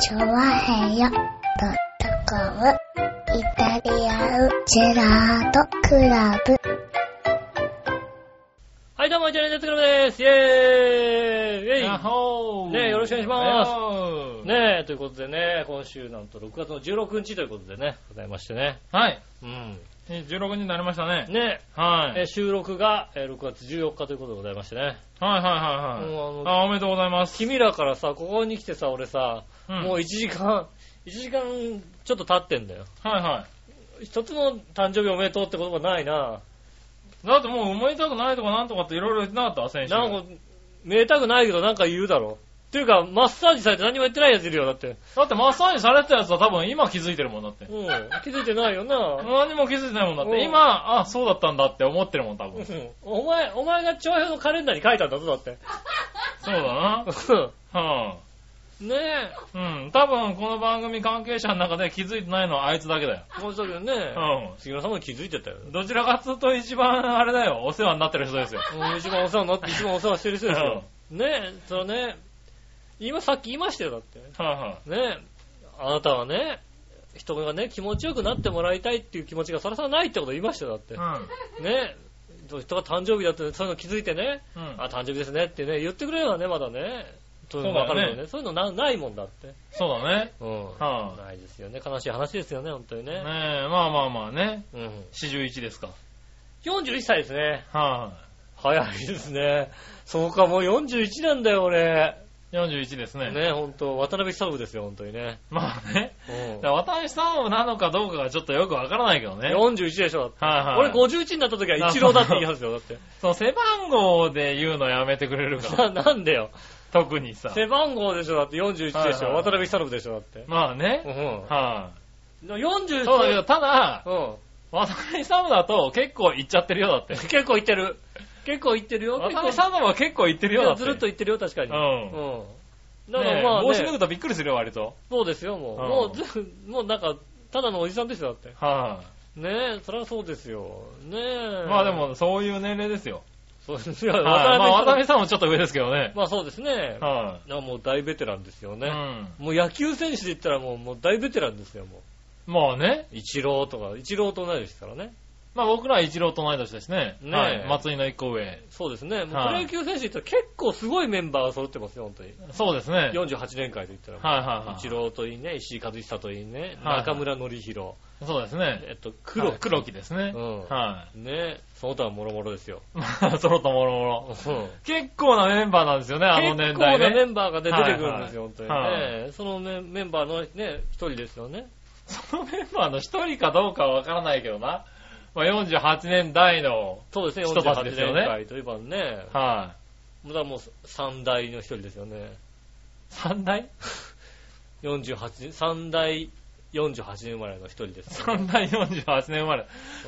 チョワヘヨドットコムイタリアンジェラートクラブ。はい、どうも、イタリアンジェットクラブです。イェーイイやェっほーねえよろしくお願いしますよーイねえ、ということでね、今週なんと6月の16日ということでね、ございましてね。はい。うん。え16日になりましたね。ねはえ、えい。収録がえ6月14日ということでございましてね。はいはいはいはい。もうあのあ、おめでとうございます。君らからさ、ここに来てさ、俺さ、うんもう1時間、1時間ちょっと経ってんだよ。はいは一つも誕生日おめでとうって言葉ないな。い。だってもう思いたくないとかなんとかっていろいろ言ってなかった選手。なんか、めでたくないけどなんか言うだろ。っていうか、マッサージされて何も言ってないやついるよ、だって。だってマッサージされてたやつは多分今気づいてるもんだって。うん。気づいてないよな。何も気づいてないもんだっうんて。今、あ、そうだったんだって思ってるもん多う分。そうんお前、お前が長編のカレンダーに書いたんだぞ、だ って。だな。はねあ、うん。多分この番組関係者の中で気づいてないのはあいつだけだよ。え、もうそうだよね。う杉村さんも気づいてたよ。ん。どちらかというと一番あれだよ。お世話になってる人ですよ。もう一番お世話になって、一番お世話してる人ですよ。ねえ、それね、今さっき言いましたよ、だって。はいはい。ねえ、あなたはね、人がね、気持ちよくなってもらいたいっていう気持ちがさらさらないってこと言いましたよ、だって。うねん。え、人が誕生日だって、そういうの気づいてね、うんあ、誕生日ですねってね、言ってくれればね、まだね、そういうのそ分うだかよねるよね。そういうのなないもんだって。そうだね。うん。はあないですよね。悲しい話ですよね、本当にね。ねえ、まあまあまあね。うん。四十一ですか。 41歳ですね。は早いですね。そうか、もう41なんだよ、俺。い、41ですね。ね、ほんと、渡辺久夫ですよ、ほんとにね。まあね。うん。私さんなのかどうかがちょっとよくわからないけどね。はい、 41でしょ、だって。はい、俺51になった時は一郎だって言いますよ、だって。そう、背番号で言うのやめてくれるかななんでよ。特にさ。背番号でしょ、だって41でしはょ。いはい渡辺久夫でしょ、だって。まあうね。ん。は40い、そうだけど、ただ、うん。渡辺さんだと結構言っちゃってるようだって。結構いってる。結構いってるよ。渡結辺構さんは結構言ってるようだって。ずるっといってるよ、確かに。う。うんん。だからねえまあ、ね、帽子脱ぐとびっくりするよ、割と。そうですよ、もう。うんもうず、 もうなんか、ただのおじさんですよ、だって。はい、ねえ、そりゃそうですよ。ねえ。まあで、も、そういう年齢ですよ。そうですよ。はい、渡辺さまあん渡辺さんもちょっと上ですけどね。まあそうですね。はなもう大ベテランですよい、うね。ん。もう野球選手で言ったらもうもう大ベテランですよ、もまあね。う。イチローとか、イチローと同じですからね。まあ僕らは一郎と同い年ですね。ねえはい。松井の一個上。そうですね。もうプロはい野球選手で言ったら結構すごいメンバーが揃ってますよ、本当に。そうですね。はい48年会で言ったらも。はいうはイいチ。ローといいね、石井和久といいね、はい中村則弘、そうですね。えっと、黒、はい黒木ですね。うんはね、その他はもろもろですよ。い。まあ、 そろともろもろ。うん結構なメンバーなんですよね、あの年代結構なメね。ンバーが、ね、出てくるんですよ、はい本当にね。はそのメメンバーのね、一人ですよね。そのメンバーの一人かどうかはわからないけどな。まあ48年代の、そうですね、人たち48ですよ年ね会といえばね、はだからもう三代の一人ですよね。い。三代48、三代48年生まれの一人ですよね、三代48年生まれ。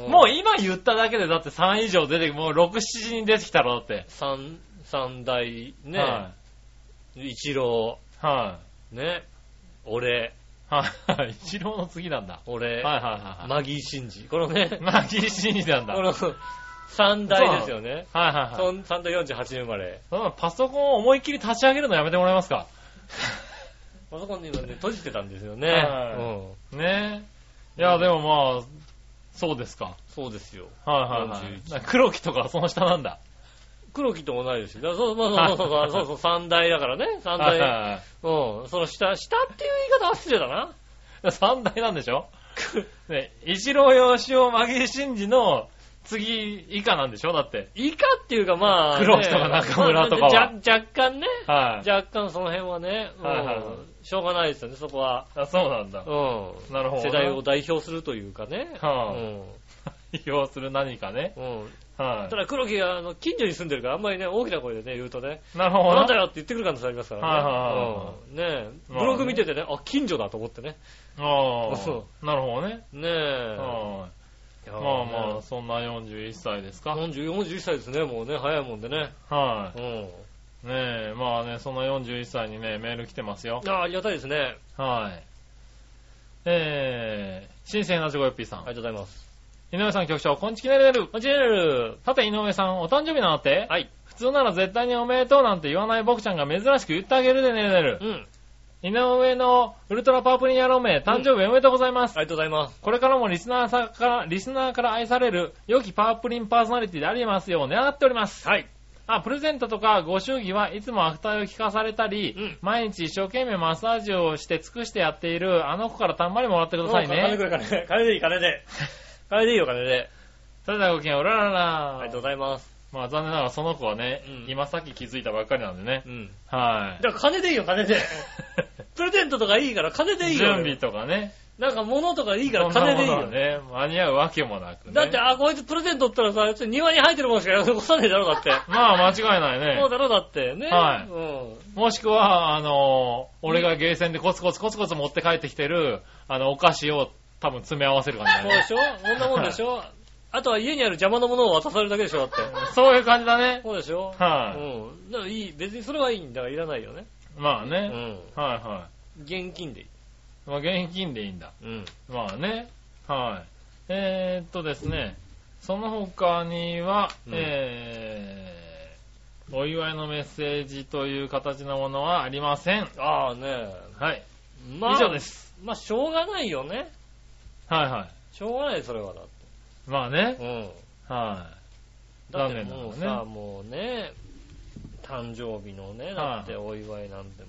もう今言っただけでだって3以上出て、もう6、7人出てきたろ、だって。三、三代ね、は一郎、い。はね、俺、い。はい。一郎の次なんだ。俺、はいはいはいはマギー・シンジ。このねい。、まあ、ギシーなんだ。この三代ですよね。はいはいはい。そん三代48年生まれ。そのパソコンを思いっきり立ち上げるのやめてもらえますかパソコンに今ね、閉じてたんですよね。はういん。ねえ。いや、でもまあ、そうですか。そうですよ。はいはいはい。だから黒木とかはその下なんだ。黒木と同い年。だからそうそうそうそうそうそうそう、三代だからね。三はいはい代。はうん。その下、下っていう言い方は失礼だな。い。三大なんでしょ ね、一郎洋志をマギー真二の次以下なんでしょだって。以下っていうかまあね、黒木とか中村とかはまあじゃ若干ね。はい。若干その辺はね、うんはいはいはいしょうがないですよね、そこは。あ、そうなんだう。ん。なるほど。世代を代表するというかね。はあうん要する何かね。うん。はただ黒木があの近所に住んでるから、あんまりね、大きな声でね、言うとね、い。なるほどな。なんだよって言ってくる可能性ありますからね。うんねえ、ブログ見ててね、あ、近所だと思ってね。あそあ。なるほどね。ねえ。はいい。まあまあ、そんな41歳ですか。 40、41歳ですね、もうね、早いもんでね。はい。うん。ねえ、まあね、その41歳にね、メール来てますよ。ああ、ありがたいですね。はい。えー、新鮮なチョコヨッピーさん。ありがとうございます。井上さん局長、こんちきねるねる。マジェルさて、井上さん、お誕生日なのって、はい。普通なら絶対におめでとうなんて言わない僕ちゃんが珍しく言ってあげるでねるねるう。ん。井上のウルトラパープリン野郎め、誕生日おめでとうございます。ありがとうございます。これからもリスナーさんから、リスナーから愛される、良きパープリンパーソナリティでありますよう願っております。はい。あ、プレゼントとかご祝儀はいつもアフターを聞かされたり、うん毎日一生懸命マッサージをして尽くしてやっているあの子からたんまりもらってください金くれ、ね。金。 金でいい、金で。金でいいよ、金で。それではごきげんよう、うららら。ありがとうございます。まあ残念ながらその子はね、うん今さっき気づいたばっかりなんでね。うん。はい。だから金でいいよ、金 で。プレゼントとかいいから金でいいよ。準備とかね。なんか物とかいいから金でいいそよんなも。のはね。間に合うわけもなくね。だって、あ、こいつプレゼントったらさ、別に庭に生えてるものしか残さね えだろ、だって。まあ間違いないねそう。だろ、だって。ね。はいうん。もしくは、あのー俺がゲーセンでコツコツコツコツ持って帰ってきてる、あの、お菓子を多分詰め合わせる感じだそうでね。しょこんなもんでしょあとは家にある邪魔なものを渡されるだけでしょ、だって。そういう感じだね。そうでしょはいうん。だからいい、別にそれはいいんだからいらないよね。まあうね。ん。はいは現金でいい。い。まあ現金でいいんだ。うん。まあね。はい。えー、っとですね。その他には、うんえー、お祝いのメッセージという形のものはありません。ああねはい。まあ、。以上ですまあ、しょうがないよね。はいはしょうがない、それはだっい。まあて。ね。うん。はだっても残う念ながらさ、ねもうね、誕生日のね、だってお祝いなんても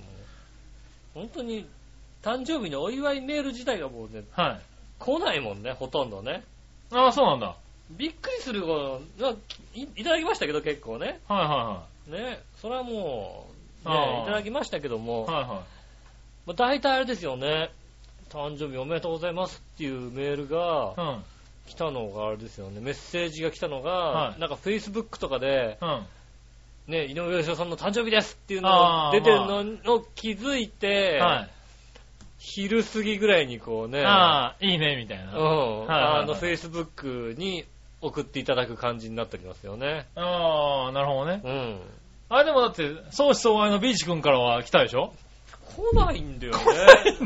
う、本当に、誕生日のお祝いメール自体がもうね、い。はい。来ないもんね、ほとんどね。ああ、そうなんだ。はいびっくりすること、まあいいただきましたけど結構ね。はいはね、それはもう、あね、あいただきましたけども、い。はいはい。まあ、大体あれですよね、誕生日おめでとうございますっていうメールがうん。うん。来たのがあれですよね、メッセージが来たのが、はいなんか Facebook とかで、あね、井上芳雄さんの誕生日ですっていうのあをあ出てるのを気づいて、はい。昼過ぎぐらいにこうね、ああ、いいね、みたいな。うん、はいはいはいあの Facebook に送っていただく感じになっておりますよね。ああ、なるほどね。うん。あれでもだって、相思相愛のビーチ君からは来たで しょ来ないんだよね。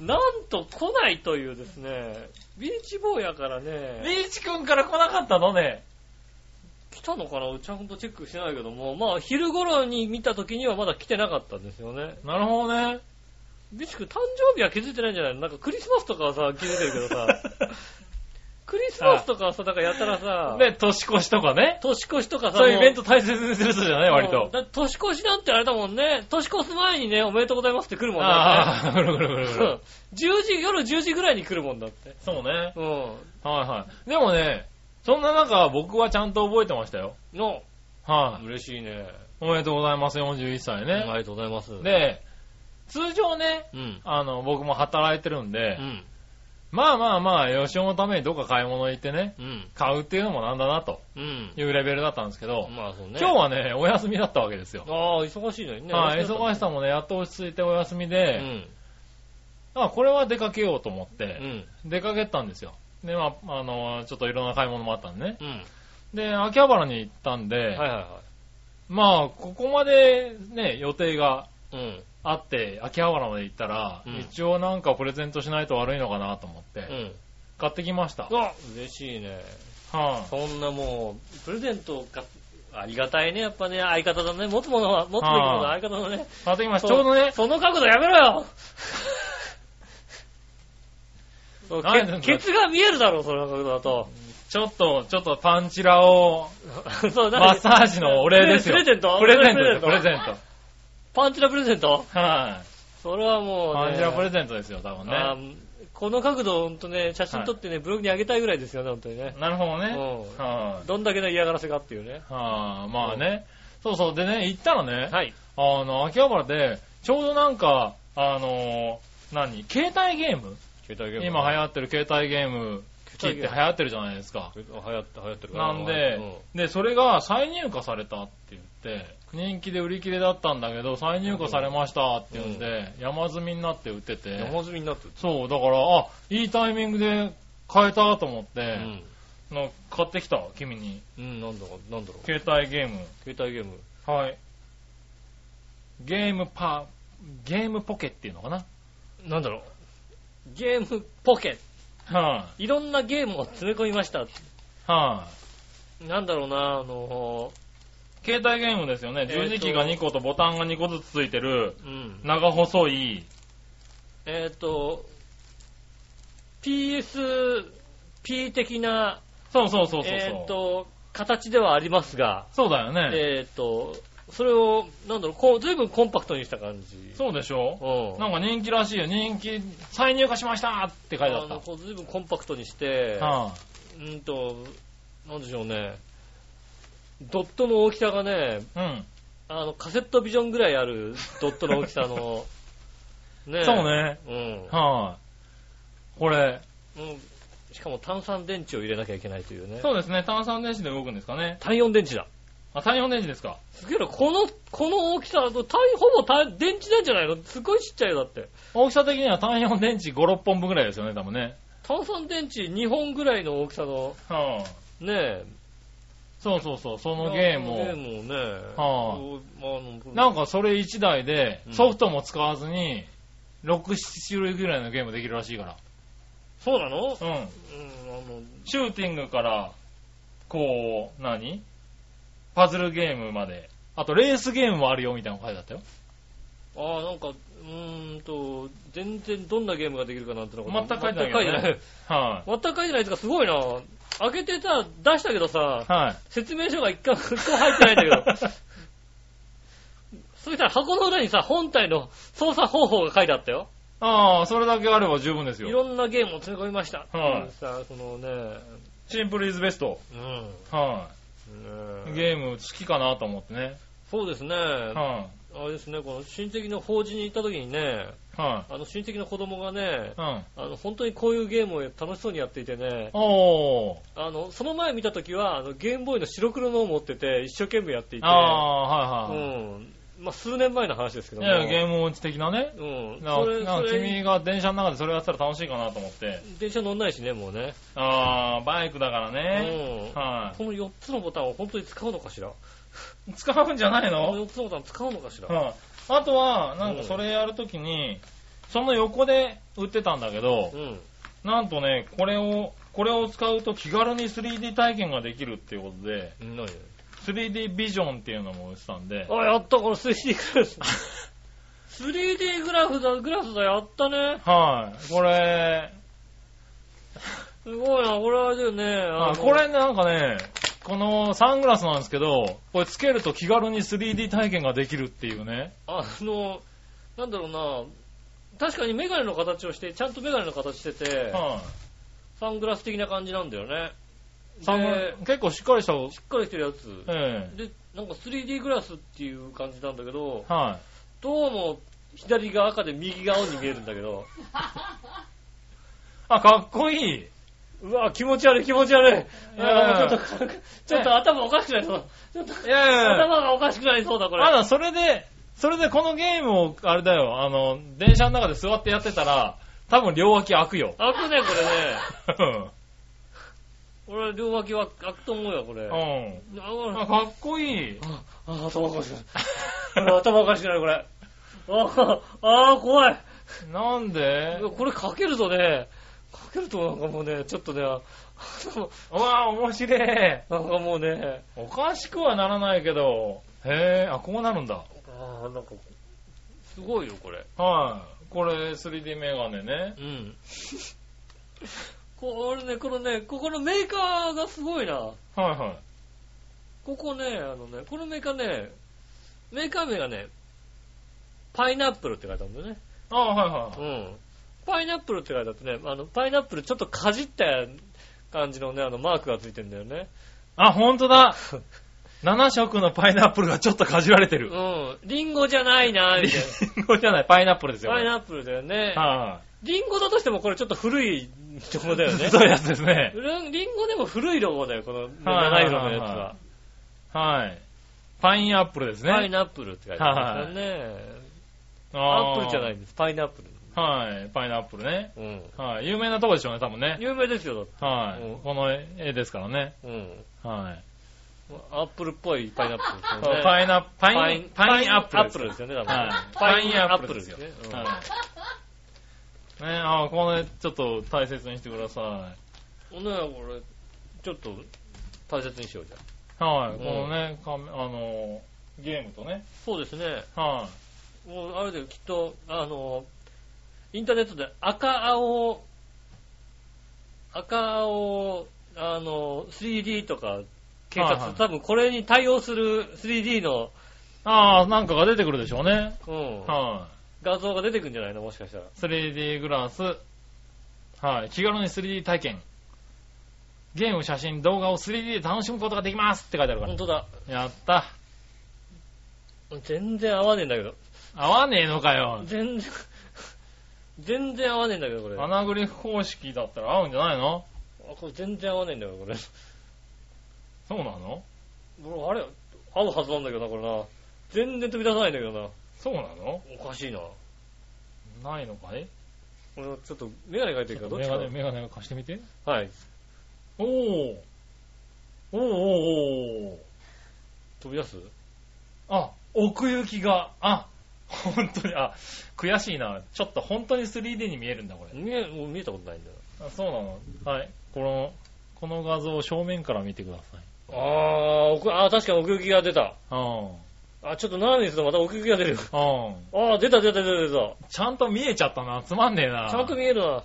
なんと来ないというですね、ビーチ坊やからね、ビーチ君から来なかったのね。来たのかなちゃんとチェックしてないけども、まあ昼頃に見た時にはまだ来てなかったんですよね。なるほ どね。ビーチ君誕生日は気づいてないんじゃないのなんかクリスマスとかはさ、気づいてるけどさ、 クリスマスとかはさ、なんかやったら さ、で、年越しとかね。年越しとかさ、そういうイベントト大切にする人じゃない割と。だって年越しなんてあれだもんね、年越す前にね、おめでとうございますって来るもんだああ、ぐるぐるぐるってぐね。 る。 10時、夜10時ぐらいに来るもんだって。そうね。うん。はいはい。でもね、そんな中、僕はちゃんと覚えてましたよ。の、はい。嬉しいね。おめでとうございます、41歳ありね。がとうございます。で、通常ね、うん。あの、僕も働いてるんで、うん。まあまあまあ、吉尾のためにどっか買い物行ってね、うん。買うっていうのもなんだなとうん。いうレベルだったんですけど、まあそうね。今日はね、お休みだったわけですよ。ああ、忙しいのにね。はい、だった忙しさもね、やっと落ち着いてお休みうで、ん。あ、これは出かけようと思っうて、ん。出かけたんですよ。で、まあ、あの、ちょっといろんな買い物もあったんでね。うん。で、秋葉原に行ったんで、はいはまあ、ここまでね、予定がいはい。うん。あって、秋葉原まで行ったら、うん一応なんかプレゼントしないと悪いのかなと思って、うん。買ってきました。はい、あ嬉しいね。そんなもう、プレゼントが、ありがたいね、やっぱね、相方だね。持つものは、持つべきものはは相方だね。買ってきました。ちょうどね、その角度やめろよそうなんでなんだケツが見えるだろ、その角度だと。ちょっと、ちょっとパンチラを、そう、マなッサージのお礼ですよ。プレゼントプレゼントですププレレゼゼンント。パンチラプレゼントはい。それはもう、ね。パンチラプレゼントですよ、多分ね。あーこの角度、ほんとね、写真撮ってね、ブログに上げたいぐらいですよね、ほんとにね。 なるほどね。うはん。い。どんだけの嫌がらせかっていうね。はい。まあね。そうそう。でね、行ったらね、はい。あの、秋葉原で、ちょうどなんか、あのー、何携帯ゲーム携帯ゲーム。今流行ってる携帯ゲーム機って流行ってるじゃないですか。流行って、流行ってるからなんで、で、それが再入荷されたって言って、人気で売り切れだったんだけど、再入荷されましたって言うんで、山積みになって売ってて、うん山積みになってる。そう、だから、あ、いいタイミングで買えたと思って、うん。の買ってきた、君に。うん、なんだろう、なんだろ携帯ゲーム。う。携帯ゲーム。はい。ゲームパ、ゲームポケっていうのかななんだろう。ゲームポケ。はいろんなゲームを詰め込みました。い、はい、なんだろうな、あの、携帯ゲームですよね。えーと十字キーが2個とボタンが2個ずつついてる、うん。長細い、えっ、と、PSP 的な、そうそうそうそうそう。えっ、と、形ではありますが、そうだよね。えっ、と、それを、なんだろう、こう、ずいぶんコンパクトにした感じ。そうでしょうん。なんか人気らしいよ。人気、再入荷しましたって書いてああった。のこうずいぶんコンパクトにして、はうんと、なんでしょうね、ドットの大きさがね、あ、うん。あの、カセットビジョンぐらいあるドットの大きさ の、ねえそう。ね。うんはい、これ、うん。しかも炭酸電池を入れなきゃいけないというね。そうですね。炭酸電池で動くんですかね。単4電池だ。あ、単四電池ですか。すげえな、この、この大きさだと、単ほぼ単電池なんじゃないのすごいちっちゃいよ、だって。大きさ的には単四電池5、6本分ぐらいですよね、多分ね。炭酸電池2本ぐらいの大きさの、はい、ねえ。そうそうそう、そのゲームを。ゲームをね。はあこうあのなんかそれ1台でうんソフトも使わずに6、7種類ぐらいのゲームできるらしいから。そうなのうん。うん、あの、シューティングから、こう、何パズルゲームまで。あとレースゲームもあるよみたいなの書いてあったよ。ああ、なんか、うーんと、全然どんなゲームができるかなんてのが全く書いてな全いく書いけてどねない。は全く書いてないですか、すごいな。開けてさ、出したけどさい、、はい。説明書が一回も入ってないんだ けど。そしたら箱の裏にさ、本体の操作方法が書いてあったよ。ああ、それだけあれば十分ですいろよ。んなゲームを詰め込みました。はいうんさ、そのね、シンプルイズベスト。うん。はねい。ゲーム好きかなと思ってね。そうですね。あはれですね、この親戚の法事に行った時にね、い。はあの親戚の子供がねい。、うん。あの本当にこういうゲームを楽しそうにやっていてね、おー。あの、その前見た時は、あの、ゲームボーイの白黒のを持ってて、一生懸命やっていて、ああうー、はいはい。ん。まあ、数年前の話ですけどいも。や、ゲーム音痴的なね。うん。なそれ、なんそかれ、君が電車の中でそれやってたら楽しいかなと思って。電車乗んないしね、もうね。ああ、バイクだからね。うん。はこの4つのボタンを本当に使うのかしらい。使うんじゃないこのの4つのボタン使うのかしらはい。あとは、なんかそれやるときに、その横で売ってたんだけどう、ん。なんとね、これを、これを使うと気軽に 3D 体験ができるっていうことで、何 3D ビジョンっていうのも売ってたんで、あ、やった、この 3D グラ フ。3D グラフだ、グラフだ、やったね。はい。これ、すごいな、これはでね、ああのこれねなんかね、このサングラスなんですけど、これつけると気軽に 3D 体験ができるっていうね。あの、なんだろうな、確かにメガネの形をして、ちゃんとメガネの形してて、はサングラス的な感じなんだよね。い。でサングラス結構しっかりした、しっかりしてるやつ。ええで、なんか 3D グラスっていう感じなんだけど、はどうも左が赤で右が青に見えるんだけど、い。あ、かっこいい。うわ、気持ち悪い気持ち悪い。 いやあーちょっと、 ちょっと頭おかしくなりそう。ちょっと、いやいやいや。頭がおかしくなりそうだ、これ。あら、それで、それでこのゲームを、あれだよ、あの、電車の中で座ってやってたら、多分両脇開 くよ。開くね、これね。うん俺、両脇は開くと思うよ、これ。あうん。あ、あかっこいい。あ、頭おかしくなる。頭おかしくなる、これ。ああ、あー怖い。なんでこれかけるとね、かけるとなんかもうね、ちょっとね、頭うわあ、面白い。なんかもうね、おかしくはならないけど、へえ、あ、こうなるんだ。ああ、なんか、すごいよ、これ。はい。これ 3D メガネね。うん。これね、このね、ここのメーカーがすごいな。はいはい。ここね、あのね、このメーカーね、メーカー名がね、パイナップルって書いてあるんだよね。あはいはい。うん。パイナップルって書いてあってね、あの、パイナップルちょっとかじった感じのね、あの、マークがついてんだよね。あ、ほんとだ !7 色のパイナップルがちょっとかじられてる。うん。リンゴじゃないな、みたいな。リンゴじゃない、パイナップルですよ。パイッナップルだよね。はリンゴだとしてもこれちょっと古いとこだい。よ ねずっ。とやつですね。ルンリンゴでも古いロゴだよ、このはいは長いい色のはいやつは。はい。パインアップルですね。。パイナップルって書いてあるんですよね。アップルじゃないいんです、パイナップル。はい、パイナップルね。うん。はい。有名なとこでしょうね、多分ね。有名ですよ、だってはうんい。この絵ですからね。うん。はい。アップルっぽいパイナップルですよね。パイナップ、パパインイ、パインアップルです。ですよね、多分はい。パインアップルですよ。うんはい。ねあこの辺ちょっと大切にしてくださほんならこれ、ちょっと大切にしようじゃん。い。はい、うんこのね、かあのーゲームとね、そうですね。はもう、あれだよ、きっと、あの、インターネットで赤青、赤青、あの、3D とか、警察、はいはい多分これに対応する 3D の、い。ああ、なんかが出てくるでしょうね。うん、は画像が出てくるんじゃないのもしかしたら。い。3D グラス、はい。気軽に 3D 体験。ゲーム、写真、動画を 3D で楽しむことができますって書いてあるから本。当だ。やった。全然合わねえんだけど。合わねえのかよ。全然、全然合わねえんだけど、これ。アあ、ナグリフ方式だったら合うんじゃないのこれ全然合わねえんだよ、これ。そうなのもうあれ、合うはずなんだけどな、これな。全然飛び出さないんだけどな。そうなのおかしいな。ないのかいこれはちょっと、メガネがいてるから、どっメちかガネ、メガネを貸してみて。な。はい。おーおーおーおー飛び出すあ、奥行きが、あ、本当に、あ、悔しいな。ちょっと本当に 3D に見えるんだ、これ。見え、もう見えたことないんだよ。あそうなのはい。この、この画像を正面から見てください。あー奥、あー、確かに奥行きが出た。うん。あ、ちょっと斜めにするとまた奥行きが出る。うん。あー、出た出た出た出た。ちゃんと見えちゃったな。つまんねえな。ちゃんと見えるな。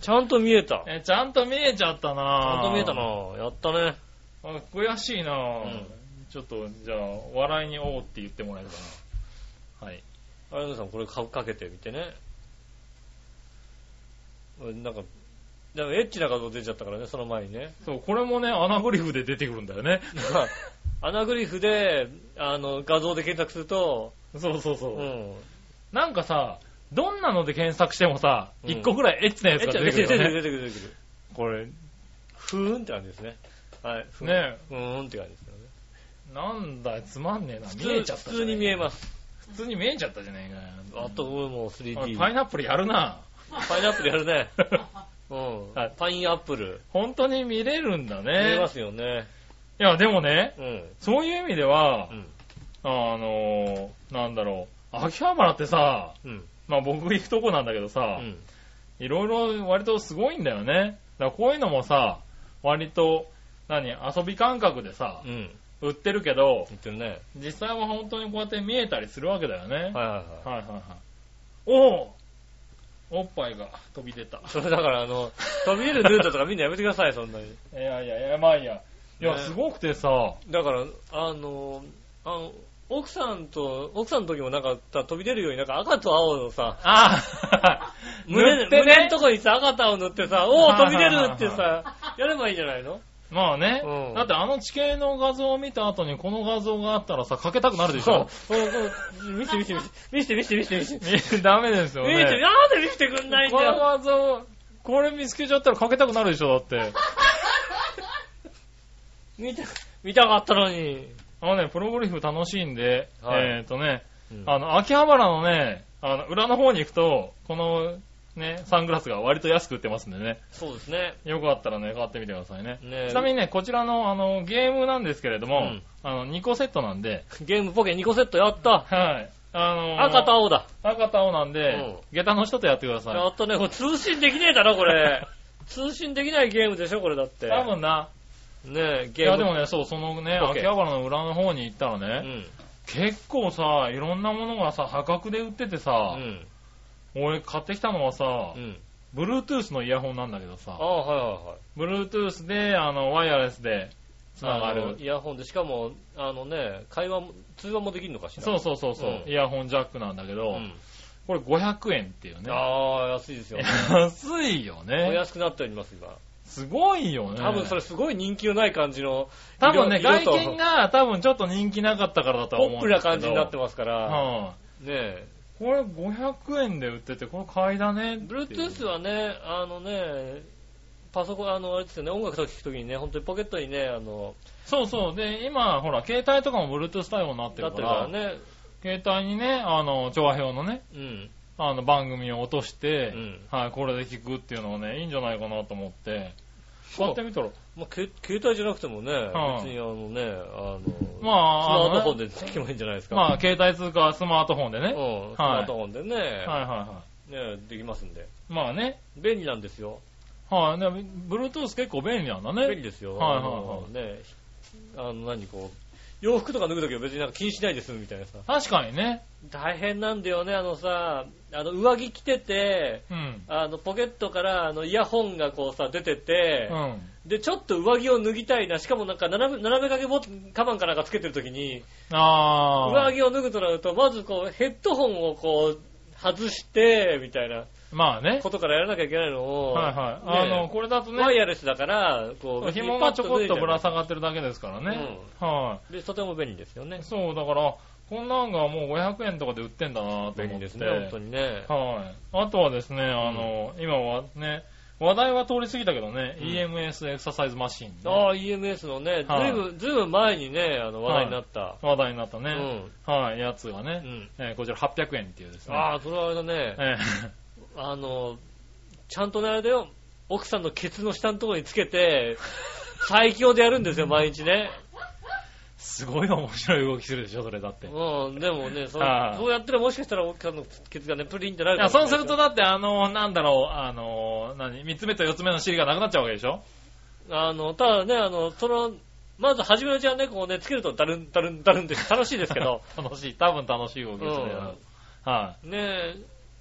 ちゃんと見えた。ちえ、ちゃんと見えちゃったな。ゃんと見えたな。やったね。あ。悔しいな、んちょっと、じゃあ、笑いにおうって言ってもらえるかな。はい。あやのさん、これかかけてみてね。うんなんか、でもエッチな画像出ちゃったからね、その前に ね。そう、これもね、アナグリフで出てくるんだよね。アナグリフで、あの、画像で検索すると、 そうそうそう。うん。なんかさ、どんなので検索してもさ、うん一個くらいエッチなエやッつチがな出出ててくくるよる、ね。出てくる、出てくる。これ、ふーんって感じですね。はい。ふーんねふーんって感じですよね。なんだよ、つまんねえな。普通見えちゃった。。普通に見えますす。普通に見えちゃったじゃねえかよ。あと、俺もうおい 3D。パパイイナップルやるな。 ナップルやる ね。うんはい。パインアップル。本当に見れるんだ見えまね。すよね。いや、でもね、うん。そういう意味ではう、ん。あのー、なんだろう、秋葉原ってさ、うん。まあ僕行くとこなんだけどうさ、ん。いろいろ割とすごいんだよね。だからこういうのもさ、割と、何、遊び感覚でさう、ん。売ってるけど、言ってるね。実際は本当にこうやって見えたりするわけだよね。はいはいはい。はいはいはい。おおおっぱいが飛び出た。それだからあの、飛び出るルートとかみんなやめてください、そんなに。いやいやいや、まあいいや。いや、ねすごくてさ、だから、あの、あの、奥さんと、奥さんの時もなんかさ飛び出るようになんか赤と青のさ、ああ胸 塗って胸のねと。こにさ、赤と青塗って さ、おお飛び出はいはいるはいってさ、やればいいんじゃないのまあね、うんだってあの地形の画像を見た後にこの画像があったらさ、かけたくなるでしそう ょ。そうそう見せて見せて見せて見せて見せて見せて見せて。 ダメですよ見せて、ね。なんで見せてくんないんこだのよ。画像、これ見つけちゃったらかけたくなるでしょ、だって。見た、見たかったのに。あのね、プロゴルフ楽しいんで、はいえっ、とね、うんあの、秋葉原のね、あの、裏の方に行くと、この、ね、サングラスが割と安く売ってますんでね。そうですね。よかったらね、買ってみてくださいね。ねちなみにね、こちらの、あの、ゲームなんですけれども、うんあの、2個セットな んで、ゲームポケ2個セットやった。はい。あの赤と青だ。赤と青なんで、うん下駄の人とやってくださやい。っとね、これ通信できねえだろ、こ れ。通信できないゲームでしょ、これだって。多分な。ねえ、いゲーム。や、でもね、そう、そのね、 OK 秋葉原の裏の方に行ったらうね、ん。結構さ、いろんなものがさ、破格で売っててさう、ん。俺買ってきたのはさう、ん。 Bluetooth のイヤホンなんだけどあさ、あ、はいはいはい。 Bluetooth で、あの、ワイヤレスで繋があのる。イヤホンで、しかも、あのね、会話も、通話もできるのかしら。そうそうそうそう、うんイヤホンジャックなんだけど、うんこれ500円っていうね。ああ、安いですよ ね。安いよおね。安くなっております、今。すごいよね。多分それすごい人気のない感じの、多分ね、色々外と見が多分ちょっと人気なかったからだとはポ思ッうプんなですけど。感じになってますかうら、ん。ねえ。これ500円で売ってて、これ買いだねっていう。 Bluetooth はね、あのね、パソコン、あの、あれですよね、音楽とか聴くときにね、本当にポケットにね、あの、そうそう。で、今、ほら、携帯とかも Bluetooth 対応になってなるってかるら、からね、携帯にね、あの、調和表のね、うん。あの、番組を落として、うんはい、これで聞くっていうのはね、いいんじゃないかなと思って、そう買ってみたら、まあ、け携帯じゃなくてもね、ん別にあのね、あの、まあ、スマートフォンで。でできればいいんじゃないですか。まあ、携帯通貨、スマートフォンでね。うん、はいスマートフォンでね、はいはねできますんで。い。まあね、便利なんですよ。はい、でも Bluetooth 結構便利なんだね。便利ですよ。はいあのね、あの、何こう、洋服とか脱ぐときは別になんか気にしないですみたいなさ。確かにね。大変なんだよね、あのさ、あの、上着着てて、うん。あの、ポケットから、あの、イヤホンがこうさ、出てて、うん。で、ちょっと上着を脱ぎたいな、しかもなんか斜め、斜め掛けボカバンかなんかつけてるときに、ああ。上着を脱ぐとなると、まずこう、ヘッドホンをこう、外して、みたいなまあね。ことからやらなきゃいけないのを、はいはい。あねの、これだとワイね、ヤレスだから、こう、紐がちょこっとぶらす。下がってるだけですからね。はで、とても便利ですよねい。。そう、だから、こんなんがもう500円とかで売ってんだなと思って。便利ですね、本当にね。はい。あとはですね、あの、今はね、話題は通り過ぎたけどね、うん EMS エクササイズマシンね、ああ、EMS のね、ずはいいぶん、ずいぶん前にね、あの、話題になった。話題になったうね、ん。はい、やつがうね、ん。えーこちら800円っていうですね。ああ、それはあれだね、えあの、ちゃんとね、あれだよ、奥さんのケツの下のところにつけ て、最強でやるんですよ、毎日ね。ー すごい面白い動きするでしょ、それだって。いうん、でもね、そはういそうやってらもしかしたら奥さんのケツがね、プリンってなるかや、もしれそなういするとだって、あの、なんだろう、あの、何、3つ目と4つ目の尻がなくなっちゃうわけでしょあの、ただね、あの、その、まず初めのうちはね、こうね、つけるとダルン、ダルン、ダルンって楽しいですけ ど、楽しい、多分楽しい動きですね。はねえ、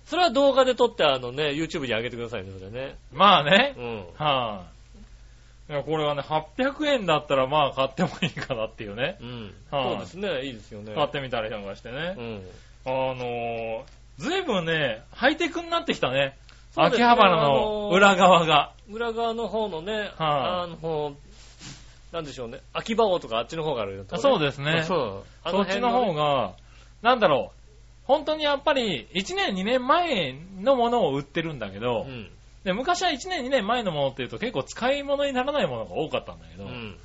それは動画で撮って、あのね、YouTube に上げてくださいね、それね。い。まあね、うん。はい、いや、これはね、800円だったらまあ買ってもいいかなっていうね。うん。はいそうですね、いいですよね。買ってみたりなんかしてねう。ん。あのー、ずいぶんね、ハイテクになってきたね。そうです秋ね葉原あのーの裏側が。裏側の方のね、はあの、なんでしょうね、秋葉王とかあっちの方があるよね。そうですね。そそう。あっちのが。方が、なんだろう。本当にやっぱり、1年2年前のものを売ってるんだけうど、ん。で昔は1年2年前のものっていうと結構使い物にならないものが多かったんだけうど、ん。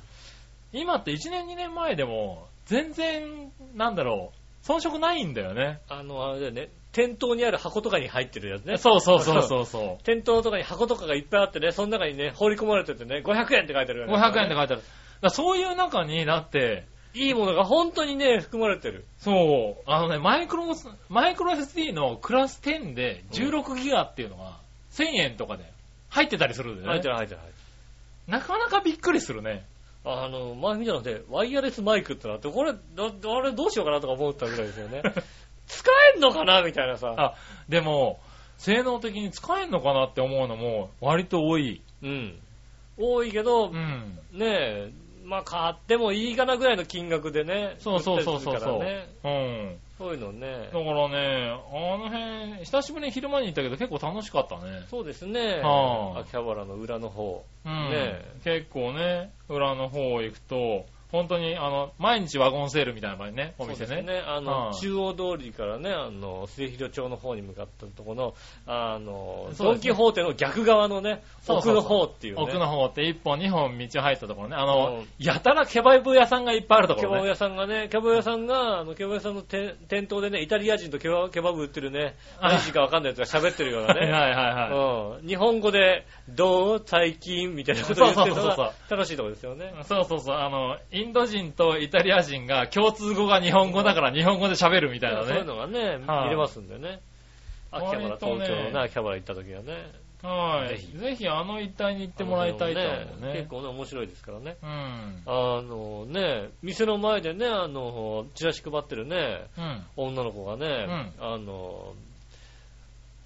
今って1年2年前でも、全然、なんだろう、遜色ないんだよね。あの、あれだよね、店頭にある箱とかに入ってるやつね。そうそうそうそうそう。店頭とかに箱とかがいっぱいあってね、その中にね、放り込まれててね、500円って書いてあるよね。 500円って書いてある。だからそういう中にだって、いいものが本当にね、含まれてる。そう、あのね、マイクロ、マイクロ SD のクラス10で16ギガっていうのが1000円とかで入ってたりするんだ入よってね。る入ってる入ってなかなかびっくりするね。る。あの、前見たので、ワイヤレスマイクってなって、これ、どあれどうしようかなとか思ったぐらいです よね。使えんのかなみたいなさ。あ、でも、性能的に使えんのかなって思うのも割と多い。うん。多いけど、うん。ねえ、まあ買ってもいいかなぐらいの金額でね。そうそうそうそう売ったそりう。するからねうん。そういうのねだか。らね、あの辺、久しぶりに昼間に行ったけど結構楽しかったね。そうですね。はあ秋葉原の裏の方。うんね結構ね、裏の方行くと、本当にあの、毎日ワゴンセールみたいな場にね、おそう店ですね。ね。あの、はあ中央通りからね、あの、末広町の方に向かったところの、あの、そうドでン・すキねホーテの逆側のね、そう奥そうそうの方っていうね。奥の方って1本2本道入ったところね。あうのん、やたらケバブ屋さんがいっぱいあるとこケバろブね。屋さんがね、ケバブ屋さんが、あの、ケバブ屋さんのて店頭でね、イタリア人とケバケバブ売ってるね、あ何時かわかんないやつが喋ってるようなはいね。 はいはいはうん。日本語で、どう最近みたいなことを言ってるのそうそうそうが楽しいとこですよね。い。そうそうそう、あの、インド人とイタリア人が共通語が日本語だから日本語で喋るみたいなそういうね。のがね、はい見れますんでね。秋葉原、割とね東京のね、秋葉原行った時はね。はぜい。ぜひあの一帯に行ってもらいたいとあの思う辺も結ね。構ね、面白いですからね。うん。あのね、店の前でね、あの、チラシ配ってるね、うん。女の子がね、あの、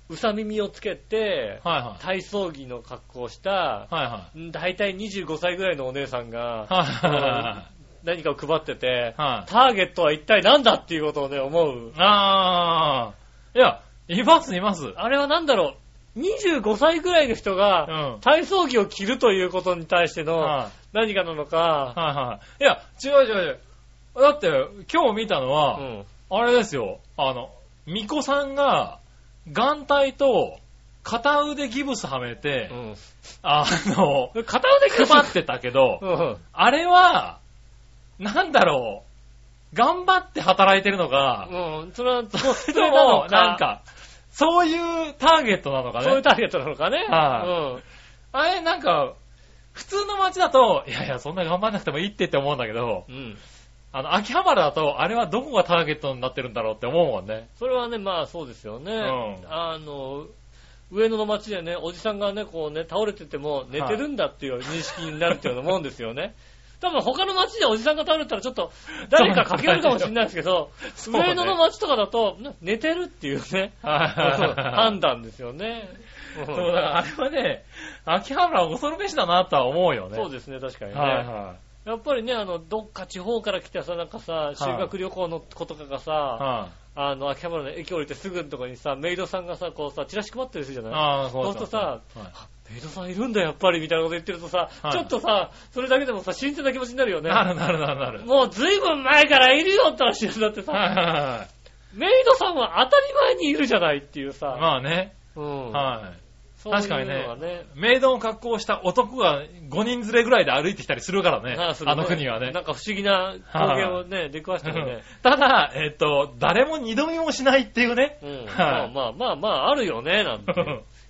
うさ耳をつけて、はいは体操着の格好をした、い。はいはん大体25歳ぐらいのお姉さんが、い。は 何かを配っててい。、はい。ターゲットは一体何だっていうことをね、思う。あー。いや、いますいます。うん。あれは何だろう、25歳ぐらいの人が、は体操着を着るということに対してい。のは何かなのかい、はい。いや、違う違う違う。だって、今日見たのは、うんあれですよ、あの、巫女さんが、眼帯と、片腕ギブスはめて、うんあの、片腕配ってたけど、うんあれは、なんだろう、頑張って働いてるのか、うん、それは、そそれとれなのも、か、なんか、そういうターゲットなのかそういうね。ターゲットなのかね。はうんあれ、なんか、普通の街だと、いやいや、そんな頑張んなくてもいいってって思うんだけど、うん。あの、秋葉原だと、あれはどこがターゲットになってるんだろうって思うもんね。それはね、まあそうですよね。うんあの、上野の街でね、おじさんがね、こうね、倒れてても寝てるんだっていう認識になるっていうようなもんですよね。 多分他の町でおじさんが倒れたらちょっと誰か駆け寄るかもしれないですけど、 そうね上野の町とかだとな寝てるっていうね、判判断。断ですよね。うんそうだからあれはね、秋葉原は恐るべしだなとは思うよね。そうでですね、確かにね。はいはやっぱりね、あの、どっか地方から来てさ、なんかさ、修学旅行の子とかがさ、い。はいあの、秋葉原の駅降りてすぐのとこにさ、メイドさんがさ、こうさ、チラシ配ってる人じゃないああ、そうほだんとさ、はいあメイドさんいるんだやっぱりみたいなこと言ってるとさ、はいちょっとさ、それだけでもさ、新鮮な気持ちになるよね。なるなるなるなる。もうずいぶん前からいるよって話になってはいさ、はいはい。メイドさんは当たり前にいるじゃないっていうさ、まあね、うんはそういう確かにねのがねい。メイドの格好をした男が5人連れぐらいで歩いてきたりするからね、なああそれねの国はねな。んか不思議な光景をね、出くわしたよね。 ただ、えっと、誰も二度見もしないっていう ね。うん、まはあいまあまあまあ、あるよね、なん て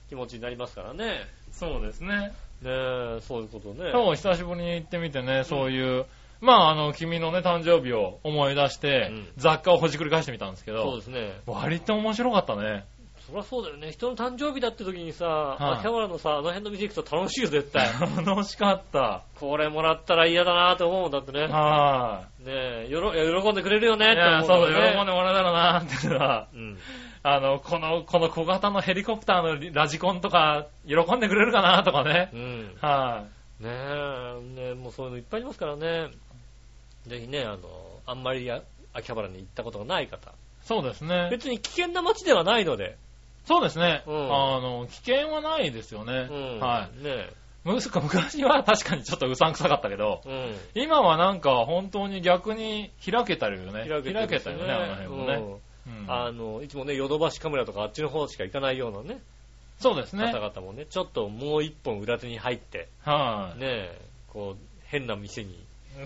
気持ちになりますからね。そうですね。ねえ、そういうことね。今日久しぶりに行ってみてね、そういう、まああの、君のね、誕生日を思い出して、うん雑貨をほじくり返してみたんですけそうどで、すね。割と面白かったね。そりゃそうだよね。人の誕生日だって時にさ、い秋葉原のさ、あの辺の店行くと楽しいよ、絶対。 楽しかった。これもらったら嫌だなって思うもんだってね。はねえ、よろ、いや喜んでくれるよねい。っいてや、そ思う、うん喜んでだよね。もらえたらなーってさ、うん。あの、この、この小型のヘリコプターのラジコンとか、喜んでくれるかなとかねう。ん。はねえ、ねえもうそういうのいっぱいありますからね。ぜひね、あの、あんまりや秋葉原に行ったことがない方。い。そうですね。別に危険な街ではないので。そうですね。うんあの、危険はないですよね。うん。。はいねい。むすか昔は確かにちょっとうさんくさかったけど、え。今はなんか本当に逆に開けたよね。うん。開けてますたよね、あの辺もね。ううんんあの、いつもね、ヨドバシカメラとかあっちの方しか行かないようなね。そうですね。方はい、々もね、ちょっともう一本裏手に入って、ねえ、こう、変な店に、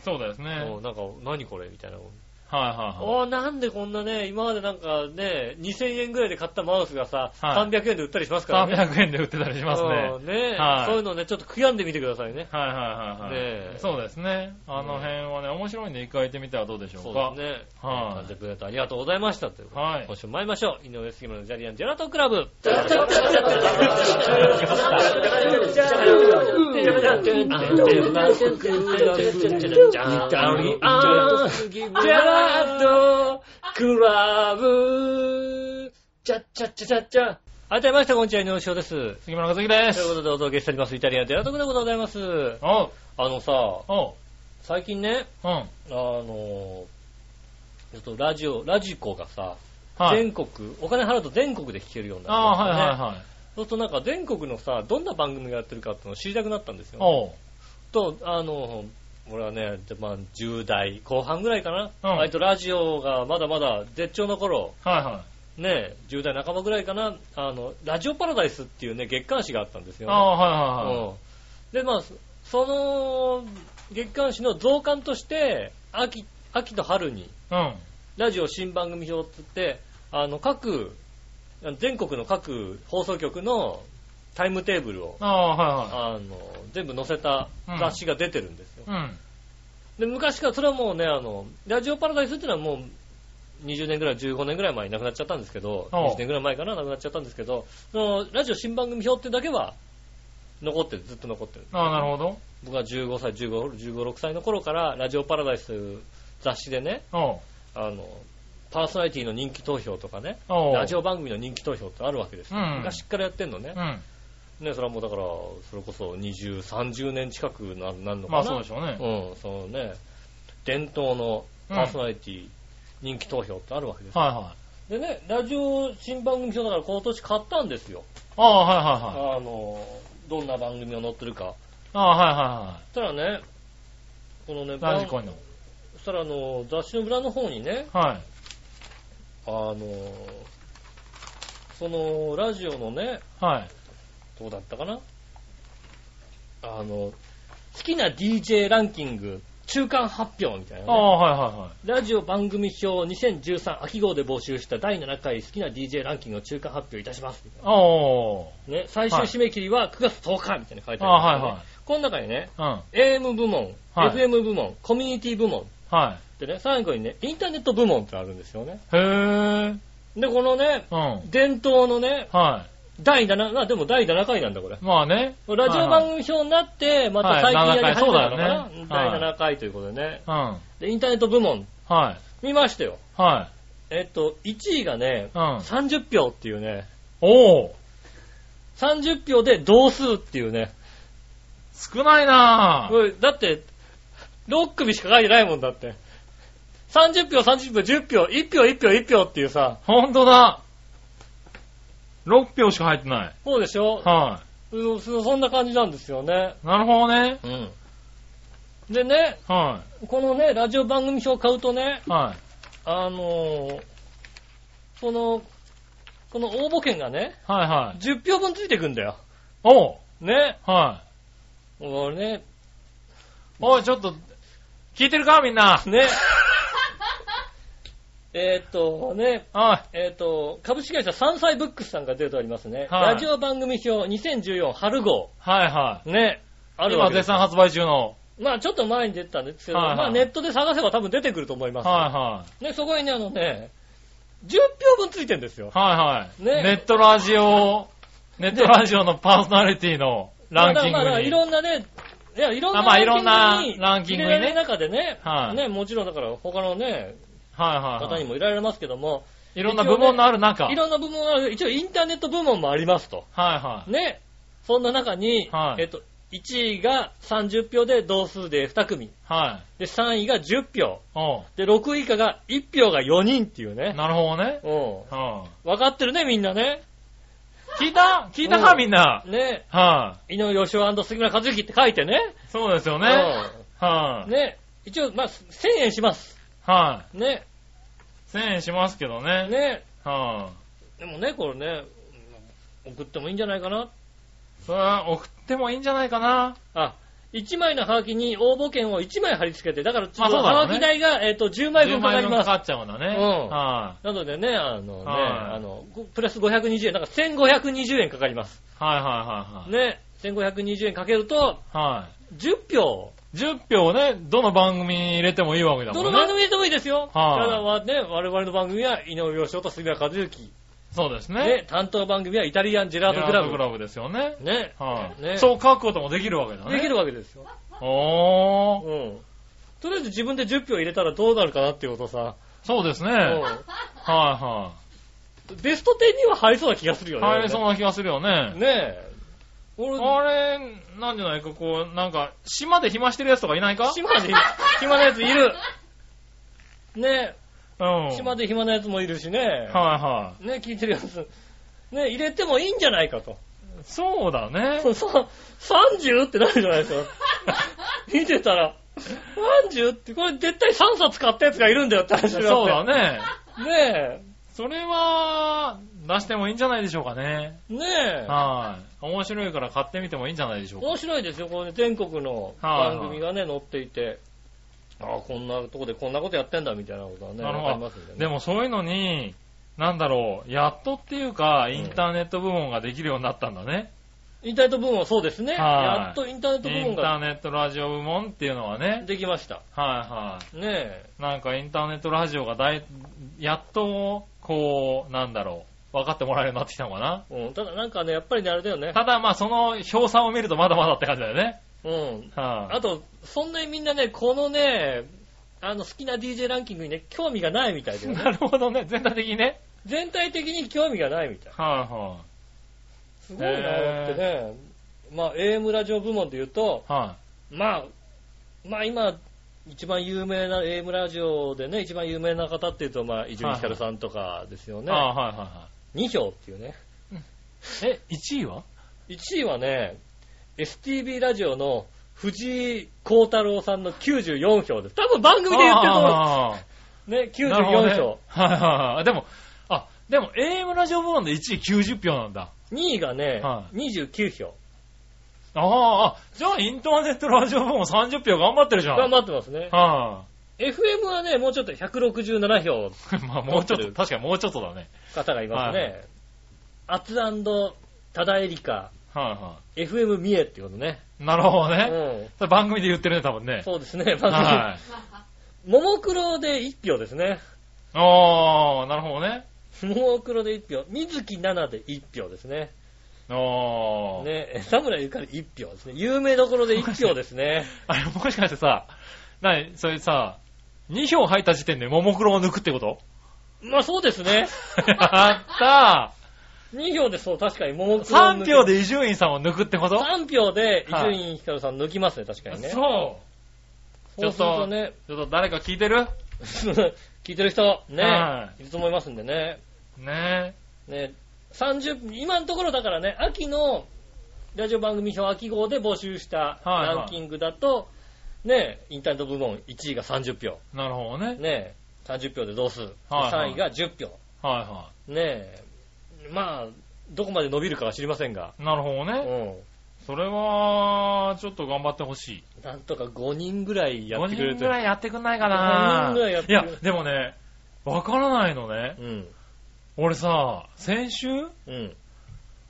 そうですね。はいもうなんか、何これみたいな。はいはい。おーなんでこんなね、今までなんかね、2000円ぐらいで買ったマウスがさ、はい300円で売ったりしますからね。 300円で売ってたりしますね。はいうんねえはいそういうのね、ちょっと悔やんでみてくださいね。はいはいはい。ねえそうですね。あの辺はね、面白いんで一回行ってみてはどうでしょうそか。うですね。はい感じでプレゼントありがとうございました。ということではい今週も参りましょう。井上杉村のジャリアンジェラートクラブ。ジェラートクラブ。チャッチャッチャッチャッチャ。改めまして、こんにちは、井上翔です。という杉村和樹でこす。とでお届けしております、イタリアンジェラートクラブでございます。おう、あのさ、おう、最近ね、うん。あの、ちょっとラジオ、ラジコがさ、はい。全国、お金払うと全国で聴けるようになりあまあ、したはね。いはいはい。そうするとなんか全国のさ、どんな番組がやってるかっていうのを知りたくなったんですよ。おう、と、あの、俺はね、じゃまあ10代後半ぐらいかな。うん割とラジオがまだまだ絶頂の頃、はいはね、10代半ばぐらいかな、あの、ラジオパラダイスっていうね、月刊誌があったんですい。よ、あね。あ、はいはいはい。うんで、まあ、そその月刊誌の増刊として、秋、秋と春に、うん。ラジオ新番組表って言って、あの、各、全国の各放送局のタイムテーブルを、ああ、はあの、全部載せた雑誌が出てるんですよ。いはい。うん。で、昔からそれはもうね、あの、ラジオパラダイスっていうのはもう、20年ぐらい、15年ぐらい前に亡くなっちゃったんですけど、おう20年ぐらい前かな、亡くなっちゃったんですけど、その、ラジオ新番組表ってだけは、残ってる、ずっと残ってる。ああ、なるほど。僕は15歳、15、15、6歳の頃から、ラジオパラダイスという雑誌でね、おう、あの、パーソナリティの人気投票とかね、おう。ラジオ番組の人気投票ってあるわけですよ。うん昔からやってんのねう。ん。ね、それはもうだから、それこそ20、30年近くななるのかな。まあそうでしょうね。うん、そのね、伝統のパーソナリティ、人気投票ってあるわけですよ。はいはい。でね、ラジオ新番組表だから今年買ったんですよ。ああ、はいはいはい。あの、どんな番組が載ってるか。ああ、はいはいはそしたらね、このね、い。ラジコンの。番そしたらあの、雑誌の裏の方にね、はい。あの、その、ラジオのね、はい。どうだったかなあの、好きな DJ ランキング、中間発表みたいな、ね。ああ、はいはいはい。ラジオ番組表2013秋号で募集した第7回好きな DJ ランキングを中間発表いたします。みたいおう、なね、最終締め切りは9月10日みたいなの書いてあああ、る、はいはい。この中にね、うん。 AM 部門、はい FM 部門、コミュニティ部門はでね、最後にね、インターネット部門ってあるんですよね。い。へえ。で、このね、うん。伝統のね、はい。第7、まあでも第7回なんだ、これ。まあね。ラジオ番組表になって、また最近やり始めたのかな、はい7回そうだよねはい第7回ということでね。うん。はで、インターネット部門、い。見ましたよ。はえっと、1位がね、い。うん。 30票っていうね、おー30票で同数っていうね。少ないなぁ。これだって、6組しか書いてないもんだって。30票、30票、10票、1票、1票、1票っていうさ、ほんとだ。6票しか入ってない。そうでしょはうんそそんな感じなんですよね。い。なるほどね。うん。でね、はこのね、ラジオ番組表を買うとね、い。はあのーその、この応募券がね、い。はいはい。 10票分ついてくんだよ。おうね。は俺ね、い。おい、ちょっと、聞いてるかみんな。 ね。えーっと、ね、はい。えーっと、株式会社山菜ブックスさんが出ておりますね。はいラジオ番組表2014春号。はいはね。あい。るわ今けで絶す。賛発売中の。まあちょっと前に出てたんですけど、はいはいまあネットで探せば多分出てくると思います。はね、そこにね、あのね、10票分ついてんですよいはい。。はいはい。ねネットラジオ、ネットラジオのパーソナリティのランキまあだからンまあだからグいに。ろんなね、いや、いろんなあまあいろんラなンキングにランキングにね入れられる中でね、はいね、もちろんだから他のね、はいはい方はにい。も入れられますけども、いろんな部門のある中。はいいろんな部門がある、一応インターネット部門もありますと。はい。ね、そんな中に、はいえっと、1位が30票で同数で2組、はい。で、3位が10票、おうで、6位以下が1票が4人っていうね。なるほどね。うはん。わかってるね、みんなね。い聞いた聞いたかうんみんな。ね、は井上義雄杉村和之って書いてね。い。そうですよね。はうんい。ね、一応、まあ、1000円します。はね、い。1000円しますけどね。ね、はでもね、これね、送ってもいいんじゃないかな。い。それは送ってもいいんじゃないかな。あ、1枚のハガキに応募券を1枚貼り付けて、だから、まあそうだろハうガねキ代が、えっ、と、10枚分かかり10万円まかす。かっちゃうんだね。うんはなのでね、あのね、はいあの、ごプラス520円、だから1520円かかります。い。はいはいはいはい。ね、1520円かけると、はい。 10票。 10票をね、どの番組に入れてもいいわけだどもんね。の番組でもいいですよ。はいただはね、我々の番組は井上洋翔と杉村和之。そうですね。ね、担当番組はイタリアンジェラートクラジェラートブク。ラブですよね。ね。はい、ねそう書くこともできるわけだね。できるわけですよ。おー。うん。とりあえず自分で10票入れたらどうなるかなっていうことさ。そうですね。うはいんはベスト10には入りそうな気がするい。よね。入れそうな気がするよね。ねえ。俺、あれ、なんじゃないか、こう、なんか、島で暇してるやつとかいないか島で、暇なやついる。ねうえ、ん。島で。で暇なやつもいるしね。はいはい。ねえ、聞いてるやつ。ねえ、入れてもいいんじゃないかと。そうだねそ。うそう、30? ってなるじゃないです か。見てたら、30? って、これ絶対3冊買ったやつがいるんだよって話そにうなってだ。ね。ねそれは、出してもいいんじゃないでしょうかね。え、ねえ。はい。面白いから買ってみてもいいんじゃないでしょうか。面白いですよ、これね、全国の番組がね、載っていて、ああ、こんなとこでこんなことやってんだみたいなことはね、なるほどわかりますんでね。でもそういうのに、なんだろう、やっとっていうか、インターネット部門ができるようになったんだね。インターネット部門はそうですね。はいやっとインターネット部イ門ンタがーネットラジオ部門っていうのはね。できました。はいはねえ。い。なんかインターネットラジオがだい、やっと、こう、なんだろう、分かってもらえるようになってきたのかな。うん、ただなんかね、やっぱりね、あれだよね。ただまあその評算を見るとまだまだって感じだよね。うん。はあと、そんなにみんなね、このね、あの、好きな DJ ランキングにね、興味がないみたいい。で、なるほどね、全体的にね。全体的に興味がないみたい。はいはすごいな、だってね。まあ、AM ラジオ部門で言うと、い。はまあ、まあ今、一番有名な、AM ラジオでね、一番有名な方っていうと、まあ、伊集院光さんとかですよい。ね。ああはいはいは2票っていうね。い。え、1位は1位はね、STB ラジオの藤井幸太郎さんの94票です。多分番組で言ってると思ああう。ね、なるほどね94票。はいはいはい。でも、あ、でも AM ラジオ部門で1位90票なんだ。 2位がね、は29票。ああ、あじゃあインターネットラジオ部門30票頑張ってるじゃん。頑張ってますね。は FM はね、もうちょっと167票い、 まあもうちょっと、確かにもうちょっとだね。方がいますね。アツタダエリカ、はいは FM 三重っていうことね。い。なるほどうね。ん。それ番組で言ってるね、多分ね。そうですね、番組。はい。ももクロで1票ですね。 ああ、なるほどね。ももクロで1票。水木奈々で1票ですね。ああ。ね、田村ゆかり1票ですね。有名どころで1票ですね。あれ、もしかしてさ、なに、それさ、2票入った時点でももクロを抜くってこと まあそうです ね。やった2票でそう、確かに桃ー黒を抜 !3 く票で伊集院さんを抜くってこと3票で伊は集い院光さん抜きますね、確かにね。そう。そうするとね、ちょっと誰か聞いてる 聞いてる人、ねは、いると思いますんでね。ねね、30、今のところだからね、秋のラジオ番組表秋号で募集したはいはいランキングだと、ね、インターネット部門1位が30票、え。なるほどね。ね、30票で同数、はいはい3位が10票、はいはね、まあ、どこまで伸びるかは知りませんが、い。なるほどうね。ん。それは、ちょっと頑張ってほしい。なんとか5人ぐらいやってくれ5人るぐと。らいやってくんないかな5人ぐらいやってくれや、でもね、わからないのね。うん。俺さ、先週、うん。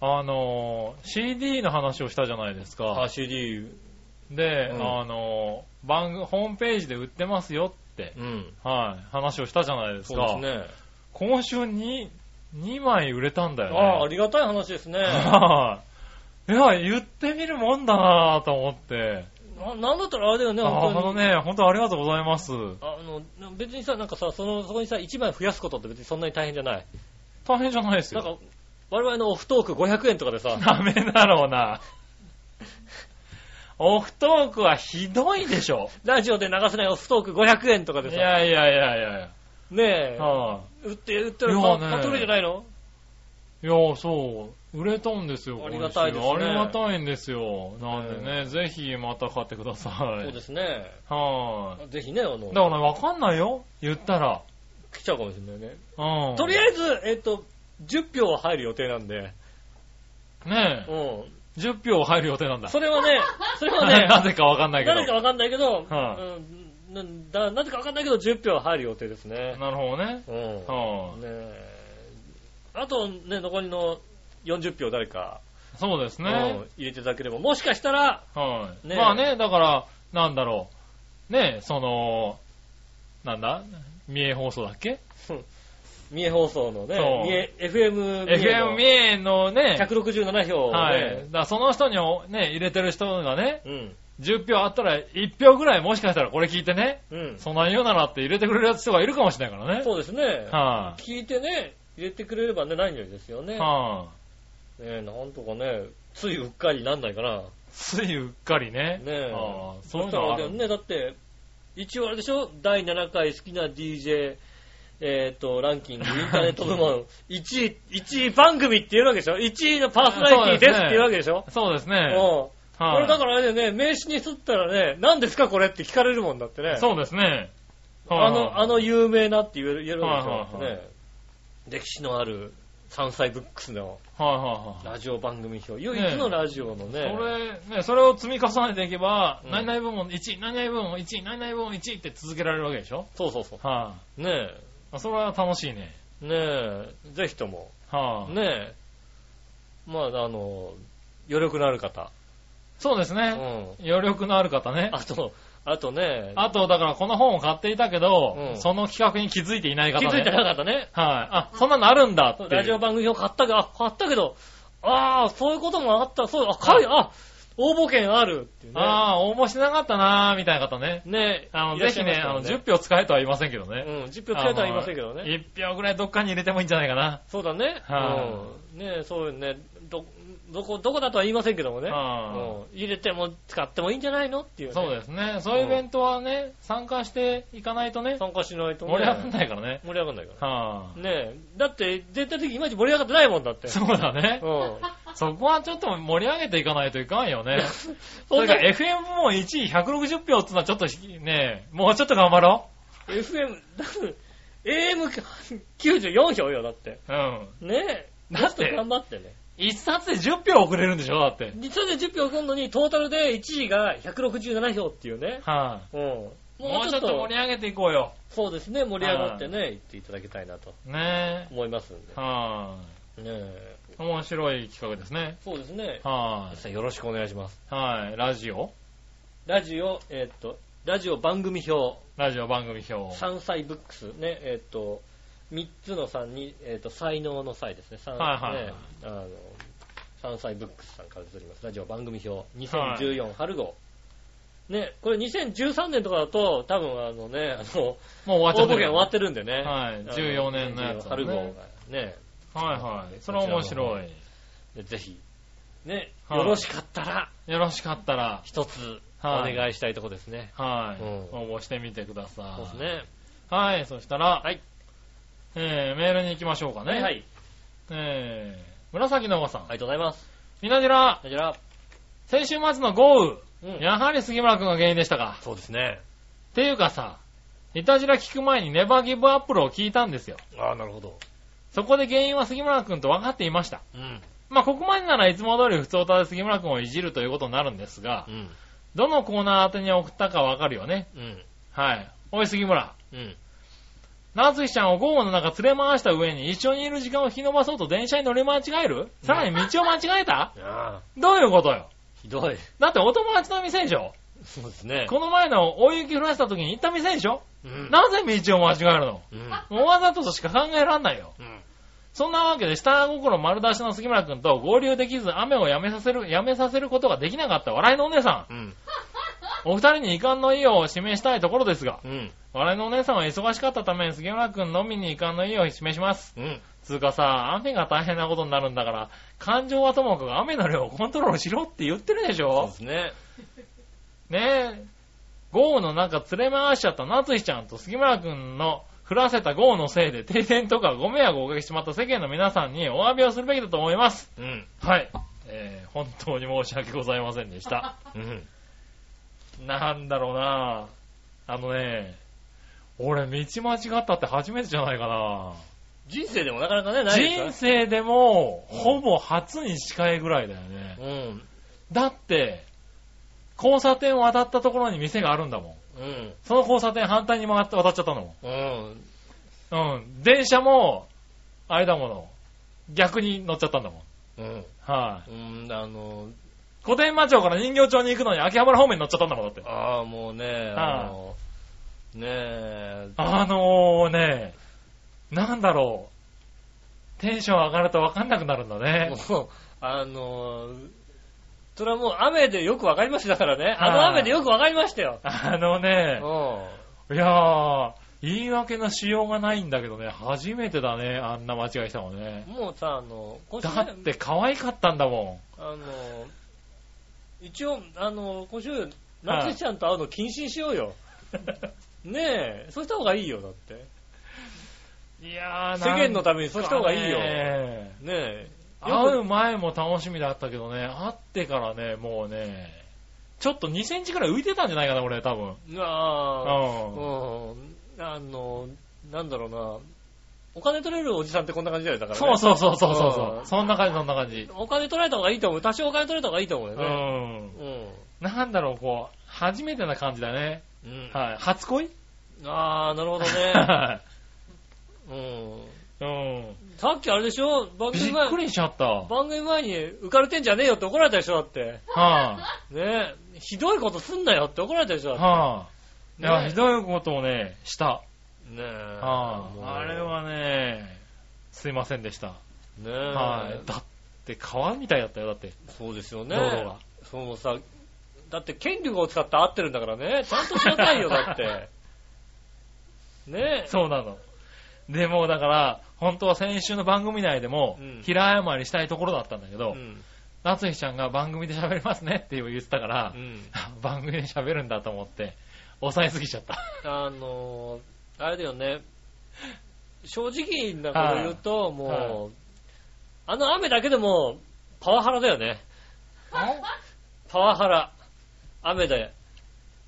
あのー、CD の話をしたじゃないですか。あ、CD、で、うんあの、番組、ホームページで売ってますよって、うん。はい、話をしたじゃないですそうか。ですね。今週に、2枚売れたんだよね。ああー、ありがたい話です ね。はいいや、言ってみるもんだなぁと思って。ななんだったらあれだよね、ああ本当にのね、本当ありがとうございます。あの、な別にさ、なんかさ、その、そこにさ、1枚増やすことって別にそんなに大変じゃない。大変じゃないですなんよ。か、我々のオフトーク500円とかで さ、ダメだろう な。オフトークはひどいでしょ。ラジオで流せないオフトーク500円とかいでさ、やいやいやいやいねえや。、はい売って、売ったらいやまね買っとるじゃないのいやーそう。売れたんですよ、ありがたいですね今週ありがたいんですよ。なんでね、ぜひまた買ってください。そうですね。はぜひね、あい。だの、からわかんないよ。言ったら。来ちゃうかもしれないね。うん。とりああえず、えっと、10票は入る予定なんで、えず。ねうえ。ん。 10票入る予定なんだ。それはね、それはね、なぜかわかんないけ誰かど。わかんないけど、はうんなだなぜかわかんないけど、10票入る予定ですね。なるほどね。うん。はねえあとね、残りの40票誰か、い。そうですうねん。入れていただければ、もしかしたら、はい。ねえまあね、だから、なんだろう。ねえ、その、なんだ三重放送だっけ三重放送のね、そう三重 FM 三重の ?FM 三重のね、 167票をね、はい。だからその人におね、入れてる人がね、うん、 10票あったら1票ぐらいもしかしたらこれ聞いてね、うん。そんなに言うならって入れてくれる人がいるかもしれないからね。そうですね、は聞いてね、入れてくれればね、何よりですよね。い、はねなんとかね、ついうっかりなんないかな。い、ついうっかりね。ねえはあ、そそうういうしたのらはああれだよる。ね、だって、一応あれでしょ第7回好きな DJ、えっ、と、ランキング、インターネット部 門、1位、1位番組って言うわけでしょ ?1 位のパーソナリティですって言うわけでしょそうですうね。ん。こはれだからあれだよね、名刺にすったらね、何ですかこれって聞かれるもんだってね。そうですね。あの、あの、の有名なって言える言えるわけでしょ、はいはいはいね。歴史のある山菜ブックスのはいはいはい。ラジオ番組表、唯一のラジオのね、それ、ね、それを積み重ねていけば、うん何々部門1位、何々部門1位、何々部門1位って続けられるわけでしょそうそうそはう。ねい、それは楽しいね。え、ねえ、ぜひとも、はい、ねえ、まあ、あの、余力のある方。そうですうね。ん。余力のある方ね。あと、あとね、あと、だからこの本を買っていたけど、うんその企画に気づいていない方、気ね。づいてなかったね。はい。あ、そんなのあるんだっていう。ラジオ番組表買ったけど、あ、買ったけど、ああ、そういうこともあった、そう、あ、かい、あ、応募券あるっていうね。ああ、応募してなかったなーみたいな方ね。ねえ、あの、いらぜっしゃいまひね、したあらの、10票使えとは言いませんけどね。うん、10票使えとは言いませんけどあのね。 1票ぐらいどっかに入れてもいいんじゃないかな。そうだね。はうん。ねえ、そうよね。ど、どこ、どこだとは言いませんけどもね。はうん入れても使ってもいいんじゃないのっていうね。そうですね。そういうイベントはね、参加していかないとね、参加しないとね。盛り上がんないからね。盛り上がんないから。はあ、ねえ、だって全体的にいまいち盛り上がってないもんだって。そう だねう。ん。そこはちょっと盛り上げていかないといかんよね。そそんれなから FM 部門1位160票ってのはちょっとひね、もうちょっと頑張ろ FM、だって AM94 票よ、だって。う。うん。ねえ。だってもと頑張ってね。一冊で10票送れるんでしょだって。実はで10票送るのに、トータルで1位が167票っていうね。はうん。い、ももううちちょょっっとと盛、り上げていこうよ。そうですね、盛り上がってね、言っていただきたいなとね思いますんで。え。はねえ。い、面白い企画ですね。そうですね。は皆さんよろしくお願いします。い、はい、ラジオラジオ、えっと、ラジオ番組表。ラジオ番組表。山菜ブックスね、えっ、と、3つの3に、えっ、と、才能の才ですね。三はいはいね、あの、山菜ブックスさんから出ております。ラジオ番組表。2014春号。ね、これ2013年とかだと、多分あのね、あの、も応う終わっちゃ募って券る終わってるんでね。はい14年のやつあ春号がね、はいはい。それは面白い。でぜひ、ね、はいよろしかったら、よろしかったら、一つ、おはい願いしたいとこですね。はい。う応募してみてください。そうですね。はい、そしたら、はいえー、メールに行きましょうかね。はいはい。えー、紫のおばさん。ありがとうございます。みなじら、こちら、先週末の豪う雨、ん。やはり杉村くんが原因でしたか。そうですね。っていうかさ、いたじら聞く前にネバーギブアップルを聞いたんですよ。ああ、なるほど。そこで原因は杉村くんと分かっていました。うん。まあ、ここまでならいつも通り普通歌で杉村くんをいじるということになるんですがう、ん。どのコーナー宛てに送ったか分かるよね。うん。はい。おい杉村。うん。なつひちゃんを豪雨の中連れ回した上に一緒にいる時間を引き延ばそうと電車に乗り間違えるさらに道を間違えたああ、どういうことよひどい。だってお友達の店でしょそうですね。この前の大雪降らせた時に行った店でしょうん。なぜ道を間違えるのうん。もうわざととしか考えらんないよ。うん。そんなわけで下心丸出しの杉村くんと合流できず雨をやめさせる、やめさせることができなかった笑いのお姉さん。うん。お二人に遺憾の意を示したいところですが、うん。笑いのお姉さんは忙しかったため杉村くんのみに遺憾の意を示します。うん。つうかさ、雨が大変なことになるんだから、感情はともかく雨の量をコントロールしろって言ってるでしそうょですね。ねえ。豪雨の中連れ回しちゃった夏日ちゃんと杉村くんの降らせた豪雨のせいで停電とかご迷惑をおかけしてしまった世間の皆さんにお詫びをするべきだと思います。うん。はい。えー、本当に申し訳ございません でした。うん。なんだろうなあのね、俺道間違ったって初めてじゃないかな人生でもなかなかね、ない人ですか生でも、ほぼ初に近いぐらいだよね。らうん。だって、交差点を渡ったところに店があるんだもん。うん。その交差点反対に回って渡っちゃったのうん。もん。うん。電車も、あれだもの。逆に乗っちゃったんだもん。うん。はい、うん、あの、古典町から人形町に行くのに秋葉原方面に乗っちゃったんだもん、だって。ああ、もうね、あの、ねえ、あのーね、なんだろう。テンション上がると分かんなくなるんだね。もう、あの、それはもう雨でよくわかりましたからね。あのはい雨でよくわかりましたよ。あのね、ういやー、言い訳のしようがないんだけどね、初めてだね、あんな間違いしたのね。ん。もうさ、あの、今週ねだって可愛かったんだもあの、一応、あの、今週、夏日ちゃんと会うの謹慎しようよ。ねえ、そうした方がいいよ、だって。ん。いやー、世間のためにそうした方がいいよ。ねねえ。会う前も楽しみだったけどね、会ってからね、もうね、ちょっと2センチくらい浮いてたんじゃないかな、俺、多分。ああ、うんうん。あの、なんだろうな。お金取れるおじさんってこんな感じだよ、だから、ね。そうそうそうそうそうそうう。んそんな感じ、そんな感じ。お金取られた方がいいと思う。多少お金取れた方がいいと思ううよね。ん。うん。なんだろう、こう、初めてな感じだね。うん。はい。初恋ああ、なるほど ね。はうん。い。うん。さっきあれでしょ番び組っ前く、りしちゃった。はい、番組前に浮かれてんじゃねえよって怒られたでしょだって。ねえ。ひどいことすんなよって怒られたでしょだってはい、いや、ねひどいことをね、した。ねえ。はもうあ、あれ。はね、すいませんでした。ねえ。はい。だって、川みたいだったよ、だって、そうですよね。道路が。そうさ、だって権力を使って合ってるんだからね、ちゃんとしなさい よ、だって。 ねえ。そうなの。でも、だから、本当は先週の番組内でもうん、平謝りしたいところだったんだけどう、ん。夏日ちゃんが番組で喋りますねって言ってたからう、ん。 番組で喋るんだと思って、抑えすぎちゃった。あのー、あれだよね。正直なこと言うと、もう、あの雨だけでも、パワハラだよね。パワハラ。雨だよ。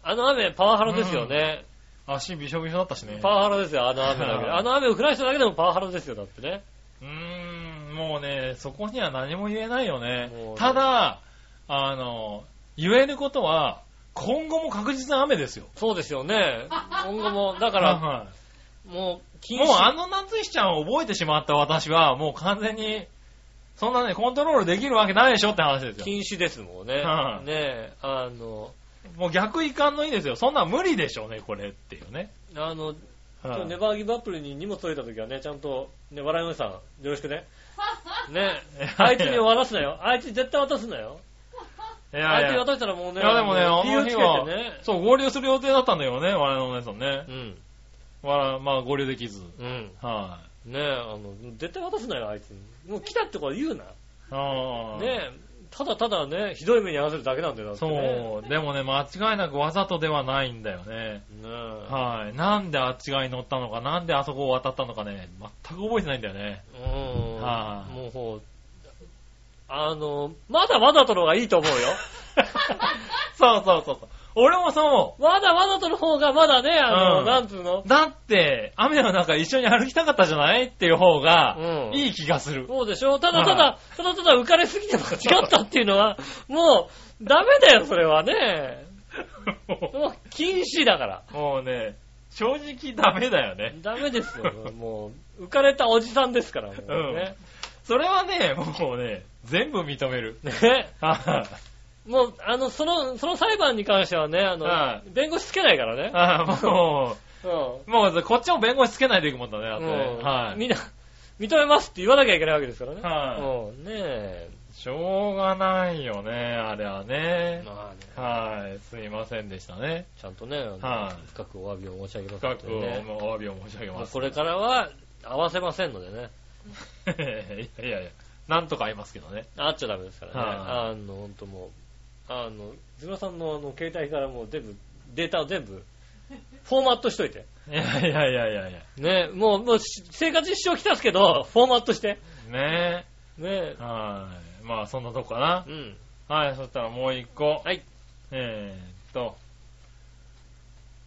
あの雨、パワハラですよね。足びしょびしょだったしね。パワハラですよ、あの雨だけ で。はいあの雨を降らしただけでもパワハラですよ、だってね。うーん、もうね、そこには何も言えないよねもうね。ただ、あの、言えることは、今後も確実な雨ですよ。そうですよ ね。今後も、だかはい ら、はもう、い禁止。もうあの夏日ちゃんを覚えてしまった私は、もう完全に、そんなね、コントロールできるわけないでしょって話ですよ。禁止ですもんね。 はいねえ、あの、もう逆遺憾のいいですよ。そんなん無理でしょうね、これっていうね。あの、はい 今日ネバーギブアップルに荷物届いた時はね、ちゃんと、ね、笑いのおじさん、よろしくね。ねえ。あいつに渡すなよ。あいつに絶対渡すなよ。いやあいいつにや。渡したらもうね。いやでもね、あの理由つ日けは、てね。そう、合流する予定だったんだけどね、我々のお姉さんねう。ん。わら、まあ合流できず。うん。はねえ、あの、絶対渡すなよ、あいつに。もう来たってことは言うな。い。ああ。ねえ。ただただね、ひどい目に遭わせるだけなんだよ、だってそね。う。でもね、間違いなくわざとではないんだよね。ねえ。はい。なんであっち側に乗ったのか、なんであそこを渡ったのかね、全く覚えてないんだよ ね。うんはいもうほう、あの、まだわざとの方がいいと 思うよ。そうそうそうそう。俺もそう思わざわざとの方がまだね、あの、うんなんつうのう。だって、雨の中一緒に歩きたかったじゃないっていう方がう、んいい気がする。 そうでしょただたはだ、ただただ浮かれすぎて間違ったっていうのは、もう、ダメだよ、それはね。もう、禁止だから。もうね、正直ダメだよね。ダメですよ、もう。浮かれたおじさんですから、もううんね。それはね、もうね、全部認める。 ねあもう、あの、その、その裁判に関してはね、あのは、弁護士つけないからね。あ、もうんう、もうこっちも弁護士つけないといくもんだね、だってうんね。はい。みんな、 認めますって言わなきゃいけないわけですからね。はいうんねえ。しょうがないよね、あれはね。まあね、はい、すいませんでしたね。ちゃんとね、はい深くお詫びを申し上げます深く本当にねもお詫びを申し上げうます。これからは合わせませんのでね。 いやいやいや、なんとか合いますけどね。会っちゃダメですからね。はあの、ほんともう、あの、ズ村さんのあの携帯からもう全部、データを全部、 フォーマットしといて。いやいやいやいやいや。ねえもう、もうし、生活に支障きたすけど、フォーマットして。ねねえ。はい。まあ、そんなとこかなえ。。うん。はい、そしたらもう一個。はい。えーっと、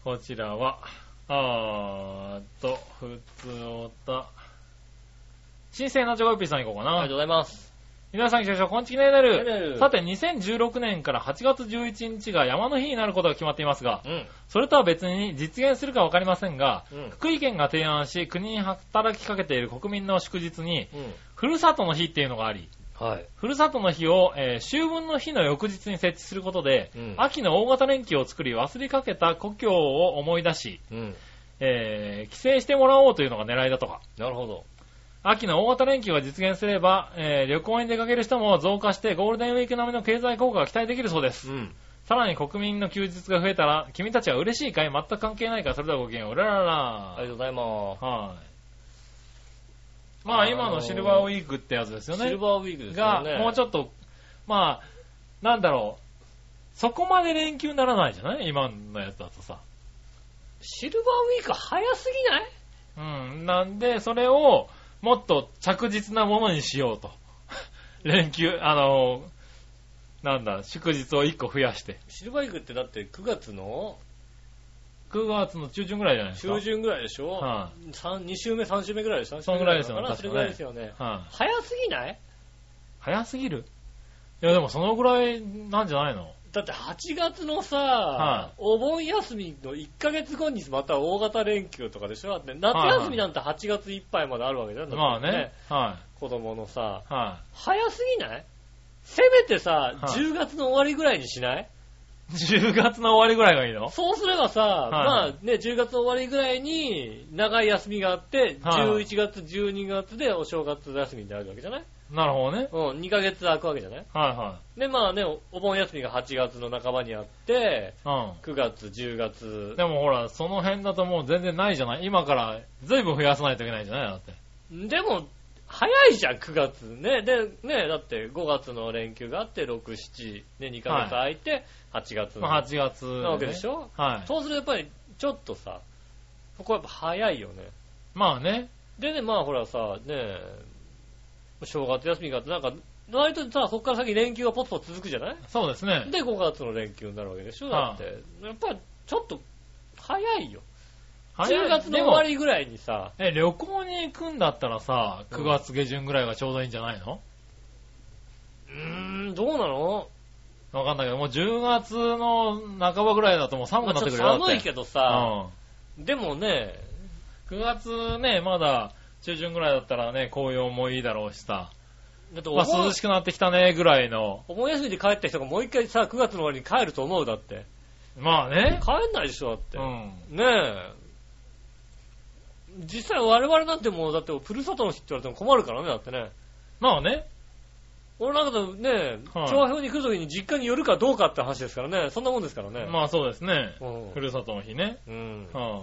こちらは、あーっと、ふつおた。新生のジョコヨッピーさん行こうかあなりが。とうございます。皆さん、局長、こんちきねえなねえねえる。さて、2016年から8月11日が山の日になることが決まっていますが、うん。それとは別に実現するかわかりませんが、うん。福井県が提案し、国に働きかけている国民の祝日に、うん。ふるさとの日っていうのがあり、はい。ふるさとの日を、えー秋分の日の翌日に設置することで、うん秋の大型連休を作り忘れかけた故郷を思い出し、うん。えー帰省してもらおうというのが狙いだとか。なるほど。秋の大型連休が実現すれば、えー旅行に出かける人も増加してゴールデンウィーク並みの経済効果が期待できるそうです。うん。さらに国民の休日が増えたら、君たちは嬉しいかい全く関係ないから、それではごきげんよう。うらららありがとうございます。はい。まあ今のシルバーウィークってやつですよね。シルバーウィークですよがね。、もうちょっょっと、まあ、なんだろう。そこまで連休にならないじゃない今のやつだとさ。と。シルバーウィーク早すぎないうん。なんで、それを、もっと着実なものにしようと。 連休、あの、なんだ、祝日を1個増やして。シルバーウィークってだって9月の9月の中旬ぐらいじゃないですか。中旬ぐらいでしょは三 ?2 週目、3週目ぐらいでしょそんぐらいですよねかなそれぐらいですよね。はい、早すぎない早すぎるいや、でもそのぐらいなんじゃないのだって8月のさ、はいお盆休みの1ヶ月後にまた大型連休とかでしょだって夏休みなんて8月いっぱいまであるわけじゃん。だってまあね。。は子供のさ、い。は早すぎないせめてさ、はい10月の終わりぐらいにしないい。10月の終わりぐらいがいいのそうすればさ、はいまあね、10月の終わりぐらいに長い休みがあって、はい11月、12月でお正月休みになるわけじゃないなるほどね。うん、2ヶ月空くわけじゃないはで、まあね、おお盆休みが8月の半ばにあって、いはい。 9月、10うん。月、でもほら、その辺だともう全然ないじゃない今から随分増やさないといけないじゃないだって。でも、早いじゃん、9月ね。で、ね、だって5月の連休があって、6、7、ね、2ヶ月空いて、8月の、まあ8月、ね。なわけでしょはい。そうするとやっぱり、ちょっとさ、そこはやっぱ早いよね。まあね。でね、まあほらさ、ねえ、正月休みがあって、なんか、割とさ、そこから先連休がポツポツ続くじゃないそうですね。で、5月の連休になるわけでしょだって。やっぱり、ちょっと、早いよ。早10い月ので終もわりぐらいにさ、え、旅行に行くんだったらさ、うん9月下旬ぐらいがちょうどいいんじゃないのうーん、どうなのわかんないけど、もう10月の半ばぐらいだともう寒まくあなちっょってくとるよ。だって寒いけどさ、うん。でもね、 9月ね、まだ中旬ぐらいだったらね、紅葉もいいだろうしさ、だっておまあ、涼盆しくなってきたね、ぐらいの。お盆休みで帰った人がもう一回さ、9月の終わりに帰ると思うだって。まあね。帰んないでしょだっうて。ん。ねえ。実際我々なんてもう、だって、ふるさとの日って言われても困るからね、だってね。まあね。俺なんかね、はい調和表に来るときに実家に寄るかどうかって話ですからね。そんなもんですからね。まあそうですね。うんふるさとの日ね。うん。は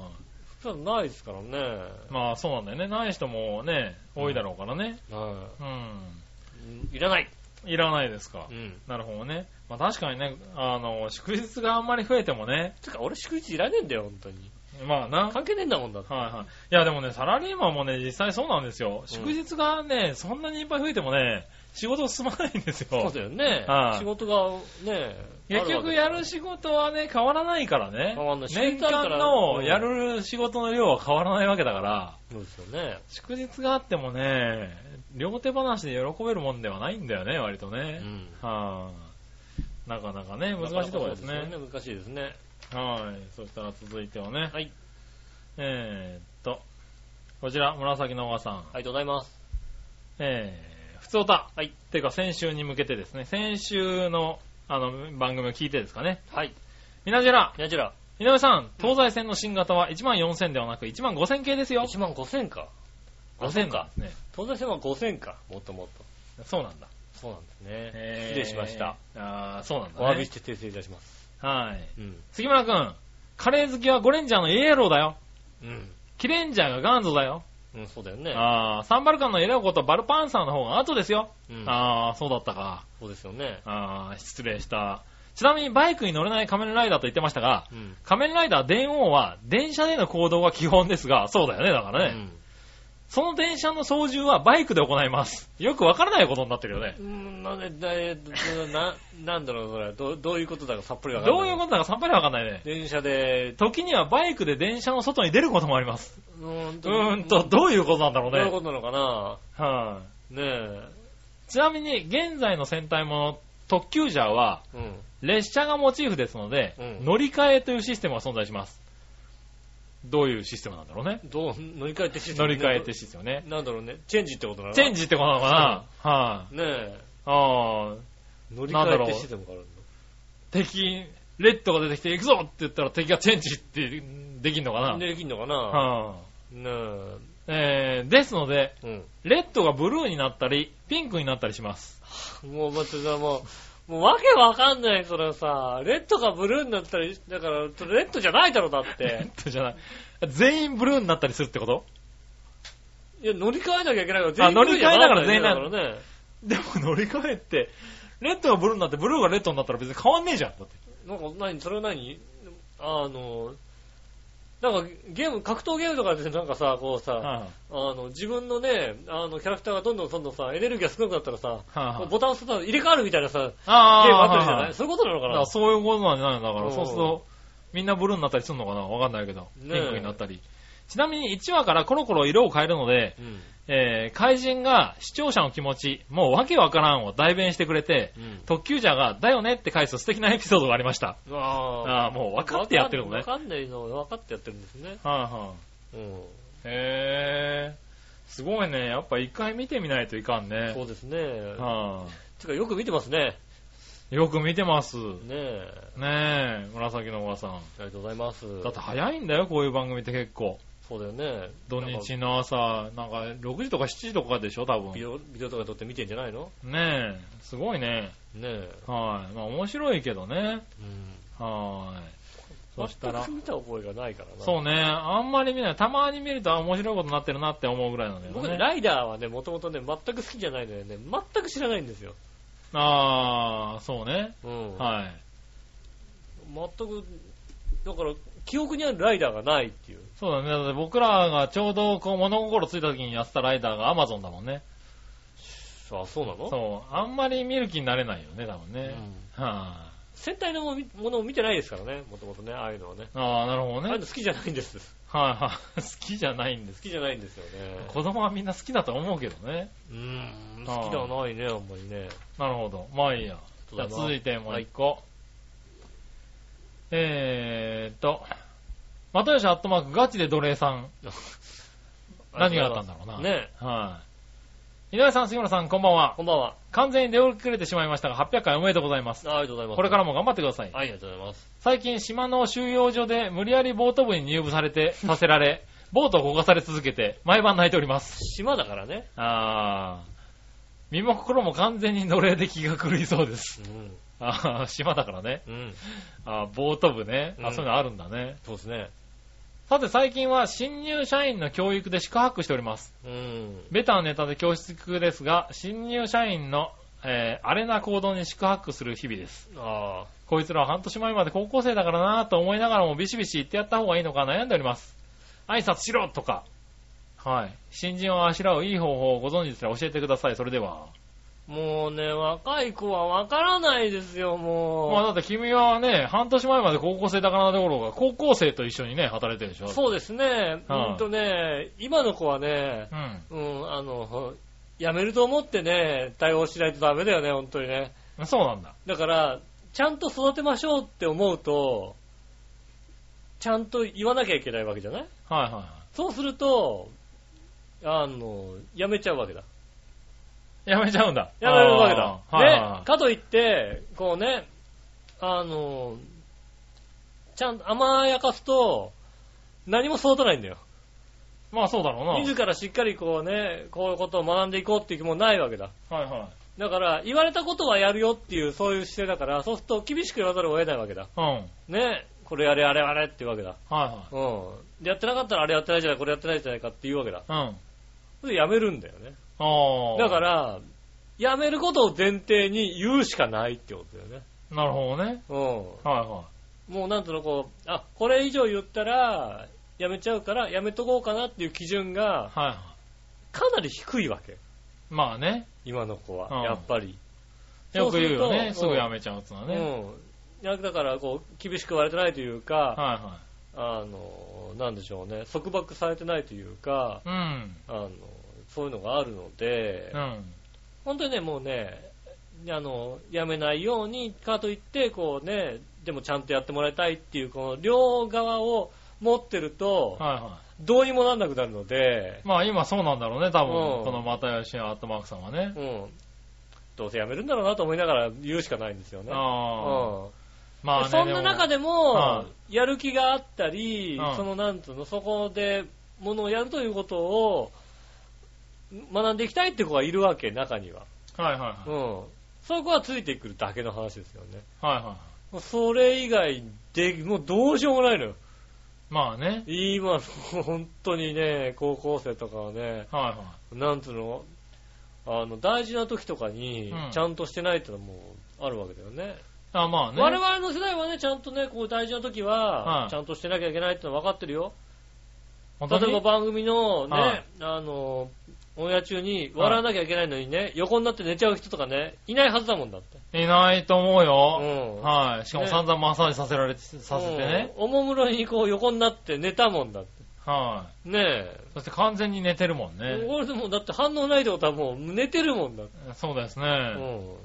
そういうのないですからね。い。まあそうなんだよね。ない人もね、多いだろうからね。はうん。い。いらない。いらないですかう。ん。なるほどね。まあ確かにね、あの、祝日があんまり増えてもね、てか、俺祝日いらねえんだよ、本当に。まあな。関係ねえんだもんだって。はいはい。いやでもね、サラリーマンもね、実際そうなんですよ。祝日がね、そんなにいっぱい増えてもね、仕事進まないんですそうよ。だよね。はい仕事がね、結局やるし。仕事はね、変わらないからね変わんない。年週一あるか間らうのんやる仕事の量は変わらないわけだから、そうですよね。祝日があってもね、両手話で喜べるもんではないんだよね、割とうね。ん。はい、なかなかね、難しいところですなかなねか。そう難しいですね。はい。そしたら続いてはね。はい。えーっと、こちら、紫のおばさん。ありがとうございます。えー、普通歌。はい。ていうか先週に向けてですね、先週の、あの、番組を聞いてですかね。はい。みなじら、ニャチュラ、井上さん、東西線の新型は1万4000ではなく1万5000系ですよ。 1万5000か。 5000か。ね。東西線は5000か。もっともっと。そうなんだ。そうなんですね。えー失礼しました。。あー、そうなんお詫だびねし。て訂正いたします。はい。うん。杉村くん、カレー好きはゴレンジャーのイエローだよ。うん。キレンジャーが元祖だよ。うん、そうだよね。あー、サンバルカンのエレオことバルパンサーの方が後ですよ。うんあー、そうだったか。そうですよね。あー、失礼した。ちなみにバイクに乗れない仮面ライダーと言ってましたが、うん。仮面ライダー電王は電車での行動が基本ですが、そうだよね、だからね。その電車の操縦はバイクで行います。よくわからないことになってるよねう。ん。なんで、だえな、なんだろう、それ。どうどういうことだかさっぱりわかんどなうい。いうこことだかさっぱりわかんないねと。電車で、時にはバイクで電車の外に出ることもあります。うーんうーんと、どういうことなんだろうどういうこね。となのかなはい、ねえ。ちなみに、現在の戦隊もの特急ジャーは、うん。列車がモチーフですので、うん乗り換えというシステムが存在します。どういうシステムなんだろうね。どう、乗り換えてシステ乗ムり換えってシステムね。なんだろうね。チェンジってことなのチェンジってことなのかな、はい、ねえ。ああ、乗りなんだ換えろてうシステムがあるんだ。敵、レッドが出てきて行くぞって言ったら敵がチェンジってできんのかな、できんのかなはあねえ。えー、ですので、うん。レッドがブルーになったり、ピンクになったりします。 もう待ってさ、もう、もうわけわかんない、それはさ、レッドかブルーになったり、だから、レッドじゃないだろ、だっレて。ッドじゃない。全員ブルーになったりするってこといや、乗り換えなきゃいけないから、あ乗り換えながら全員ブルーじゃない全員からね。でも乗り換えって、レッドがブルーになって、ブルーがレッドになったら別に変わんねえじゃん。だってなんか、何、それは何あの、なんか、ゲーム、格闘ゲームとかでなんかさ、こうさ、はあの、自分のね、あの、キャラクターがどんどんどんどんさ、エネルギーが少なくなったらさ、あはあボタンを押すと入れ替わるみたいなさ、ゲームあああったりじゃはあないそういうことなのかだかならそういうことなんじゃないのだかうら、んそうすると、みんなブルーになったりするのかなわかんないけど。ピねえンクになったり。ちなみに1話からコロコロ色を変えるので、うん。えー怪人が視聴者の気持ち、もうわけわからんを代弁してくれて、うん特急者が、だよねって返す素敵なエピソードがありました。あああ、もう分かってやってるのわね。はいかんないの、わかってやってるんですね。はうん。い。へえ、すごいね。やっぱ一回見てみないといかんねそ。うですね。はてか、よく見てますね。い。よく見てます。ねえ。ねえ、紫のおばさあん。りがとうございます。だって早いんだよ、こういう番組って結構。そうだよね。土なんか日の朝、なんか6時とか7時とかでしょ、多分。ビデねオ、ビデオとか撮って見てんじゃないのえ、すごいね。ねえ。はい。まあ面白いけどね。うん。はい。そしたら全く、見た覚えがないからな。そうね、あんまり見ない。たまに見ると、あ、面白いことになってるなって思うぐらいなんだよ僕ね、ね。ライダーはね、もともとね、全く好きじゃないのよね。全く知らないんですよ。あー、そうね。うん。はい。全く、だから、記憶にあるライダーがないっていう。そうだね。だって僕らがちょうどこう物心ついた時にやってたライダーが Amazon だもんね。あ、そうなのそう。あんまり見る気になれないよね、多分うね。ん。は戦隊のもものを見てないですからね、もともとね、ああいうのはね。い。あー、なるほどああいね。うはいの好きじゃないんです。はい。 好きじゃないんです好けきじゃないんですよねど。。子供はみんな好きだと思うけどね。うーん、好きではないね、あんまりね。なるほど。まあいいや。じゃあ続いてもう一個。えーっと、又吉アットマークガチで奴隷さん。何があったんだろうな。ねはい。井上さん、杉村さん、こんばんはこ。んばんは。完全に出遅れてしまいましたが、800回おめでとうございます。あありがとうございます。これからも頑張ってください。はい、ありがとうございます。最近、島の収容所で無理やりボート部に入部されて、させられ、ボートを焦がされ続けて、毎晩泣いております。島だからね。あ身も心も完全に奴隷で気が狂いそうです。ああ、島だからね。うん。うん。ああ、ボート部ね。うあんそういうのあるんだね。そうですね。さて最近は新入社員の教育で宿泊しております。うん。ベタなネタで恐縮ですが、新入社員の、えー、アレな行動に宿泊する日々です。ああ。こいつらは半年前まで高校生だからなぁと思いながらもビシビシ言ってやった方がいいのか悩んでおります。挨拶しろとか。はい。新人をあしらういい方法をご存知ですら教えてください。それでは。もうね、若い子はわからないですよ、まあもだって君はね、半年前まで高校生だからなどころが、高校生と一緒にね、働いてるでしょ。う。そうですね。うはいんとね、今の子はね、うん。うん、あの、ほやめると思ってね、対応しないとダメだよね、本当にね。そうなんだ。だから、ちゃんと育てましょうって思うと、ちゃんと言わなきゃいけないわけじゃないはいはいはい。そうすると、あの、やめちゃうわけだ。やめちゃうんだ。やられるわけだ。あーはいはいはねい。かといって、こうね、あの、ちゃんと甘やかすと、何も育たないんだよ。まあそうだろうな。自らしっかりこうね、こういうことを学んでいこうっていう気もないわけだ。はいはい。だから、言われたことはやるよっていう、そういう姿勢だから、そうすると厳しく言わざるを得ないわけだ。うん。はいね、これやれあれあれっていうわけだ。はうん。やってなかったらあれやってないじゃない、これやってないじゃないかっていうわけだ。い。うん。それでやめるんだよね。あだあ。か。ら、やめることを前提に言うしかないってことだよね。なるほどね。うはいはい。ん。もうなんとなくこう、あ、これ以上言ったら、やめちゃうから、やめとこうかなっていう基準が、はいはい。かなり低いわけ。まあね。今の子うんは、やっぱり。よく言うよね。すそうぐるとやめちゃうってのはね。うん。いやだから、こう、厳しく言われてないというか、はあの、なんでしょうね、束縛されてないというか、いはい。うん。あの、そういうのがあるので、うん。本当にね、もうね、あの、やめないようにかといって、こうね、でもちゃんとやってもらいたいっていう、この両側を持ってると、はいはどうにもなんなくなるので、い。まあ今そうなんだろうね、多う分。んこの又吉アットマークさんはねう。ん。どうせやめるんだろうなと思いながら言うしかないんですよね。ああ。うんまあね。そんな中でではも、やる気があったりうん、そのなんつうの、そこでものをやるということを学んでいきたいって子がいるわけ、中には。も。はいはいはうい。ん。そういう子はついてくるだけの話ですよね。はいはもうそれ以外で、もうどうしようもないのよ。い。まあね。今の、本当にね、高校生とかはね、はいはい。なんつうの、あの、大事な時とかにうん、ちゃんとしてないってのもあるわけだよね。あまあね。我々の世代はね、ちゃんとね、こう大事な時は、はいちゃんとしてなきゃいけないってのは分かってるよ。本当例えばに番組のね、はいあの、オンエア中に笑わなきゃいけないのにね、横になって寝ちゃう人とかね、いないはずだもんだって。いないと思うよ。うん。はい。しかもね散々マッサージさせられて、させてね。うんおもむろにこう横になって寝たもんだって。はねい。そして完全に寝てるもんえ。ね。俺でもだって反応ないってことはもう寝てるもんだって。そうですうんね。。ねこ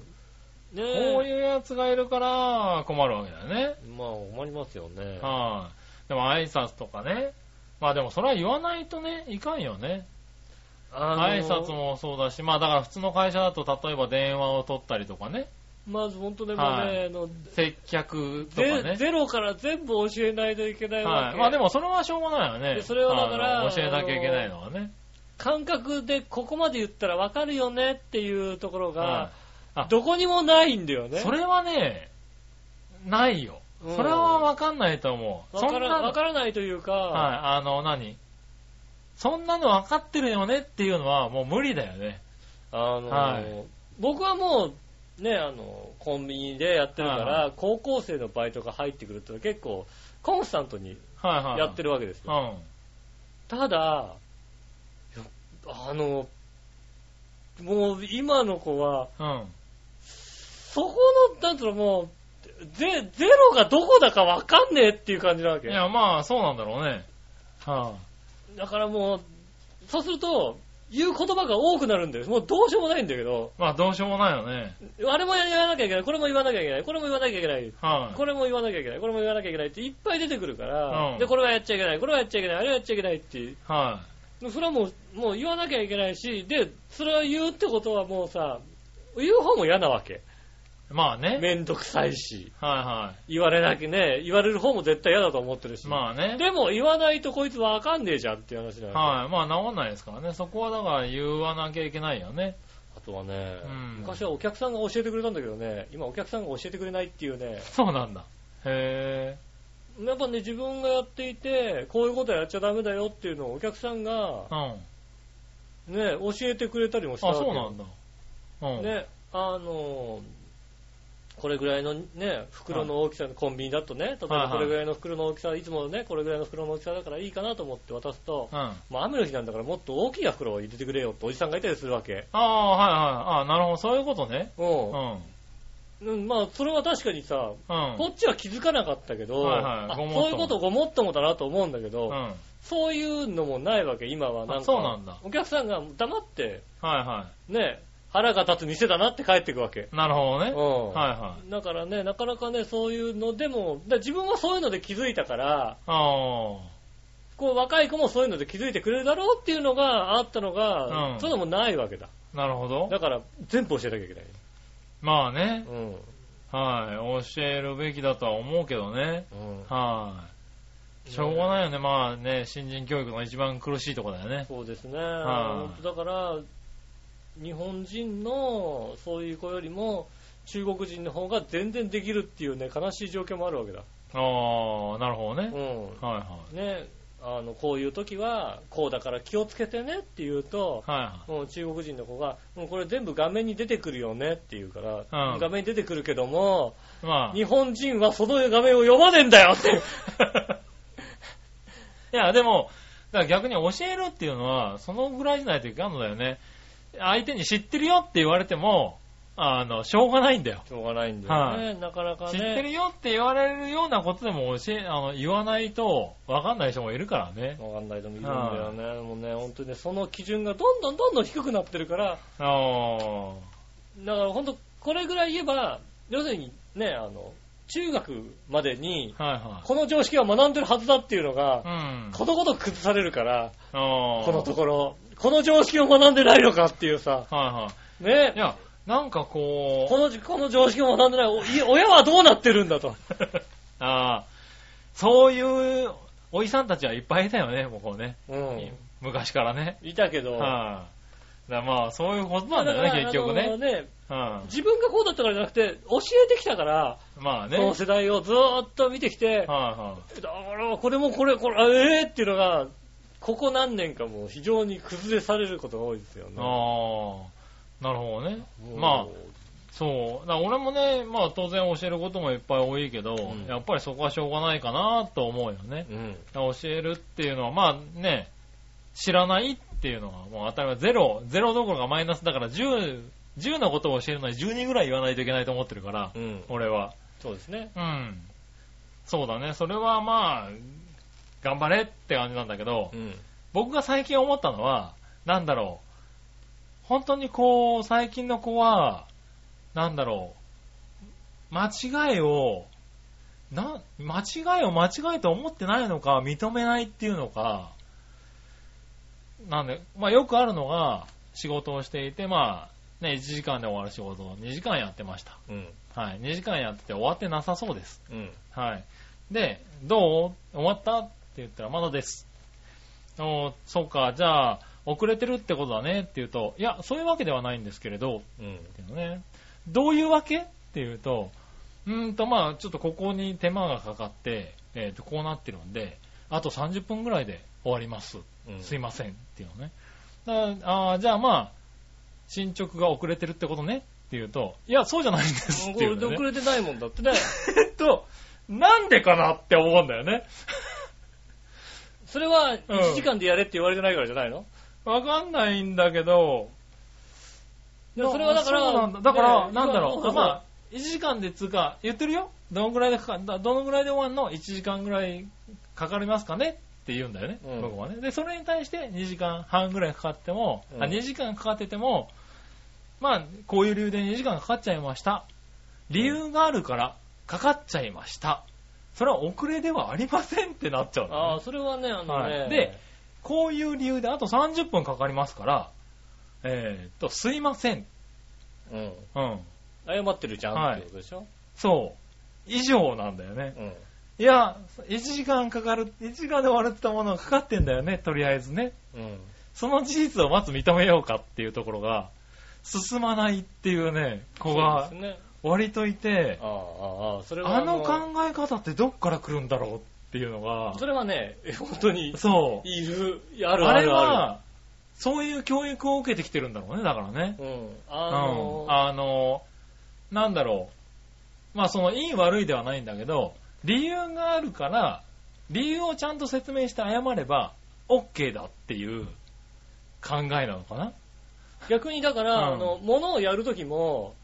え。ういうやつがいるから困るわけだよね。まあ困りますよね。はい。でも挨拶とかね。まあでもそれは言わないとね、いかんよね。あの挨拶。もそうだし、まあだから普通の会社だと例えば電話を取ったりとかね、まず本当でもね、はいあの接客とかゼね。ゼロから全部教えないといけないわけ。はい。まあでもそれはしょうがないよね。でそれはだからあの教えなきゃいけないのはね。感覚でここまで言ったらわかるよねっていうところはがい、あどこにもないんだよね。それはね、ないよ。うんそれはわかんないと思う。わからそんなのわからないというか、はい、あの、何そんなの分かってるよねっていうのはもう無理だよね。あの、はい僕はもう、ね、あの、コンビニでやってるかはいはら、高校生のバイトが入ってくると結構、コンスタントにはいはい。やってる。るわけですうよ。ん。ただ、いやあの、もう今の子は、うん。そこの、なんつうのもう、ゼゼロがどこだかわかんねえっていう感じなわけ。いや、まあ、そうなんだろうね。はだからもう、そうすると、言う言葉が多くなるんだよ。もうどうしようもないんだけど、あ、まあ、どうしようもないよね。あれも言わなきゃいけない、これも言わなきゃいけない、これも言わなきゃいけない、はい、これも言わなきゃいけない、これも言わなきゃいけないっていっぱい出てくるから、うんで、これはやっちゃいけない、これはやっちゃいけない、あれはやっちゃいけないって、はい、それはもう、もう言わなきゃいけないし、で、それを言うってことはもうさ、言う方も嫌なわけ。まあね。はい、めんどくさいし、は言われなきゃね、言われる方も絶対嫌だと思ってるし。い。まあね。でも言わないとこいつわかんねえじゃんっていう話だよね。はい、まあ、治んないですからね。そこはだから言わなきゃいけないよね。あとはね、うん昔はお客さんが教えてくれたんだけどね、今お客さんが教えてくれないっていうね、そうなんだ。へやっぱね、自分がやっていて、こういうことはやっちゃダメだよっていうのをお客さんがぇ、ー。ね、教えてくれたりもしうん。たあ、わけそうなんだ。うん。ね、あの、これぐらいのね、袋の大きさのコンビニだとね、例えはいばはいこれぐらいの袋の大きさ、いつものね、これぐらいの袋の大きさだからいいかなと思って渡すと、うん。あまあ雨の日なんだからもっと大きい袋を入れてくれよっておじさんがいたりするわけ。あー、はいはい。ああー、なるほど。そういうことね。ううんん。うん。うんまあ、それは確かにさ、こっちは気づかなかったけど、はいはいあごもっともそういうことごもっともだなと思うんだけど、うん。はいそういうのもないわけ、今はなんか。あそうなんだお客さんが黙って、はね、腹が立つ店だなって帰ってくわけ。い。なるほどねう。ん。はいはい。だからね、なかなかね、そういうのでも、だ自分はそういうので気づいたから、あこう若い子もそういうので気づいてくれるだろうっていうのがあったのが、うんそういうのもないわけだ。あ、なるほど。だから、全部教えなきゃいけない。まあね。うん。はい。教えるべきだとは思うけどね。うんはい。しょうがないよね。まあね、新人教育の一番苦しいとこだよね。そうですね。は本当だから、日本人のそういう子よりも、中国人の方が全然できるっていうね、悲しい状況もあるわけだ。ああ、なるほどうね。ん。はいはね、あの、こういう時は、こうだから気をつけてねって言うとい。、はもう中国人の子が、もうこれ全部画面に出てくるよねって言うから、うん画面に出てくるけども、い。まあ。日本人はその画面を読まねえんだよって。 いや、でも、だから逆に教えるっていうのは、そのぐらいじゃないといかんのだよね。相手に知ってるよって言われても、あの、しょうがないんだよ。しょうがないんだよね、はなかなかね。知ってるよって言われるようなことでも教え、あの、言わないと、わかんない人もいるからね。わかんない人もいるんだよね。もうね、本当にね、その基準がどんどんどんどん低くなってるから、ああ、だから本当、これぐらい言えば、要するにね、あの、中学までに、はこの常識は学んでるはずだっていうのいはい。うが、ん。ことごとく崩されるから、ああ。このところ、この常識を学んでないのかっていうさ、はいはい。ねい、や、なんかここの、この常識を学んでないお、い親はどうなってるんだ と。う、ああ、そういうおじさんたちはいっぱいいたよね、もうこうね。うん。昔からね。いたけど、はい、だからまあ、そういうことなんだよからね、結局あのね。ねは自分がこうだったからじゃなくて、教えてきたから、いまあね。この世代をずーっと見てきて、はだから、これもこれ、これ、えーっていうのが、ここ何年かもう非常に崩れされることが多いですよいはい。ね。ああ、なるほどね。もうまあ、そう。だから俺もね、まあ当然教えることもいっぱい多いけど、んやっぱりそこはしょうがないかなと思うよね。うん。だから教えるっていうのは、まあね、知らないっていうのはもう当たり前、ゼロ、ゼロどころかマイナスだから10、10のことを教えるのに10人ぐらい言わないといけないと思ってるから、うん。俺は。そうですね。うん。そうだね、それはまあ、頑張れって感じなんだけど、うん。僕が最近思ったのは、なんだろう。本当にこう、最近の子は、なんだろう。間違いを、な、間違いを間違いと思ってないのか、認めないっていうのか、なんで、まあよくあるのが、仕事をしていて、まあ、ね、1時間で終わる仕事を2時間やってました。うん。はい。2時間やってて終わってなさそうです。うん。はい。で、どう終わったって言ったら、まだです。おーそうか、じゃあ、遅れてるってことだねって言うと、いや、そういうわけではないんですけれど、っうん。ていうのね。どういうわけっていうと、うーんと、まあちょっとここに手間がかかって、えっ、と、こうなってるんで、あと30分ぐらいで終わります。うん。すいませんっていうのね。だからあーじゃあまあ、進捗が遅れてるってことねっていうと、いや、そうじゃないんですってこいうれのでね、遅れてないもんだってね。えっと、なんでかなって思うんだよね。それは1時間でやれって言われてないからじゃないの、わかんないんだけど、いやそれはだからそうなんだだから、ねなんだろそうう、そうまあ、1時間でつうか、言ってるよ。どのぐらいでかかだどのぐらいで終わんの ?1 時間ぐらいかかりますかねって言うんだよね、うん僕はね。で、それに対して2時間半ぐらいかかっても、うんあ、2時間かかってても、まあ、こういう理由で2時間かかっちゃいました。理由があるから、かかっちゃいました。それは遅れではありませんってなっちゃうのね、ああ、それはね、あのね、はいでこういう理由であと30分かかりますから、えーっと、すいません。うん、うん。謝ってるじゃん、はっいてことでしょ、そう。以上なんだよね。うん、いや、1時間かかる、1時間で終わるって言ったものがかかってんだよね、とりあえずね。うん、その事実をまず認めようかっていうところが、進まないっていうね、子そうがですね。割といて、ああ、ああ、それはあの考え方ってどっから来るんだろうっていうのが、それはね、え本当に、そう。いる、あるああれるあは、そういう教育を受けてきてるんだろうね、だからね。る。うん。うあのん。あの、なんだろう。まあその、いい悪いではないんだけど、理由があるから、理由をちゃんと説明して謝れば、OK だっていう考えなのかな逆にだから、うんあの、ものをやるときも、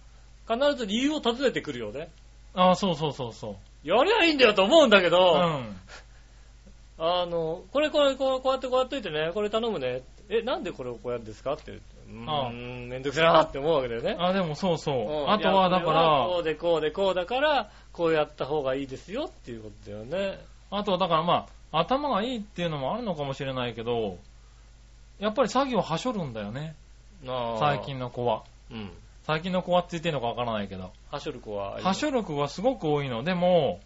必ず理由を尋ねてくるよね。ああ、そうそうそうそう。やりゃいいんだよと思うんだけうど、ん。あの、これこれこうこうやってこうやっといてね、これ頼むね。え、なんでこれをこうやるんですかって。うーああん、めんどくせえなって思うわけだよね。あ、でもそうそうう。んあとはいやだかこら、うでこうでこうだから、こうやった方がいいですよっていうことだよね。あとはだからまあ、頭がいいっていうのもあるのかもしれないけど、やっぱり作業はしょるんだよね。最近の子は。うん。最近の子はって言っていいのかわからないけど。はしょる子は。破る書力はすごく多いの。でも、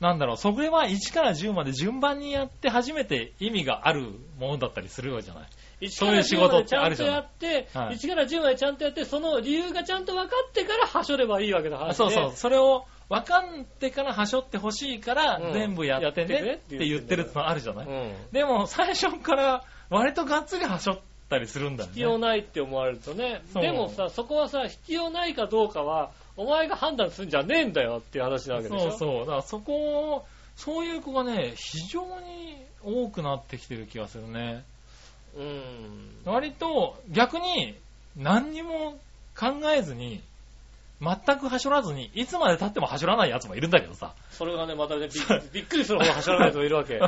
なんだろう、それは1から10まで順番にやって初めて意味があるものだったりするようじゃない。 1そかういらう仕10ま事でっちてゃあんるとじゃないやって、はい1から10までちゃんとやって、その理由がちゃんと分かってからはしょればいいわけだ話でそうそう、それを分かってから破書ってほしいから、うん全部やってやってねねって言ってるのあるじゃない。うん。でも最初から割とがっつりはしょったりするんだよね。必要ないって思われるとね。そうでもさ、そこはさ、必要ないかどうかは、お前が判断するんじゃねえんだよっていう話なわけでしょ。そうそう。だからそこを、そういう子がね、非常に多くなってきてる気がするね。う。うん。割と逆に何にも考えずに、全くはしょらずに、いつまで経ってもはしょらないやつもいるんだけどさ。 それがね、またね、びっびっくりするほどはしょらない人もいるわけ。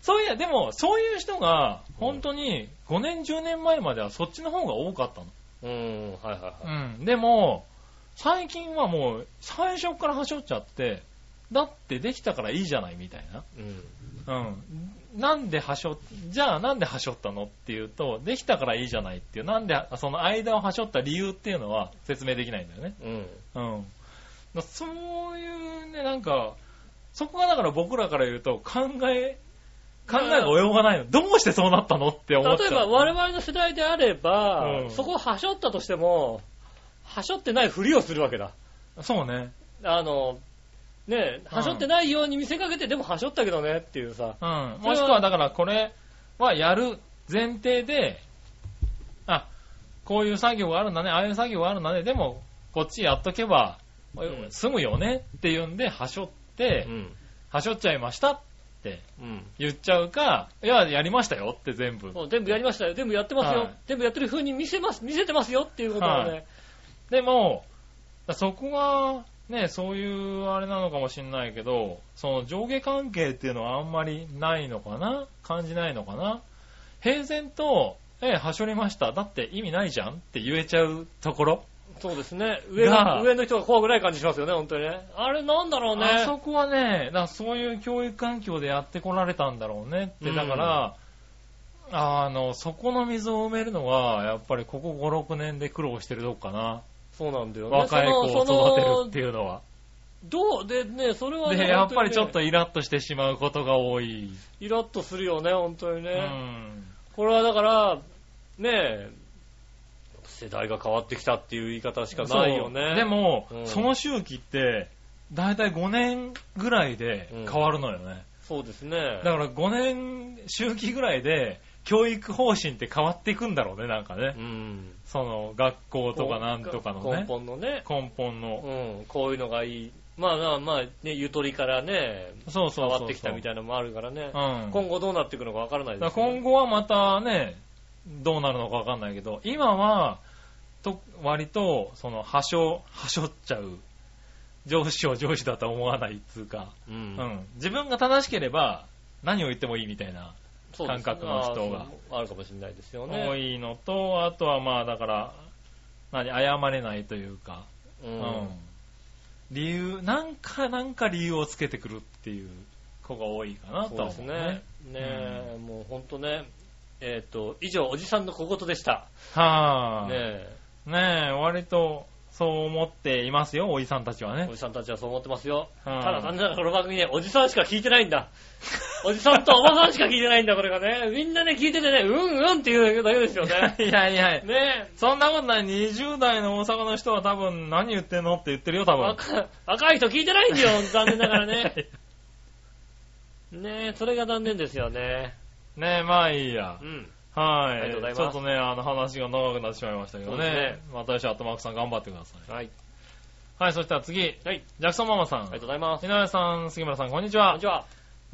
そういや、でも、そういう人が、本当に5年、10年前まではそっちの方が多かったの。うん、はいはいはい。うん。でも、最近はもう、最初からはしょっちゃって、だってできたからいいじゃないみたいな。うん。うん。なんではしょ、じゃあなんではしょったのっていうと、できたからいいじゃないっていう、なんで、その間をはしょった理由っていうのは説明できないんだよね。うん。うん。だそういうね、なんか、そこがだから僕らから言うと考え、考えが及ばないの。どうしてそうなったのって思っち例ゃう。えば我々の世代であれば、うんそこをはしょったとしても、はしょってないふりをするわけだ。そうね。あの、ねえ、うんはしょってないように見せかけて、でもはしょったけどねっていうさ。うん。もしくはだからこれはやる前提で、あ、こういう作業があるんだね、ああいう作業があるんだね、でもこっちやっとけばん済むよねっていうんで、はしょって、ん。はしょっちゃいましたってうん。言っちゃうか、いや、やりましたよって全部。もう全部やりましたよ。全部やってますよ。はい全部やってる風に見せます、見せてますよっていうことをね。はでも、そこが、ね、そういうあれなのかもしんないけど、その上下関係っていうのはあんまりないのかな感じないのかな平然と、ええ、はしょりました。だって意味ないじゃんって言えちゃうところ。そうですね。上がの、上の人が怖くない感じしますよね、本当にね。あれなんだろうね。あそこはね、だからそういう教育環境でやってこられたんだろうねって、うんだから、あの、そこの溝を埋めるのは、やっぱりここ5、6年で苦労してるとこかな。そうなんだよね。若い子そのを育てるそっのていうのは。どうでね、それはね、で、やっぱりちょっ本当とにねイラッとしてしまうことが多い。イラッとするよね、本当にね。うんこれはだから、ねえ、世代が変わってきたっていう言い方しかないよそね。うで、も、うんその周期って、だいたい5年ぐらいで変わるのよね。そうですね。だから5年周期ぐらいで、教育方針って変わっていくんだろうね、なんかね。うん。その、学校とかなんとかのね根。本のね。根本うの。ん。こういうのがいい。まあまあまあ、ね、ゆとりからね、そうそうそうそう変わってきたみたいなのもあるからね。うん。今後どうなっていくのかわからないでだすから今ね。後はまたね、どうなるのかわかんないけど、今は、と、割と、その、はしょ、はしょっちゃう。上司を上司だとは思わないっつうか、ううんん。自分が正しければ、何を言ってもいいみたいな、そうですね感覚の人があそうあるかもしれないですよ多ね。いのと、あとはまあ、だから、何、謝れないというか、ううんん。理由、なんか、なんか理由をつけてくるっていう子が多いかなとそうはです思うね。ねね。え、もう本当ね。えっ、と、以上、おじさんの小言でした。はあ。ねえ。ねえ、割と、そう思っていますよ、おじさんたちはねお。じさんたちはそう思ってますよ。うん。ただ残念ながらこの番組ね、おじさんしか聞いてないんだ。おじさんとおばさんしか聞いてないんだ、これがね。みんなね、聞いててね、うんうんって言うだけですよね いやいや、ねそんなことない。20代の大阪の人は多分何言ってんのって言ってるよ、多え、分。若若い人聞いてないんだよ、残念ながらね。ねえ、それが残念ですよね。 ねえ、まあいいやう。ん。はい。ありがとうございますちょっとね、あの話が長くなってしまいましたけどそうねで。また来週、アットマークさん頑張ってください。はい。はい、そしたら次、はい。ジャクソンママさん。ありがとうございます。井上さん、杉村さん、こんにちこんはにち。は。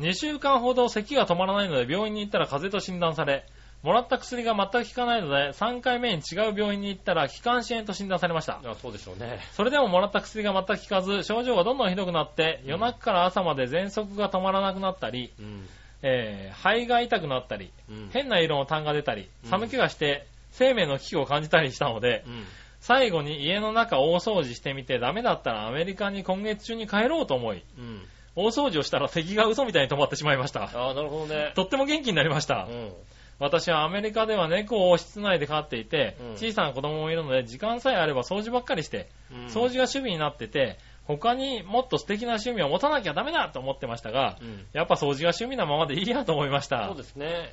2週間ほど咳が止まらないので病院に行ったら風邪と診断され、もらった薬が全く効かないので、3回目に違う病院に行ったら気管支炎と診断されました。あそうでしょうね。それでももらった薬が全く効かず、症状がどんどんひどくなって、夜中から朝まで喘息が止まらなくなったり、うん。えー肺が痛くなったり、うん。変な色の痰が出たり、うん寒気がして、生命の危機を感じたりしたので、うん。最後に家の中大掃除してみて、ダメだったらアメリカに今月中に帰ろうと思い、うん。大掃除をしたら咳が嘘みたいに止まってしまいました。ああ、なるほどね。とっても元気になりましうた。ん。私はアメリカでは猫を室内で飼っていてうん、小さな子供もいるので、時間さえあれば掃除ばっかりして、うん掃除が趣味になってて、他にもっと素敵な趣味を持たなきゃダメだと思ってましたがう、ん。やっぱ掃除が趣味なままでいいやと思いましそたう。ですね。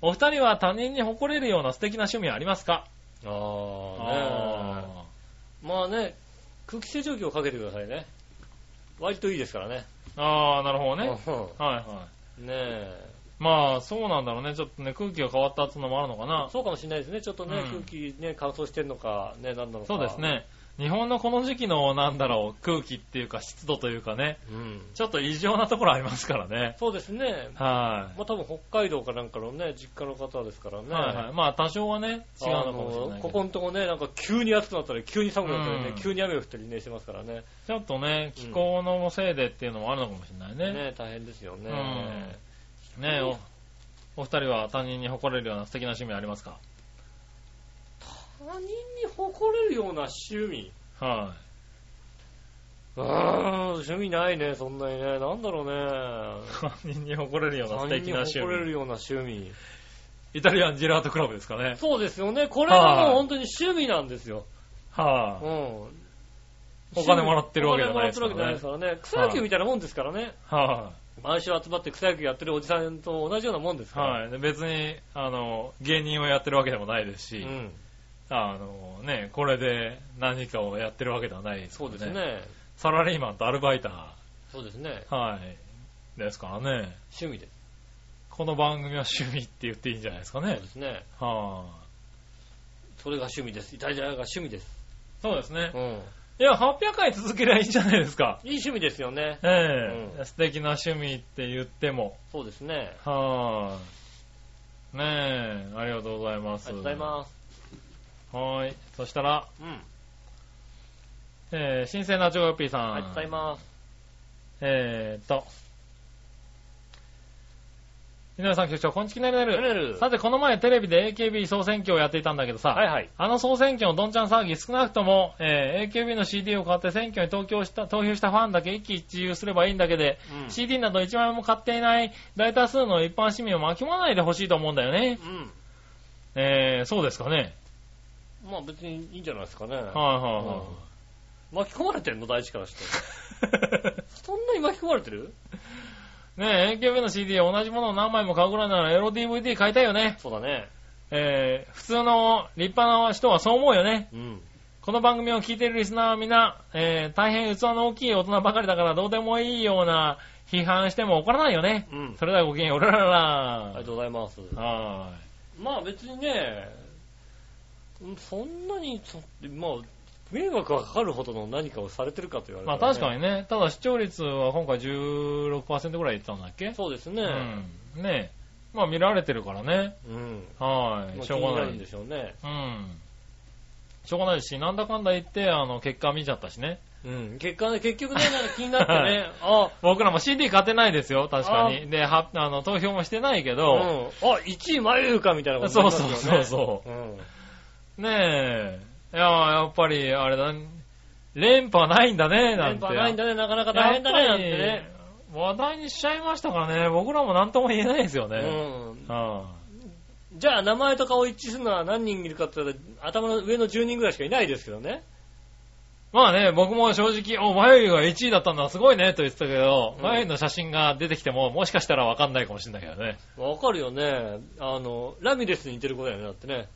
お二人は他人に誇れるような素敵な趣味はありますかああ、ねえまあね、空気清浄機をかけてくださいね。割といいですからね。あーあー、なるほどね。はいうんはねえ。い。まあ、そうなんだろうね。ちょっとね、空気が変わったっていうのもあるのかな。そうかもしれないですね。ちょっとね、うん空気ね、乾燥してるのか、ね、なんなのか。そうです。ね。日本のこの時期の、なんだろう、空気っていうか湿度というかね、うん。ちょっと異常なところありますからね。そうですね。はまい。あ多分北海道かなんかのね、実家の方ですからね。はいはい。まあ、多少はね、違うのかもしれあなのいけこどこ。のとこね、なんか急に暑くなったり、急に寒くなったりね、うん急に雨が降ったりね、してますからね。ちょっとね、気候のせいでっていうのもあるのかもしれないね。ね大変ですよね。ねえ、お、お二人は他人に誇れるような素敵な趣味ありますか他人に誇れるような趣味。はうーん、趣味ないね、そんなにね。なんだろうねい。。他人に誇れるような素敵な他人趣に誇れる味。ような趣味。イタリアンジェラートクラブですかね。そうですよね。これがはもいう本当に趣味なんですよ。はうい、ん。お金もらってるわけじゃないですおか金もらってるわけらねじゃないですからね。草野球みたいなもんですからね。は毎週集まって草野球やってるおじさんと同じようなもんですい、から。はい、で別に、あの、芸人をやってるわけでもないですうし、ん。あのね、これで何かをやってるわけではないですかそらうです。ね。サラリーマンとアルバイタそうですね。ー、はい、ですからね。趣味です。この番組は趣味って言っていいんじゃないですかそうねで。すね。はあ、それが趣味です。イタリアが趣味です。そうですねう。ん。いや、800回続けりゃいいんじゃないですか。いい趣味ですよね。ええうん素敵な趣味って言っても。そうですね。はぁ、ねえ、ありがとうございまありす。がとうございます。す。はーい。そしたら、うん。あえー、新鮮なチョコヨッピーりさん。がとうございます。えーっと。皆さん局長、こんちきなりなる。さて、この前テレビで AKB 総選挙をやっていたんだけどさ、はいはい。あの総選挙のどんちゃん騒ぎ少なくとも、えー AKB の CD を買って選挙に投票した投票したファンだけ一喜一憂すればいいんだけで、うん CD など1枚も買っていない大多数の一般市民を巻き込まないでほしいと思うんだよね。うん。えー、そうですかね。まあ別にいいんじゃないですかね。はいはいは巻き込まれてんの大地からして。い。そんなに巻き込まれてるねえ、AKB の CD 同じものを何枚も買うぐらいならエロ DVD 買いたいよね。そうだね。えー、普通の立派な人はそう思うよね。うん。この番組を聞いているリスナーは皆、えー、大変器の大きい大人ばかりだからどうでもいいような批判しても怒らないよね。うん。それではごきげんよう、うららありらがとうございます。はまあ別にね、うんそんなにちょっと、まあ、迷惑がかかるほどの何かをされてるかと言わーい。れまたあら、ね。確かに。にね、ただ視聴率は今回16%ぐらいいってたんだっけそうですね。うん。ねえ。まあ見られてるからね。うん。はまい。あしょうがな気にるんい。でしょうね。うん。しょうがないし、なんだかんだ言って、あの、結果見ちゃったしね。うん。結果ね、結局ね、なんか気になって ね、あ、僕らも CD 買ってないですよ、確かに。で、は、あの、投票もしてないけうん。ど、あ、1位眉かみたいなことそになりうそうますよそうねそう。うん。ねえ。いや、やっぱり、あれだね、連覇ないんだね、なんて。連覇ないんだね、なかなか大やっぱり変だね、なんてね。話題にしちゃいましたからね、僕らもなんとも言えないですよね。うはん。じゃあ、名前と顔一致するのは何人いるかって言ったら、頭の上の10人ぐらいしかいないですけどね。いまあね、僕も正直、お、眉毛が1位だったんだ、すごいね、と言ってたけど、うん眉毛の写真が出てきても、もしかしたらわかんないかもしれないけどね。 わかるよね。あの、ラミレスに似てる子だよね、だってね。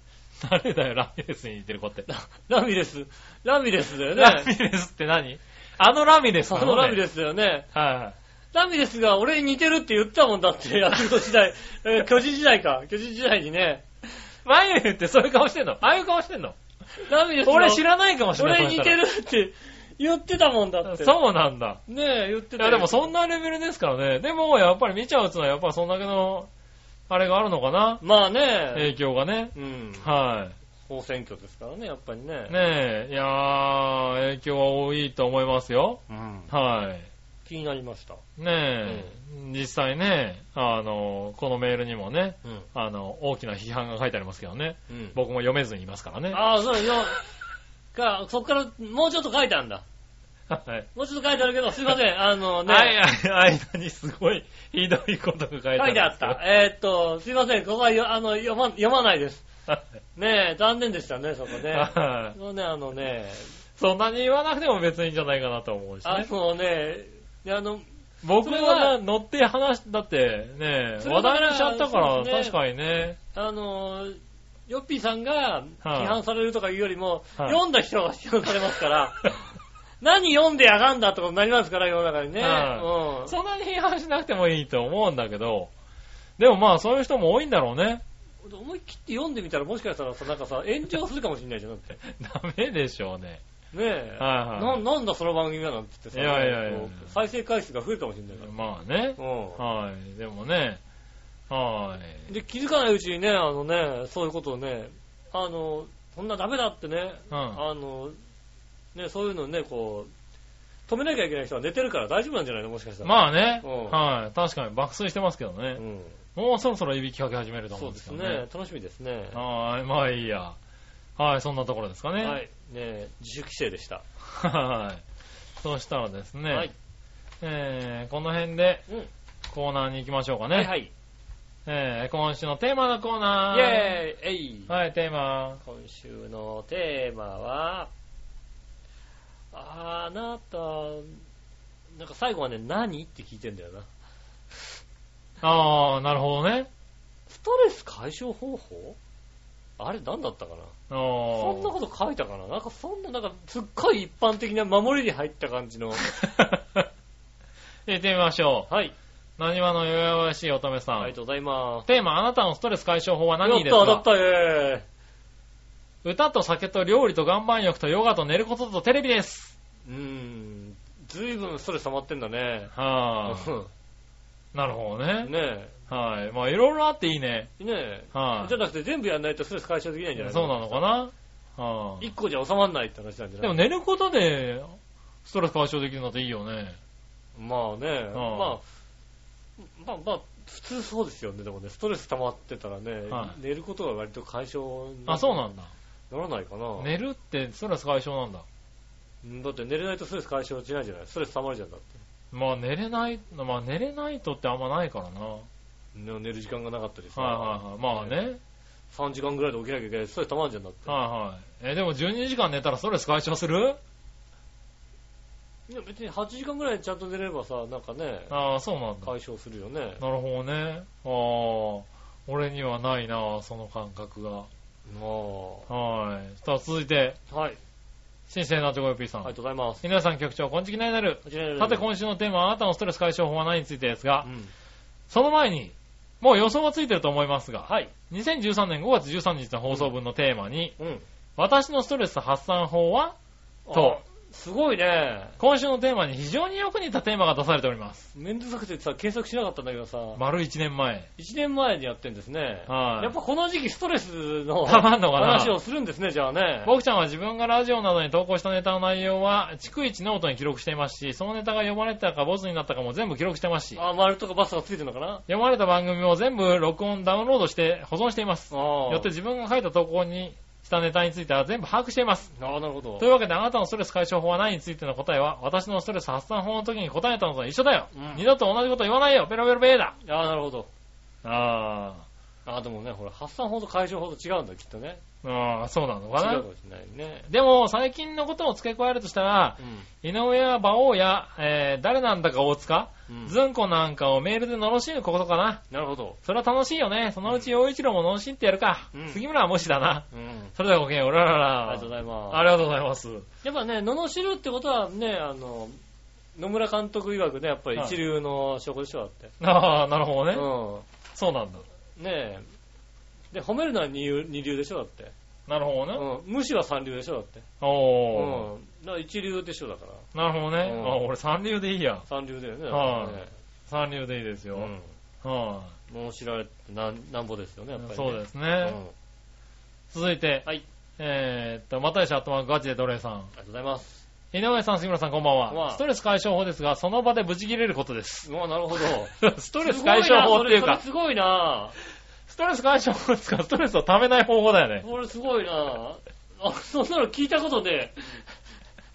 誰だよ、ラミレスに似てる子って。ラミレ ス、ラミレスだよラね。ミレスって何あのラミレスあのラミス。レスだよね。はい。ラミレスが俺に似てるって言ったもんだ って、ヤクルト時代、えー巨人時代か、巨人時代にね。眉毛ってそういう顔してんのああいう顔してんのラミレスが俺知らないかもしれない。俺似てるって言ってたもんだって。そうなんだ。ねえ、言っていたやよ。でもそんなレベルですからね。でもやっぱり見ちゃうつのはやっぱりそんだけの、あれがあるのかなまあね、影響がね。うん。は総選挙ですからね、やっぱりね。い。ねえ、いやー、影響は多いと思いますよ。うん。は気になりました。い。ねえ、実際ね、あの、このメールにもね、うん。あの、大きな批判が書いてありますけどね。うん。僕も読めずにいますからね。ああ、そうよ。か、そっから、もうちょっと書いてあるんだ。はい。もうちょっと書いてあるけど、すいません。あのね、はい、はい間にすごいひどいことが書いてある。書いてあった。。えーっと、すいません。ここはよあの読ま読まないです。ねえ、残念でしたね、そこ ね。はいもうね、あのね、そんなに言わなくても別にいいんじゃないかなと思うしあね。のね、であの、僕それはは乗って話、だってね、それは話題にしちゃったから、そうですね確かにね。あの、ヨッピーさんがはい批判されるとかいうよりも、はい読んだ人が批判されますから、 何読んでやがんだってことになりますから、世の中にね。はうんそんなに批判しなくてもいいと思うんだけど、でもまあそういう人も多いんだろうね。 思い切って読んでみたらもしかしたらさ、なんかさ、炎上するかもしれないじゃん、だって。ねダメでしょうね。え。はいなはいなんだその番組だなんて言ってさ、いやいやいやこう再生回数が増えるかもしれないかまあね。ら。うんはい。でもね、はい。で、気づかないうちにね、あのね、そういうことをね、あの、そんなダメだってね、うんあの、ね、そういうのをね、こう、止めなきゃいけない人は寝てるから大丈夫なんじゃないのもしかしたら。あ、まあね、うんはい。確かに爆睡してますけどねう。ん。もうそろそろいびきかけ始めると思そううんでですすけどね。楽ね。しみですね。はい。まあいいや。はい、そんなところですかね。はい。ねえ自主規制でした。はい。そうしたらですね、はい。えー、この辺でうん。コーナーに行きましょうかね。はいはい。イえー、今週のテーマのコーナー。ェーイえいはい、テーマ。今週のテーマは、あなた、なんか最後はね、何って聞いてんだよな。あー、なるほどね。ストレス解消方法あれ何だったかなあそーんなこと書いたかななんかそんな、なんかすっごい一般的な守りに入った感じ の。行ってみましょはい。う。なにわの弱々しい乙女さん。ありがとうございます。テーマ、あなたのストレス解消法は何ですやった、だっかた、え歌と酒と料理と岩盤浴とヨガと寝ることとテレ ビです。ー。うーん。ずいぶんストレス溜まってんだね。はぁ、なるほどね。ねはい。まあ、いろいろあっていいね。え。ねえ。はい、じゃなくて全部やんないとストレス解消できないんじゃないそうなのかな、は一個じゃ収まんないって話なんじゃないいでも寝ることで、ストレス解消できるのっていいよね。まあね、んまあ、まあまあ、普通そうですよね、でもね、ストレス溜まってたらね、はい寝ることが割と解消にあ、そうなんだ。ならないかな、寝るってストレス解消なんうだ。んだって寝れないとストレス解消しないじゃない、ストレス溜まるじゃんだって。まあ寝れない、まあ寝れないとってあんまないからな。はいね寝る時間がなかったりさ、はいはい。まあね。 3時間ぐらいで起きなきゃいけない、ストレス溜まるじゃんだって。はいはい。え、でも12時間寝たらストレス解消するいや別に8時間ぐらいちゃんと寝ればさ、なんかね、ああ、そうなんだ。解消するよね。なるほどね。ああ、俺にはないな、その感覚が。まあはい。さあ、続いて、はい、新鮮なチョコヨッピーあさりん。がとうございます。皆さん局長、こんちきなになる。さて、今週のテーマは、あなたのストレス解消法は何についてですがう、ん、その前に、もう予想はついてると思いますが、はい、 2013年5月13日の放送分のテーマに、うん。私のストレス発散法はとあ、すごいね。今週のテーマに非常によく似たテーマが出されております。めんどくさくてさ、検索しなかったんだけどさ、丸1年前。 1年前にやってんですね。はいやっぱこの時期ストレスのたまんのかな話をするんですね、じゃあね。僕ちゃんは自分がラジオなどに投稿したネタの内容は、逐一ノートに記録していますし、そのネタが読まれたかボツになったかも全部記録してますし、あ、丸とかバスがついてるのかな読まれた番組を全部録音、ダウンロードして保存しています。ああ。よって自分が書いた投稿にしたネタについては全部把握しています。ああ、なるほどとい。うわけであなたのストレス解消法は何についての答えは、私のストレス発散法の時に答えたのと一緒だよ。うん二度と同じこと言わないよ。ペロペロペーだ。ああ、なるほど。ああ。あ、でもね、ほら、発散法と解消法と違うんだよ、きっとね。ああ、そうな違のうかなか。もしれないね。でも、最近のことを付け加えるとしたら、井上や馬王や、えー、誰なんだか大塚、うん。うん。ずんこなんかをメールで罵ることかな。なるほど。それは楽しいよね。そのうち陽一郎も罵ってやるか。うん杉村は無視だな。うん。それではごきげんよう、うららありら。がとうございます。ありがとうございます。やっぱね、罵るってことはね、あの、野村監督曰くね、やっぱり一流の証拠でしょ、だって。ああ、なるほどね。うそうなんだ。ん。ねえ。で、褒めるのは二流二流でしょ、だって。なるほどね。うん。無視は三流でしょ、だって。うおー。ん。だから一流でしょ、だから。なるほどね。うんあ俺三流でいいや。三流だよね。はいだからね三流でいいですよ。うん。は罵られてなんなんぼですよね、やっぱり、い。ね。そうですすね。うん。続いて、はい。えーっと、またよし、あとはガチで奴隷さん。ありがとうございます。井上さん、杉村さん、こんばこんんばんはは。ストレス解消法ですが、その場でブチ切れることです。うわ、なるほど。ストレス解消法っていうか、すごいなストレス解消法ですか、ストレスを溜めない方法だよね。それすごいなこれすごいなあ、そんなの聞いたことで、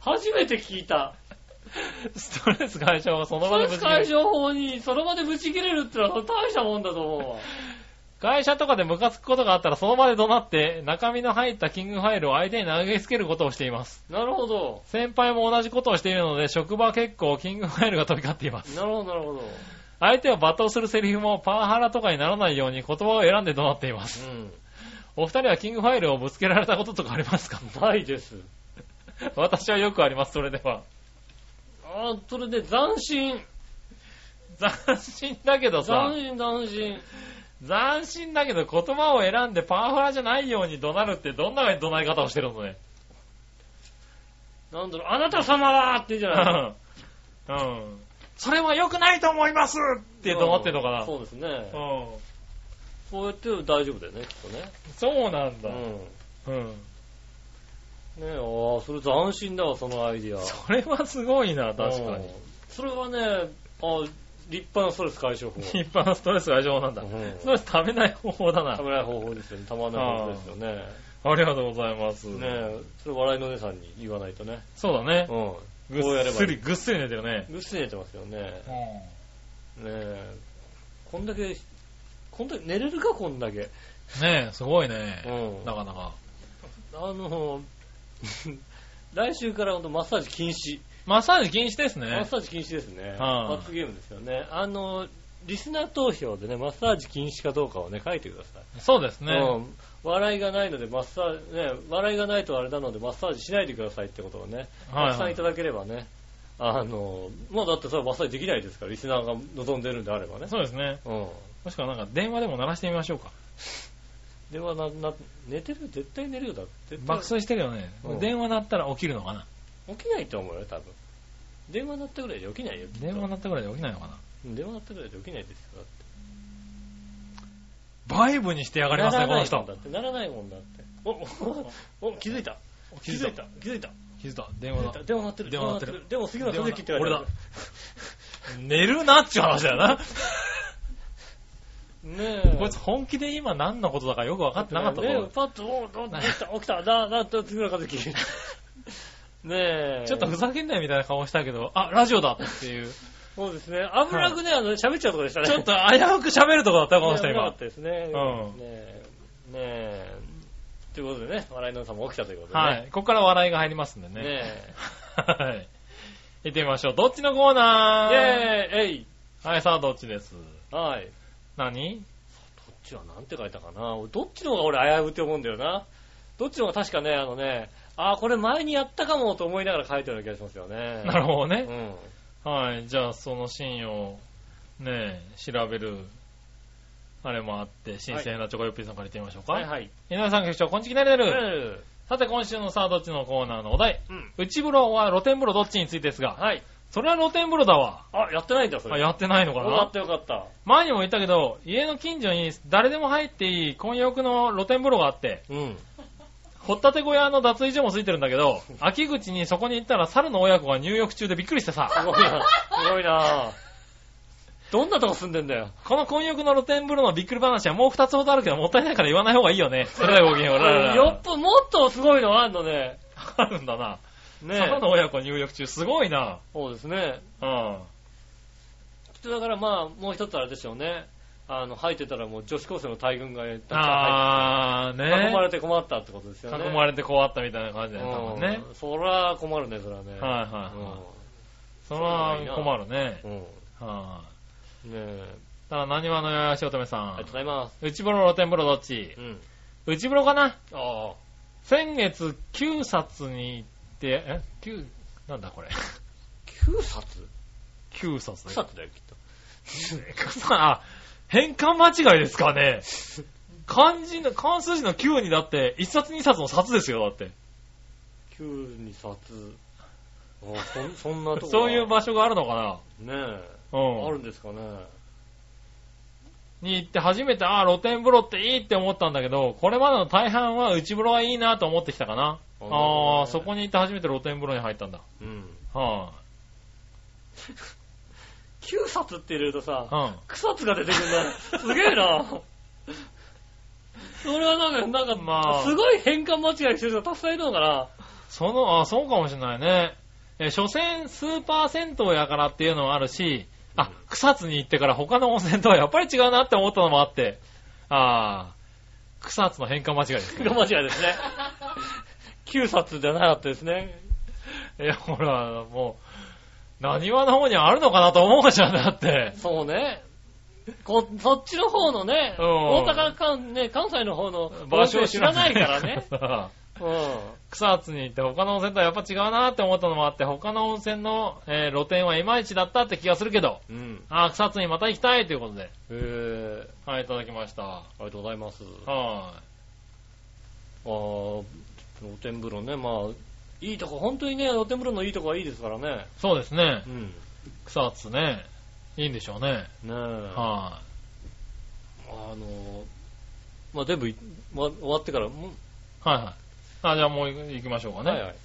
初めて聞いた。ストレス解消法、そのそ場でれブチ切れ解る。消法にその場でブチ切れるってのは大したもんだと思うわ。会社とかでムカつくことがあったら、その場で怒鳴って、中身の入ったキングファイルを相手に投げつけることをしています。なるほど。先輩も同じことをしているので、職場は結構キングファイルが飛び交っています。なるほど、なるほど。相手を罵倒するセリフもパワハラとかにならないように言葉を選んで怒鳴っています。 うん。お二人はキングファイルをぶつけられたこととかありますかないです。 私はよくあります、それでは。 あーそれで斬新。斬新だけどさ、斬新、斬新。斬新だけど言葉を選んでパワハラじゃないように怒鳴るってどんな怒鳴り方をしてるのね。なんだろう、あなた様はって言うじうゃないん。 うん。それは良くないと思いますって怒鳴ってるのかな。そうですね。うん。こうやってると大丈夫だよね、きっとね。そうなんうだ。ん。うん。ねえ、ああ、それ斬新だわ、そのアイディア。それはすごいな、確かうんに。。それはね、あ立派なストレス解消法。一般のストレスが異常 なんだ。うんストレス食べない方法だなた。まらない方法ですよね。たまらない方法ですよね。ありがとうございます。ねえ、それ笑いのお姉さんに言わないとね。そうだねう。ん。こうぐやれっばすいり、い。ぐっすり寝てるね。ぐっすり寝てますよね。ねえ、こんだけ、こんだけ、寝れるか、こんだけ。ねえ、すごいねう。ん。なかなか。あの、 来週からほんとマッサージ禁止。マッサージ禁止ですマッね。サージ禁止ですね。はい罰ゲームですよね。あの、リスナー投票でね、マッサージ禁止かどうかをね、書いてください。そうですね。うん、笑いがないのでマッサージ、ね、笑いがないとあれなのでマッサージしないでくださいってことをね、はいたくさはんいいた。だければね、あの、まあだってそれはマッサージできないですから、リスナーが望んでるんであればね。そうですね。うん。もしくはなんか電話でも鳴らしてみましょうか。ではな、な、寝てる絶対寝るよだって。絶対爆睡してるよねう。ん電話鳴ったら起きるのかな。起きないと思うよ、多分。電話鳴ったぐらいで起きないよ。きっと電話鳴ったぐらいで起きないのかな。電話鳴ったぐらいで起きないですよ。バイブにしてやがりますね、このならないもんだ人っ。て、ならないもんだって。お、お、お気づいた。気づいた。気づいた。気づいた。電気話づだいた。電話鳴ってる。電話鳴ってるでも杉村和樹って言われ俺だ寝るなっちゅう話だよな。ねえ。こいつ本気で今何のことだかよく分かってなかったとね思え、パッと、おお起きた、起きた、だ、だ、だ、杉村和 樹。ねえ。う。ちょっとふざけんなよみたいな顔したけど、あ、ラジオだっていう。そうですね。危なくね、あの、喋っちゃうとこで したね。ちょっと危うく喋るとこだったよ、この人ね危なか今っ。たですね。うねんえ。ねえ。ということでね、笑いのお姉さんも起きたということでね。はい。ここから笑いが入りますんでね。ねえ。はい。行ってみましょう。どっちのコーナイーェーイえいはい、さあどっちです。はい。こ何っちはなんて書いたかな。俺どっちの方が俺危ういって思うんだよな。どっちの方が確かね、あのね、ああ、これ前にやったかもと思いながら書いてるような気がしますよね。なるほどね。うん。はい。じゃあ、そのシーンを、ねえ、調べる、あれもあって、新鮮なチョコヨッピーさんから行ってみましょうか。はいはい。井上さん、局長、こんちきなりなる。うんさて、今週のさあどっちのコーナーのお題。うん。内風呂は露天風呂どっちについてですが、はい。それは露天風呂だわ。あ、やってないんだ、それ。あ、やってないのかよかっなたよかった。前にも言ったけど、家の近所に誰でも入っていい混浴の露天風呂があって、うん。掘ったて小屋の脱衣所もついてるんだけど、秋口にそこに行ったら猿の親子が入浴中でびっくりしてさ、すごいな。すごいな。どんなとこ住んでんだよ。この混浴の露天風呂のびっくり話はもう二つほどあるけど、もったいないから言わない方がいいよね。それではごきげんよう。ラララよっぽ、もっとすごいのあんのね。あるんだな。ね猿の親子入浴中、すごいな。そうですね。うん。きっとだからまあ、もう一つあれでしょうね。あの、入ってたらもう女子高生の大群がたくさん入ってあー、ね囲まれて困ったってことですよね。囲まれて困ったみたいな感じだよね、多分ねう。んそりゃ困るね、そりゃね。はいはいはいそれは困るね。うん。うん。ねはいえ。ただ、何話のよやしおとめありがさとうございます。ん。内風呂、露天風呂どっちうん。内風呂かなああ。先月9冊に行って、え ?9、なんだこれ。 9冊9冊 ?9 だよ。冊だよ、きっと。 9冊あ、変換間違いですかね。漢字の、漢数字の9にだって、1冊2冊の冊ですよ、だって。 9に冊。ああそん そんなとこがそういう場所があるのかねなえ。うん。あるんですかね。に行って初めて、ああ、露天風呂っていいって思ったんだけど、これまでの大半は内風呂はいいなと思ってきたかな。ああ、そこに。に行って初めて露天風呂に入ったんだ。うん。は9冊って入れるとい、さ、うん。草津が出てくるんだよ。すげえな。それはなんか、なんか、 まあすごい変換間違いしてる人たくさんいるのかな。その、あそうかもしれないね。え、所詮、スーパー銭湯やからっていうのもあるし、あ、草津に行ってから他の温泉とはやっぱり違うなって思ったのもあって、ああ、草津の変換間違いですね。 変換間違いです ね。9冊じゃなかったですね。いや、ほら、もう、何話の方にあるのかなと思うじゃん、だって。そうね。こ、そっちの方のね、うん大阪関、ね、関西の方の場所を。知らないからねらね。 う 草津に行って他の温泉とはやっぱ違うなって思ったのもあって、他の温泉の、えー露店はいまいちだったって気がするけど、ん。うん。あー草津にまた行きたいということで、へえ、はい、いただきました。はありがとうございます。い、あー露天風呂ね、まあ、いいとこ、本当にね、露天風呂のいいとこはいいですからね。そうですねう。ん。ね草津ね。いいんでしょうね。え。はあの、まあ、全部い、ま、終わってから、もい、はいはい。あ、じゃあもう行きましょうかうね。はいはい。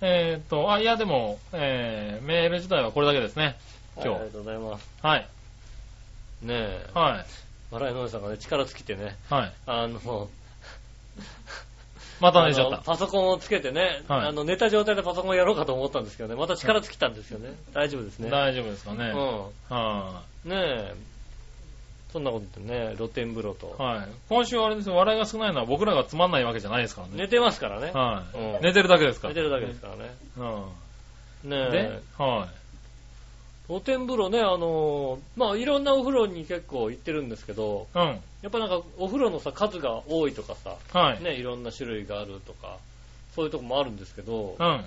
えーっと、あ、いやでも、えー、メール自体はこれだけですね。今日はいありがとうございます。はい。ねえ、はい。笑いのおじさんがね、力尽きてね、はい。あの、また寝ちゃっあのた。パソコンをつけてね、はいあの寝た状態でパソコンをやろうかと思ったんですけどね、また力尽きたんですよね。大丈夫ですね。大丈夫ですかね。はうい、ん。ねえ、そんなことでね、露天風呂と。はい。今週あれですよ、笑いが少ないのは僕らがつまんないわけじゃないですからね。寝てますからね。はい、うん寝てるだけですか寝ら。てるだけですからね。うん。ねでえ、、は露天風呂ね、あの、まあいろんなお風呂に結構行ってるんですけど、い。うん。やっぱなんかお風呂のさ、数が多いとかさ、はい。ね、いろんな種類があるとか、そういうとこもあるんですけどう、ん。はい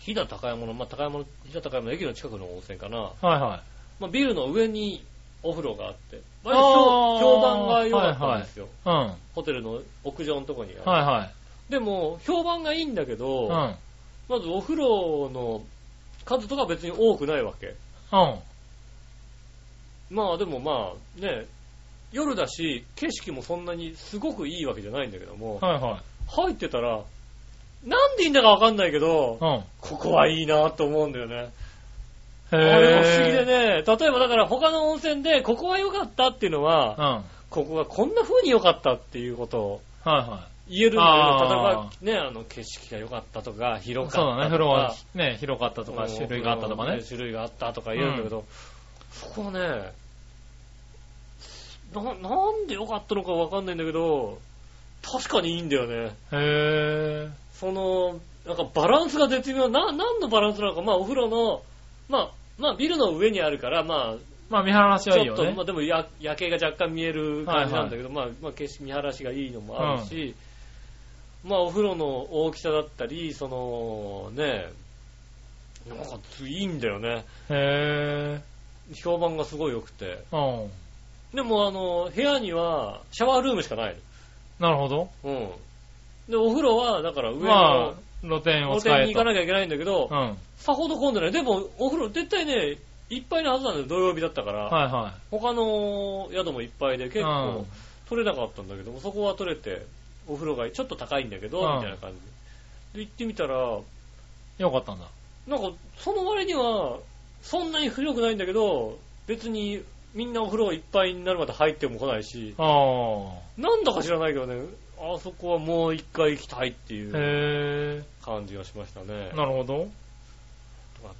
飛騨高山の、まあ高山の、飛騨高山の駅の近くの温泉かな、はまあ、ビルの上にお風呂があって、あー割と評評判が良かったんですよ。い。うん。はホテルの屋上のとこにあるいはでも、評判がいいんだけど、い。うん。まずお風呂の数とか別に多くないわけ。うん。まあでもまあね、夜だし、景色もそんなにすごくいいわけじゃないんだけども、はいはい。入ってたら、なんでいいんだかわかんないけど、うん。ここはいいなと思うんだよね。へぇー。あれも不思議でね、例えばだから他の温泉でここが良かったっていうのはう、ん。はいここがこんな風に良かったっていうことをは言えるんだあけど、例えばね、あの景色が良かったとか、い。広そうかだったね、風と呂はか、ね、広かったとか、うん種類があったとかね。種類があったとか言うんだけど、そこはね、な、なんで良かったのかわかんないんだけど、確かにいいんだよね。へその、なんかバランスが絶妙。な、何のバランスなのか、まあお風呂の、まあ、まあビルの上にあるから、まあぇー。まあ、見晴らしちはいいょよっと、ねまあ。でもや夜景が若干見える感じなんだけど、まあ、まあ、景色見晴らしがいいのもあるし、まあお風呂の大きさだったり、そのね、なんかいいんだよね。へ評判がすごい良くて。ぇー。うん。でもあの、部屋にはシャワールームしかないなるほど。の。うん。で、お風呂はだから上まあの、露天を露使店えに行と。かなきゃいけないんだけど、うん。はいさほど混んでない。でもお風呂絶対ね、いっぱいのはずなんだよ、土曜日だったから。は他の宿もいっぱいでい。結構、取れなかったんだけども、そこは取れて、お風呂がちょっと高いんだけど、うんみたいな感じで。で、行ってみたら、うん。よかったんだ。なんか、その割には、そんなに広くないんだけど、別にみんなお風呂いっぱいになるまで入っても来ないし、あなんだか知らないけどね、あそこはもう一回行きたいっていあ。うへ感じがしましたねぇー。。なるほど。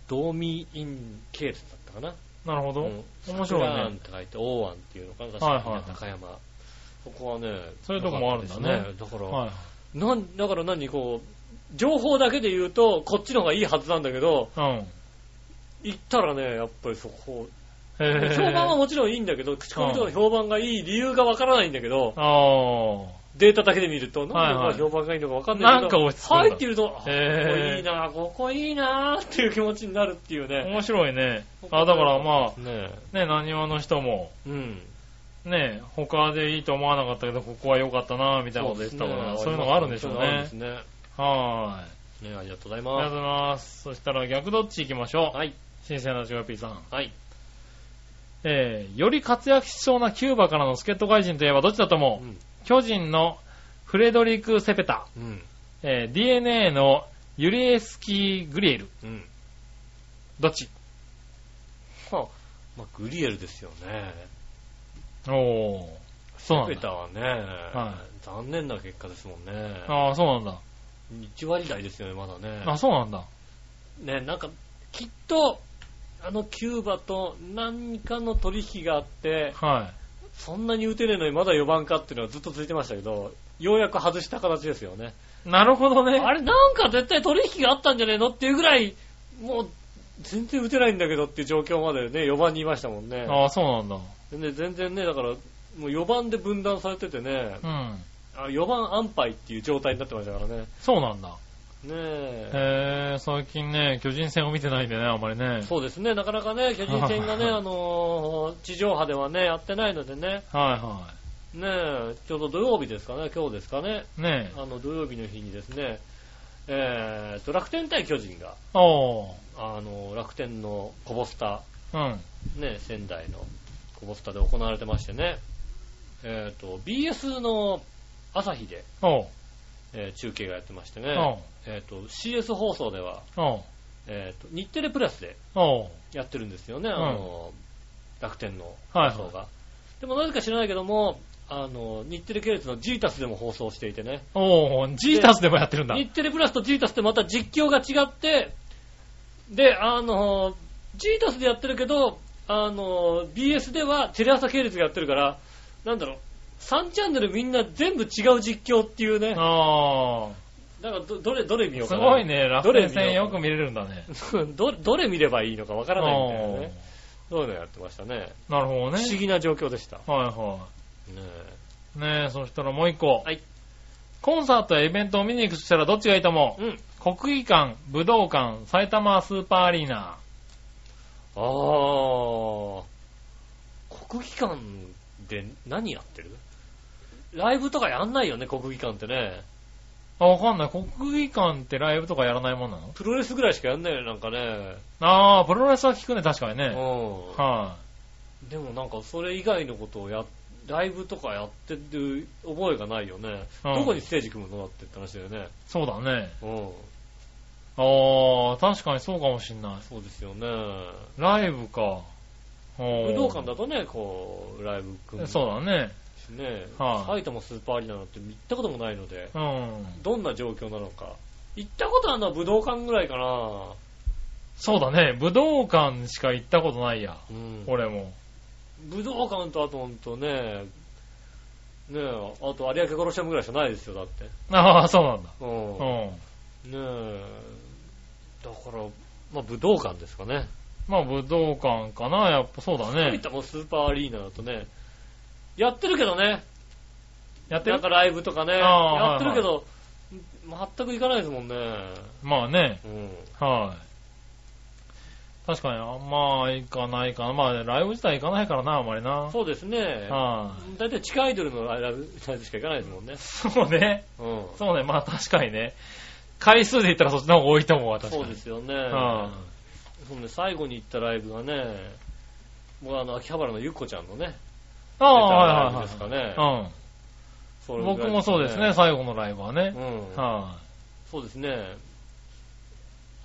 ドーミーイン系列だったかな。なるほど。うん面白い桜庵っね。て書いて、大庵っていうのかな、確はいはいかに高山。ここはね、そういうとこもあるんだねよかったですだから、はい。なんだから何こう、情報だけで言うと、こっちの方がいいはずなんだけど、うん。行ったらね、やっぱりそこ、へぇ評判はもちろんいいんだけど、口コミとかの評判がいい理由がわからないんだけど、あデータだけで見ると、なんではいはいここが評判がいいのかわかんないけど、なんか落ち着くんだ入ってると、あここへいえいな、ここいいなっていう気持ちになるっていうあ。ね。面白いね。あ、だからまねえ。あ、ね、何話の人も、うん。ね、他でいいと思わなかったけど、ここは良かったな、みたいなこと言ってたから、そういうのがあるんでしょうそうでねす。ね。ねはーい。ありがとうございありがまとうございます。そしたら逆どっち行きましょす。う。はい。新鮮なチョコピーさん。はい。えー、より活躍しそうなキューバからの助っ人外人といえばどっちだと思う、うん巨人のフレドリク・セペタ、うん。えー、DNA のユリエスキー・グリエル。うん。どっちはあ、まあ、グリエルですよね。おー。そうなんペタだ。はね、残念な結果ですもんね。ああ、そうなんだ。 1割台ですよね、まだね。あそうなんだ。ね、なんか、きっと、あのキューバと何かの取引があって、はそんなに打てねえのにまだ4番かっていうのはずっと続いてましたけど、ようやく外した形ですよね。い。なるほどね。あれ、なんか絶対取引があったんじゃねえのっていうぐらい、もう、全然打てないんだけどっていう状況までね、4番にいましたもんね。ああ、そうなんだ。でね全然ね、だから、もう4番で分断されててね、うん。あ4番安牌っていう状態になってましたからね。ねそうなんだ。え。へえ、最近ね、巨人戦を見てないんだよね、あんまりね。そうですね、なかなかね、巨人戦 がね、あのー地上波ではね、やってないのでね、はいはねえ、ちょうど土曜日ですかね、今日ですかね、い。ねえ。あの土曜日の日にですね、えーと、楽天対巨人が、おー。あのー楽天のコボスタ、うん。ね、仙台のコボスタで行われてましてね、えーと、BS の朝日で、おー。えー中継がやってましておねー、。えーと、CS 放送では、おー。えーと、日テレプラスで、おー。やってるんですよね、あの、楽天のはいは放い送が。でもなぜか知らないけども、あの、日テレ系列のジータスでも放送していてね、おー、ジータスでもやってるんだ。日テレプラスとジータスってまた実況が違って、で、あの、ジータスでやってるけど、あの、BS ではテレ朝系列がやってるから、なんだろう、3チャンネルみんな全部違う実況っていうね、あだからどどれ、どれ見あ、ようすかな。ごいね、楽ど天れ戦見よようく見れるんだね。ど、どれ見ればいいのかわからないみたいなおーね。そういうのやってましたね。なるほど不ね。思議な状況でした。はいはねえい。ねえ、そしたらもう一個。はいコンサートやイベントを見に行くとしたらどっちがいいと思うん。う国技館、武道館、埼玉スーパーアリーナ。ああ。国技館で何やってるライブとかやんないよね、国技館ってね。あ、わかんない。国技館ってライブとかやらないもんなのプロレスぐらいしかやんないよね、なんかね。ああ、プロレスは聞くね、確かにうね。ん。はでもなんかそれ以外のことをや、ライブとかやってる覚えがないよね。うんどこにステージ組むのだってって話だよね。い。そうだね。うん。ああ、確かにそうかもしんない。そうですよね。ライブか。武武道館だとね、こう、ライブ組むしそうだね。ね。はい埼玉スーパーアリーナなんて行ったこともないので。うん。どんな状況なのか。行ったことあるのは武道館ぐらいかな。そうだね。武道館しか行ったことないや。うん俺も。 武道館とあとほんとね、ねえ、あと有明殺し屋ぐらいしかないですよ、だって。ああ、そうなんだ。うん。うねん。え、だから、まあ武道館ですかね。まあ、武道館かな。やっぱそうだ埼ね。玉スーパーアリーナだとね、やってるけどね、やってなるんかライブとかね、ああやってるけはど、全く行かないですもんね。まあね。うん。はい。確かに、あんまあ、行かないかな。まあ、ライブ自体行かないからな、あんまりな。そうですね。はい。だいたい地下アイドルのライブライブしか行かないですもんね。そうね。うん。そうね。まあ、確かにね。回数で言ったらそっちの方が多いと思うわ、確かに。そうですよね。はそうね、最後に行ったライブがね、もうあの、秋葉原のゆっこちゃんのね、ああ、は出たライいブはいですかね。はい。そうん。れぐらい僕もそうですね、。最後のライブはうね。ん。はそうですね。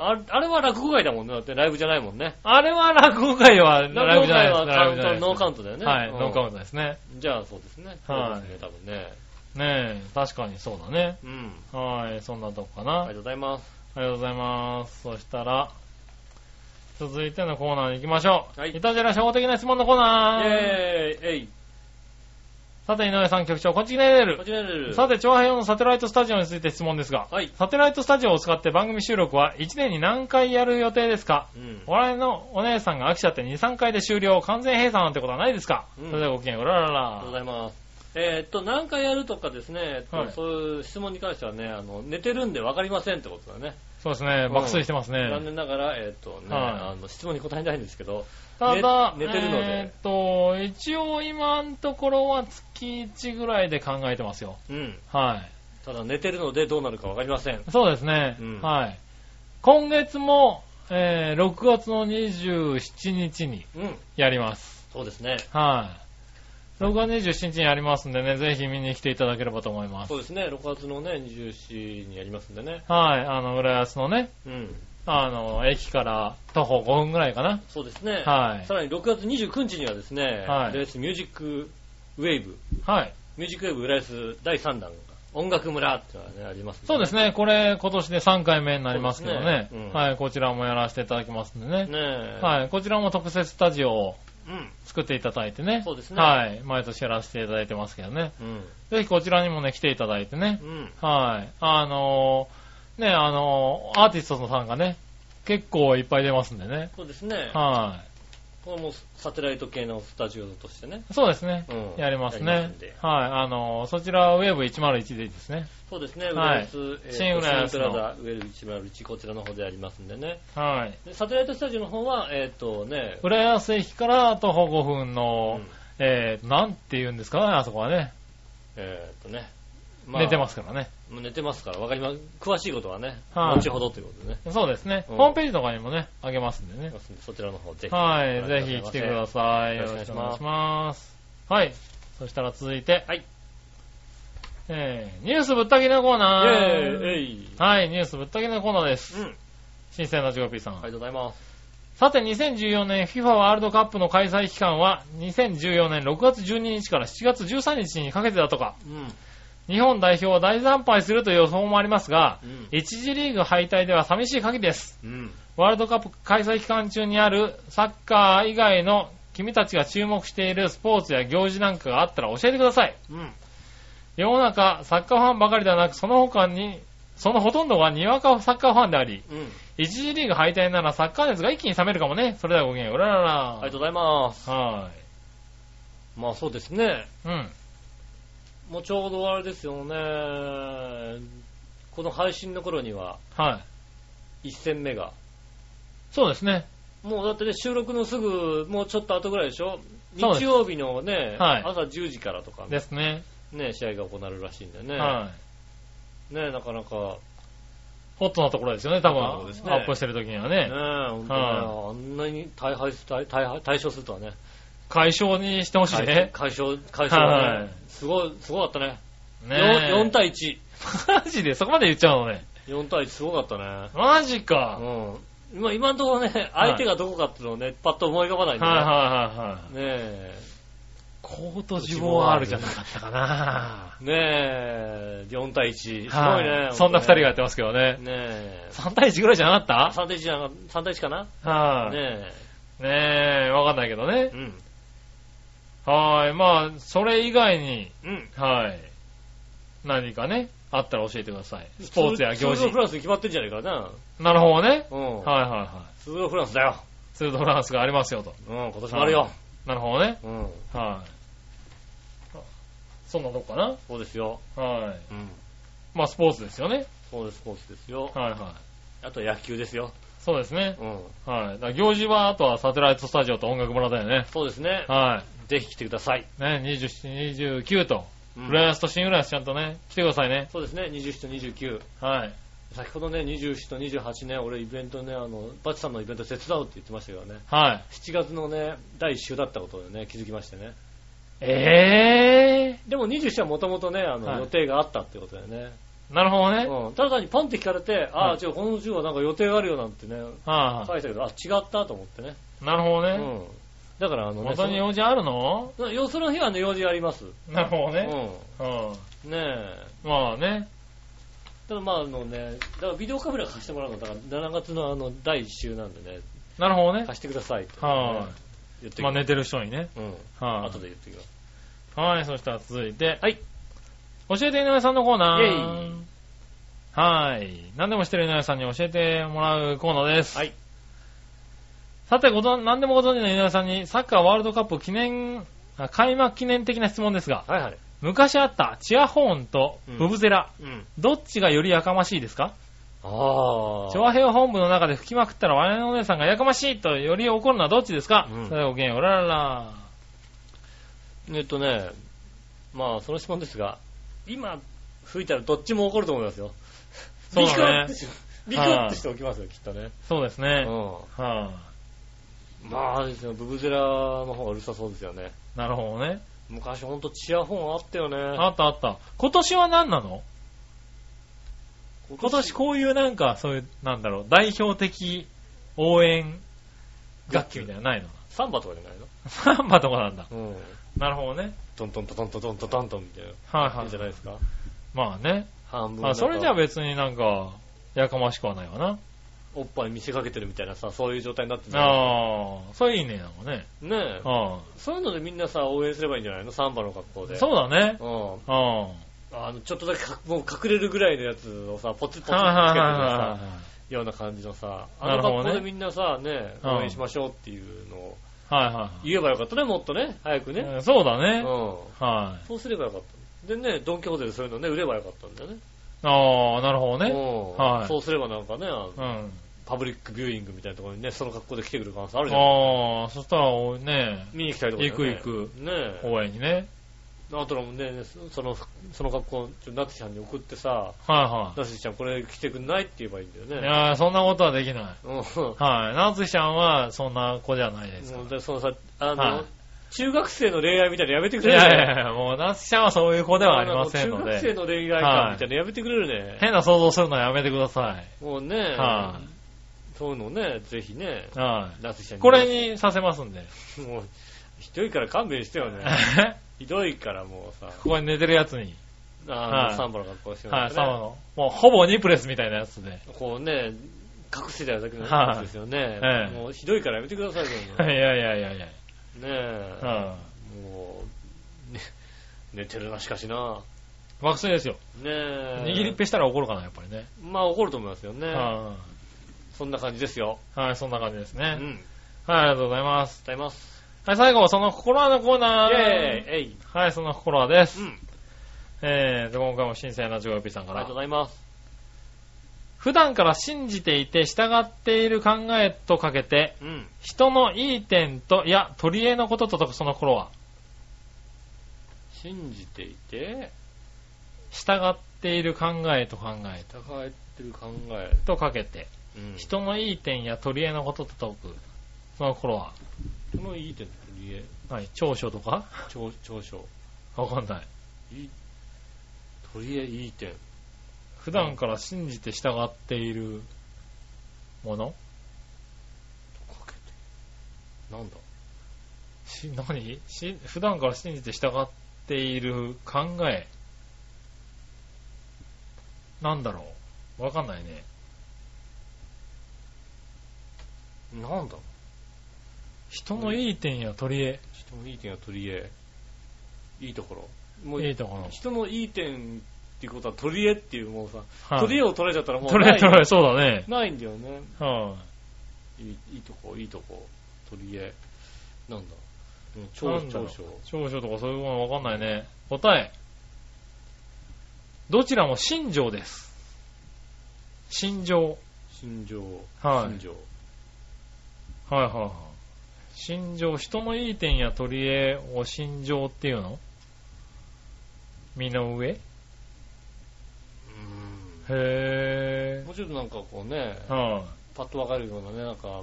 ああれは落語会だもんね。だってライブじゃないもんねい。。あれは落語会はライ落ブ語じゃない会ではす。カライウブンじゃなト、いですノーカウントだよね。はい、うんノーカウントですね。じゃあそうですね。はいそうですね、多分ね。ねえ、確かにそうだね。うん。はい、そんなとこかありがな。とうございます。ありがとうございます。そしたら、続いてのコーナーに行きましょう。はいいたじら初歩的な質問のコーナー。えー、えい。さて、井上さん局長、こっちにねこる。ちらる。さて、長平用のサテライトスタジオについて質問ですが、はい。サテライトスタジオを使って番組収録は1年に何回やる予定ですかうん。お笑いのお姉さんが飽きちゃって2、3回で終了、完全閉鎖なんてことはないですか、うんそれではごきげんよう、うららありがとうごら。ざいます。えーっと、何回やるとかですね、えっとはいそういう質問に関してはね、あの、寝てるんで分かりませんってことだね。そうですね、ん爆睡してますね。残念ながら、えーっとね、はいあの、質問に答えないんですけど、ただ、寝寝てるのでえーっと、一応今のところは月1ぐらいで考えてますよ。うん。はただ寝てるのでどうなるか分かりません。い。そうですね。うんはい。今月も、えー6月の27日にうん。やります。そうですね。はい。6月27日にやりますんでね、ぜひ見に来ていただければと思いますそ。うですね、6月のね、24にやりますんでね。はい。あの、浦安のね、うん。あの、駅から徒歩5分ぐらいかな。そうですね。はいさらに6月29日にはですね、はいレースミュージックウェーブ、はい。ミュージックウェーブ浦安第3弾、音楽村っていうのがね、ありますんそうですね。これ、今年で3回目になりますけどね。そうですねうんはい。こちらもやらせていただきますんでね。ねえ。い。はい。こちらも特設スタジオをうん。作っていただいてね。そうですねはい。毎年やらせていただいてますけどね。うん。ぜひこちらにもね、来ていただいてねう。ん。はい。あのーね、あのーアーティストさんがね、結構いっぱい出ますんでね。そうですね。はこれもサテライト系のスタジオとしてね。い。そうですね。うんやりますやりまねすんで。はい。あのーそちらウェーブ101でいいですね。そうですね、浦はい安、えー新浦安の新プラザ、ウェル101、こちらの方でありますんでね。はい。でサテライトスタジオの方は、えっ、とね、浦安駅から徒歩5分うの、んえー、なんて言うんですかね、あそこはね。えっ、とね、。寝てますすからね。もう寝てますから、わかります。詳しいことはね、はい後ほどということでね。そうですね。うんホームページとかにもね、あげますんでねあり。ますんでそちらの方ぜひ。はい、ぜひ来てください。よよろろししくくおお願願いいしします。はい。そしたら続いて。はい。えー、ニュースぶった切りのコーナー。イェーイえいはい、ニュースぶった切りのコーナーでうん。す。あり新鮮なジゴピーさん。がとうございます。さて、2014年 FIFA ワールドカップの開催期間は、2014年6月12日から7月13日にかけてだとか、うん。日本代表は大惨敗するという予想もありますが、うん1次リーグ敗退では寂しい限りです。うん。ワールドカップ開催期間中にあるサッカー以外の君たちが注目しているスポーツや行事なんかがあったら教えてください。うん。世の中、サッカーファンばかりではなく、その他に、そのほとんどがにわかサッカーファンであり、うん。一次リーグ敗退ならサッカー熱が一気に冷めるかもね。それではごきげんよう。うららあら。りがとうございます。はまあそうですね。い。うん。もうちょうどあれですよね。この配信の頃にははい。 1戦目が。そうですね。もうだってね、収録のすぐ、もうちょっと後ぐらいでしょそうです日曜日のね、はい朝10時からとかでね、すね。試合が行われるらしいんでね。はい。ねなかなか、ホットなところですよね、多分。ホットなところですねアップしてる時にはねね。本当ね、あんなに大敗す、大大敗、対処するとはね。解消にしてほしいね。解消、解消がはねい。すごい、すごかったね。ねえ 4, 対1。マジでそこまで言っちゃうのね。 4対1すごかったね。マジか。うん。今、今のところね、はい相手がどこかっていうのをね、パッと思い浮かばないんだはいはいね。はいねはい。え。コートジボワールじゃなかったかな。ねえ、4対1。すごいね。はいそんな二人がやねってますけどね。え。 3対1ぐらいじゃなかっ3対1じゃなか3対1かなたはい。ねねえ、わかんないけどえ。ねう。ん。はい。まあ、それ以外に、うん。はい。何かね、あったら教えてください。スポーツや行ツールド事フ。ランスに決まってんじゃないかな。なるほどね。うん。はいはいはツールドフランスだよ。い。ツールドフランスがありますよと。うん、今年もあるよ。なるほどね。うん。はい。そんなとこかそうですよ。なはい。うん。まあ、スポーツですよね。そうです、スポーツですよ。はいはい。あと野球ですよ。そうですね。うん。はい。だから行事は、あとはサテライトスタジオと音楽村だよね。そうですね。はぜひ来てください。い。ね、27、29と、う浦安と新浦安ちゃんとね、来てくださいね。そうですね、27と29。はい。先ほどね、27と28ね、俺イベントね、あの、バチさんのイベント手伝うって言ってましたけどね、はい。 7月のね、第1週だったことをね、気づきましてね。ええでも27はもともとね、あの、はい予定があったってことだよね。ー。なるほどね。はい、うん。ただ単にパンって聞かれて、あはあ、い違う、この週はなんか予定があるよなんてね、書いてたけど、あ、違ったと思ってね。なるほどうね。ん。だから、あのね、またに用事あるのそのよその日はね、用事あります。なるほどうね。ん。うん。ねえ。まあね。ただまああのね、だからビデオカメラ貸してもらうの、だから7月のあの第1週なんでね、なるほどね。貸してくださいと。は言っい。てまあき寝てる人にね。うん。はい後。で言ってきます。はい、そしたら続いて。はい。教えて井上さんのコーナー。イェイはい。何でもしてる井上さんに教えてもらうコーナーです。はい。さて、ごと何でもご存知の井上さんに、サッカーワールドカップ記念、あ開幕記念的な質問ですが、はいはい。昔あったチアホーンとブブゼラ、うん。どっちがよりやかましいですかああ。調和平本部の中で吹きまくったら我々のお姉さんがやかましいとより怒るのはどっちですか、うんそれではごきげんよう、うららら。えっとね、まあ、その質問ですが、今、吹いたらどっちも怒ると思いますよ。そうだビクッねてしビクッてしておきますよ、きっとね。そうですうね。ん。はまあ、あれですよ、ブブゼラの方がうるさそうですよね。あ、なるほどね。昔ほんとチアホーンあったよ ね。あったあった。今年は何なの今年こういうなんか、そういう、なんだろう、代表的応援楽器みたいなの ないのサンバとかじゃないサンバとかなんだ。のうん。なるほどね。トントントントントントントントンみたいな。はいいはい。んじゃないいですか。まあね。半分。あそれじゃあ、別になんか、やかましくはないわな。おっぱい見せかけてるみたいなさ、そういう状態になってるじゃないああ、それいいね、なんかね。ねえ。あそういうのでみんなさ、応援すればいいんじゃないのサンバの格好あで。そうだね。うん。ああ。あの、ちょっとだけかもう隠れるぐらいのやつをさ、ポツッポツッつけてはいはいはいさ、はような感じのさ、あなのるほどね格好でみんなさ、ね、うん応援しましょうっていうのをい。はいはい言えばよかったね、もっとね、早くね。はい。そうだうんね。。はい。そうすればよかった。でね、ドンキホーテでそういうのね、売ればよかったんだよね。ああ、なるほどね。うんはいそうすればなんかね、あのうん。あパブリックビューイングみたいなところにね、その格好で来てくる可能性あるじゃん。あー、そしたら、おね、見に行きたいところ、ね。行く行く。ねえ。応援にね。あとはもうね、その、その格好、ちょっとナツちゃんに送ってさ、はナツちゃんこれ着てくんないって言えばいいんだよね。いはい。いやーそんなことはできない。うん。はい。夏日ちゃんは、そんな子じゃないです。もうでそのさ、あの、はい中学生の恋愛みたいなのやめていくれやるいやいや、もう夏日ちゃんはそういう子ではありませんの中学生で、の恋愛観みたいなのやめてくれるね。変な想像するのはやめてください。もうね、はそういうのをね、ぜひね、い。は夏ちゃんい。これにさせますんで。 に。もう、ひどいから勘弁してよね。ひどいからもうさ、ここに寝てるやつに。あはの、いサンバの格好してもらはっい、てサねマの。もうほぼニプレスみたいなやつで。こうね、隠してただけのやつですよね。はいええもうひどいからやめてくださいよ、いやねいやいやいや。え、うん。もう、ね寝てるな、しかしな。爆睡ですよ。ねえ。握りっぺしたら怒るかな、やっぱりね。まあ怒ると思いますよね。はそんな感じですよ。い。はい、そんな感じですうん。ね。はい、ありがとうございます。歌います。はい、最後、その心はのコイーェナーーイえいはい、その心はです。うん。えーと、今回も新鮮なジョーピーさんあかりがらとうご。ざいます。普段から信じていて従っている考えとかけて、うん。人のいい点と、いや、取り柄のことと解くその心は、信じていて、従っている考えと考えと、高えってる考え。とかけて、うん。人人のいい点や取り柄のことと解く、その頃は、のいい点と理恵、はい、長所とか長長所。わかんない。いい、とりえいい点。普段から信じて従っているものかけて。なんだし、何し、普段から信じて従っている考え。なんだろうわかんないね。なんだ人のいい点や取り柄。人のいい点はとりえ。いいところ。もう、いいところ。人のいい点っていうことはとりえっていうもうさ、はといりえを取られちゃったらもう取なれい取れ、そうだね。ないんだよね。はいいいいとこ、いいとこ、取り柄。なんだ。うんな長んだろ長う所。長所とかそういうものわかんないね。答え。どちらも心情です。心情。心情。はい心情。はいはいはい。心情、人のいい点や取り柄を心情っていうの身の上へうん。もうちょっとなんかこうね、ぇー。はい、パッとわかるようなね、なんか、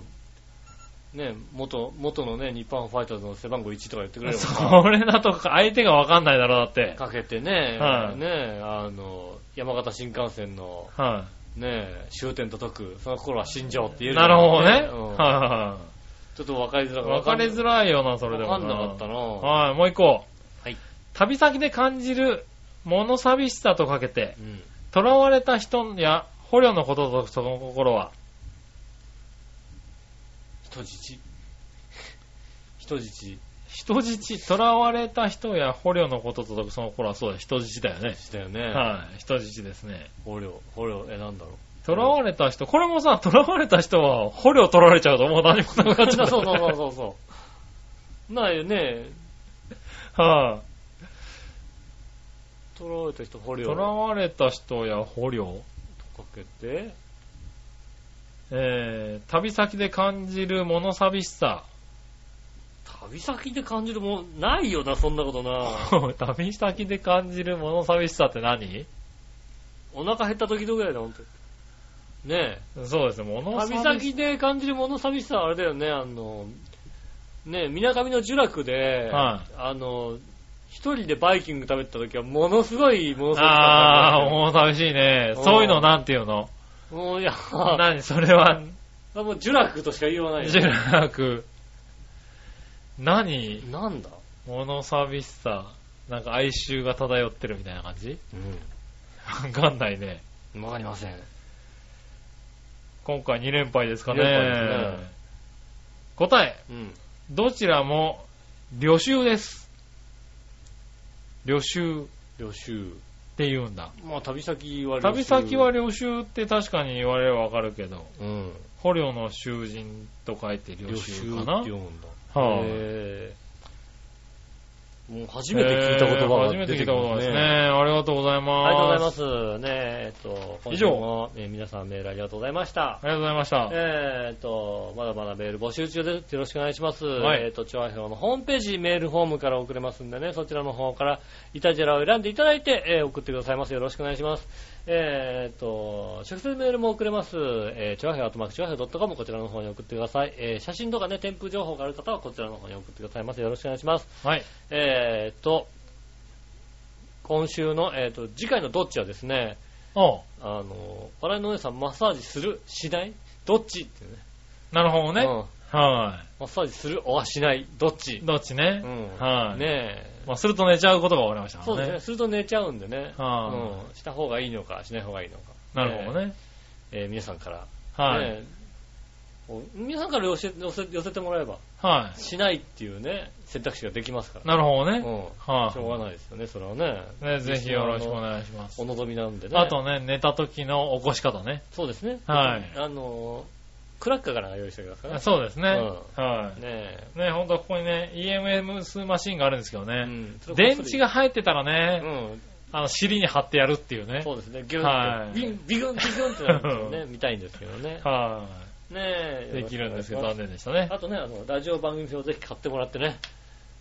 ね、元、元のね、日本ファイターズの背番号1とか言ってくれればさ、それだと相手がわかんないだろう、だって。かけてね、はいね、あの、山形新幹線のはね、終点と解く、その頃は心情ってい、言えるなるほどね。うんはちょっと分かりづらいかはい。わかりづらいよな、それでも。わかんなかったなはい、もう一個。はい。旅先で感じる物寂しさとかけてう、ん。囚われた人や捕虜のこととその心は、一人質。人質。人質、囚われた人や捕虜のこととその頃はそうだ、人質だよね。したよね。はい、人質ですね。捕虜、捕虜、え、なんだろう。囚われた人、これもさ、囚われた人は捕虜取られちゃうともう何もなくなっちゃう、そうそうそうそうそう。 ないよね。う。 はい、捕らわれた人、捕囚虜をわれた人や捕虜かけて、えー、旅先で感じる物寂しさ。旅先で感じるもん、ないよな、そんなこと な。 旅先で感じる物寂しさって何お腹減った時ぐらいだ、ほんとに。ねそうですね、え。物寂旅し先で感じる物寂しさはあれだよね、あの、ねえ、みなかみの呪楽で、はいあの、一人でバイキング食べてた時は、ものすごい物寂しさだあったんだー、よね物寂しいね。うんそういうのなんていうのもう、いや、何それは、もう呪楽としか言わないよじゃなく、何なんだ物寂しさ。なんか哀愁が漂ってるみたいな感じわかんないね。うん。わかりません。今回2連敗ですかね。二連敗ですね答え、うん。どちらも、旅愁です。旅愁っ旅愁。て言うんだ。まあ、旅先は旅先は、旅愁って確かに言われればわかるけど、うん。捕虜の囚人と書いて旅旅愁愁かってな。読むんだ。はあへえもう初めて聞いた言葉がえー出初めて聞てくいたる言葉ですね。あありがとうございます。りがとうございま。す。ねえ、えっと、以上今週もえー皆さんメールありがとうございましたあ。りがとうございました。えーっと、まだまだメール募集中です。よろしくお願いします。はいえーっと、調和表のホームページメールフォームから送れますんでね、そちらの方からイタジェラを選んでいただいて、えー送ってくださいます。よろしくお願いします。えーっと、直接メールも送れます。えー、調和表、あとマーク調和表 .com こちらの方に送ってください。えー写真とかね、添付情報がある方はこちらの方に送ってくださいます。よろしくお願いします。はい。えーっと、今週の、えーっと、次回のどっちはですね、おうあの、笑いのお姉さんマッサージするしないどっちっていうね。なるほどね。うんはマッサージするおはしないどっちい。どっちね。うんはい。ねえ。まあ、すると寝ちゃうことが分かりましたかそうらですねね。。すると寝ちゃうんでね。はうん。した方がいいのか、しない方がいいのか。なるほどね。えー皆さんから。はい。ねえお皆さんから寄せ寄せ寄せてもらえば、はしないっていうね、選択肢ができますかい。なるほどら。うん。ね。しょうはがないですよね、それはね。い。ね、ぜひよろしくお願いします。お望みなんでね。あとね、寝た時の起こし方ね。そうですね。はいあのー、クラッカーから用意してくださいね。そうですね。うはねえ。い。ね、ほんとここにね、EMS マシンがあるんですけどうね。んそれこそ電池が入ってたらね、うん。あの、尻に貼ってやるっていうね。そうですね。ギュはンって。いビン、ビグン、ビグンってなるんですよ ね。見たいんですけどね。はねい。え。できるんですけど、よろ残しくお願いし念でしたねます。あとね、あの、ラジオ番組表をぜひ買ってもらってね。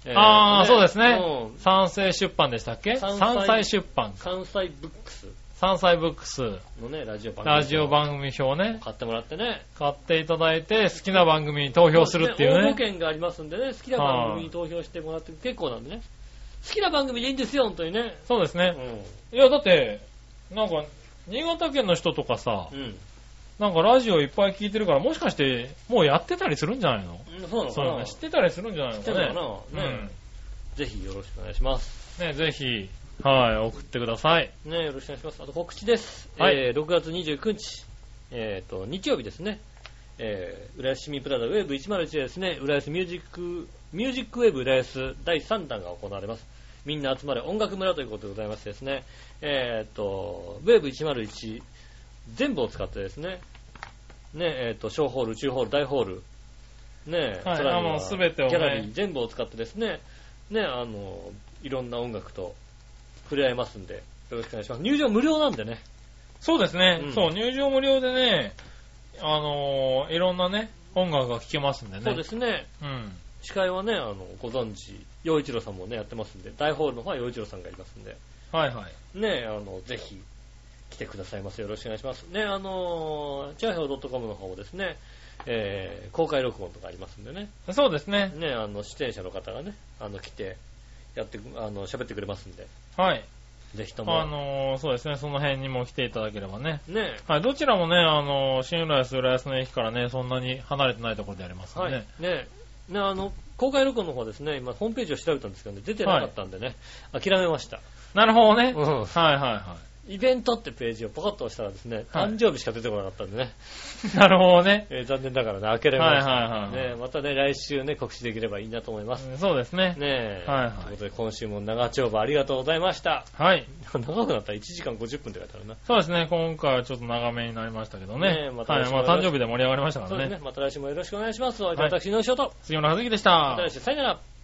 えーああ、そうですねう。ん三世出版でしたっけ三三才歳出版か。関西ブックス三歳ブックス、のね、ラジオ番組。ラジオ。番組表ね。買ってもらってね。買っていただいて、好きな番組に投票するっていそうです応募ね。券がありますんでね、好きな番組に投票してもらって結構なんでね。好きな番組でいいんですよ、本当にね。そうですうね。ん。いや、だって、なんか、新潟県の人とかさ、うん。なんかラジオいっぱい聞いてるから、もしかして、もうやってたりするんじゃないのそうなのそかういうのな知ってたりするんじゃないの知かってるね。のかうなねん。ぜひよろしくお願いします。ね、ぜひ、はい、送ってください。ね、よろしくお願いします。あと告知です。はいえー6月29日、えっ、と、日曜日ですね。えー、浦安市民プラザウェーブ101ですね、浦安ミュージック、ミュージックウェーブ浦安第3弾が行われます。みんな集まれ音楽村ということでございましてですね、えっ、と、ウェーブ101全部を使ってですね、ね、えっ、と、小ホール、中ホール、大ホール、ね、はいさらにあもう全てをねギャラリー全部を使ってですね、ね、あの、いろんな音楽と触れ合いますんで、よろしくお願いします。入場無料なんでね。そうですね、うんそう、入場無料でね、あのーいろんなね、音楽が聴けますんでね。そうですね。うん。司会はね、あの、ご存知、洋一郎さんもね、やってますんで、大ホールの方は洋一郎さんがいますんで、はいはい。ね、あの、ぜひ、来てくださいます。よろしくお願いします。ね、あのー、チャーヒョウ .com の方もですね、えー、公開録音とかありますんでね、そうですね。ね、あの、出演者の方がね、あの、来て、やってく、あの、喋ってくれますんで、はい。ぜひとも、あのーそうですね、その辺にも来ていただければね。ね、はい、どちらもね、あのー新浦安、浦安の駅からね、そんなに離れてないところでありますはのい、で、ね、ね、あの、公開録音の方はですね、今、ホームページを調べたんですけどね、出てなかったんでね、諦めました。なるほどね。うんはいはいはイベントってページをポコッと押したらですね、はい誕生日しか出てこなかったんでね、 なるほどね。えー残念ながらね、開けられましたので、ねまたね、来週ね、告知できればいいなと思います。そうですね。ねえ。はいはいということで、今週も長丁場ありがとうございました。 はい。長くなったら1時間50分って書いてあるな。そうですね。今回はちょっと長めになりましたけどね。ねえまたはい。まあ誕生日で盛り上がりましたかそうらですね。ね。また来週もよろしくお願いします。お相手ははい私、井上翔と。杉村和樹でしたまた。来週、さよなら。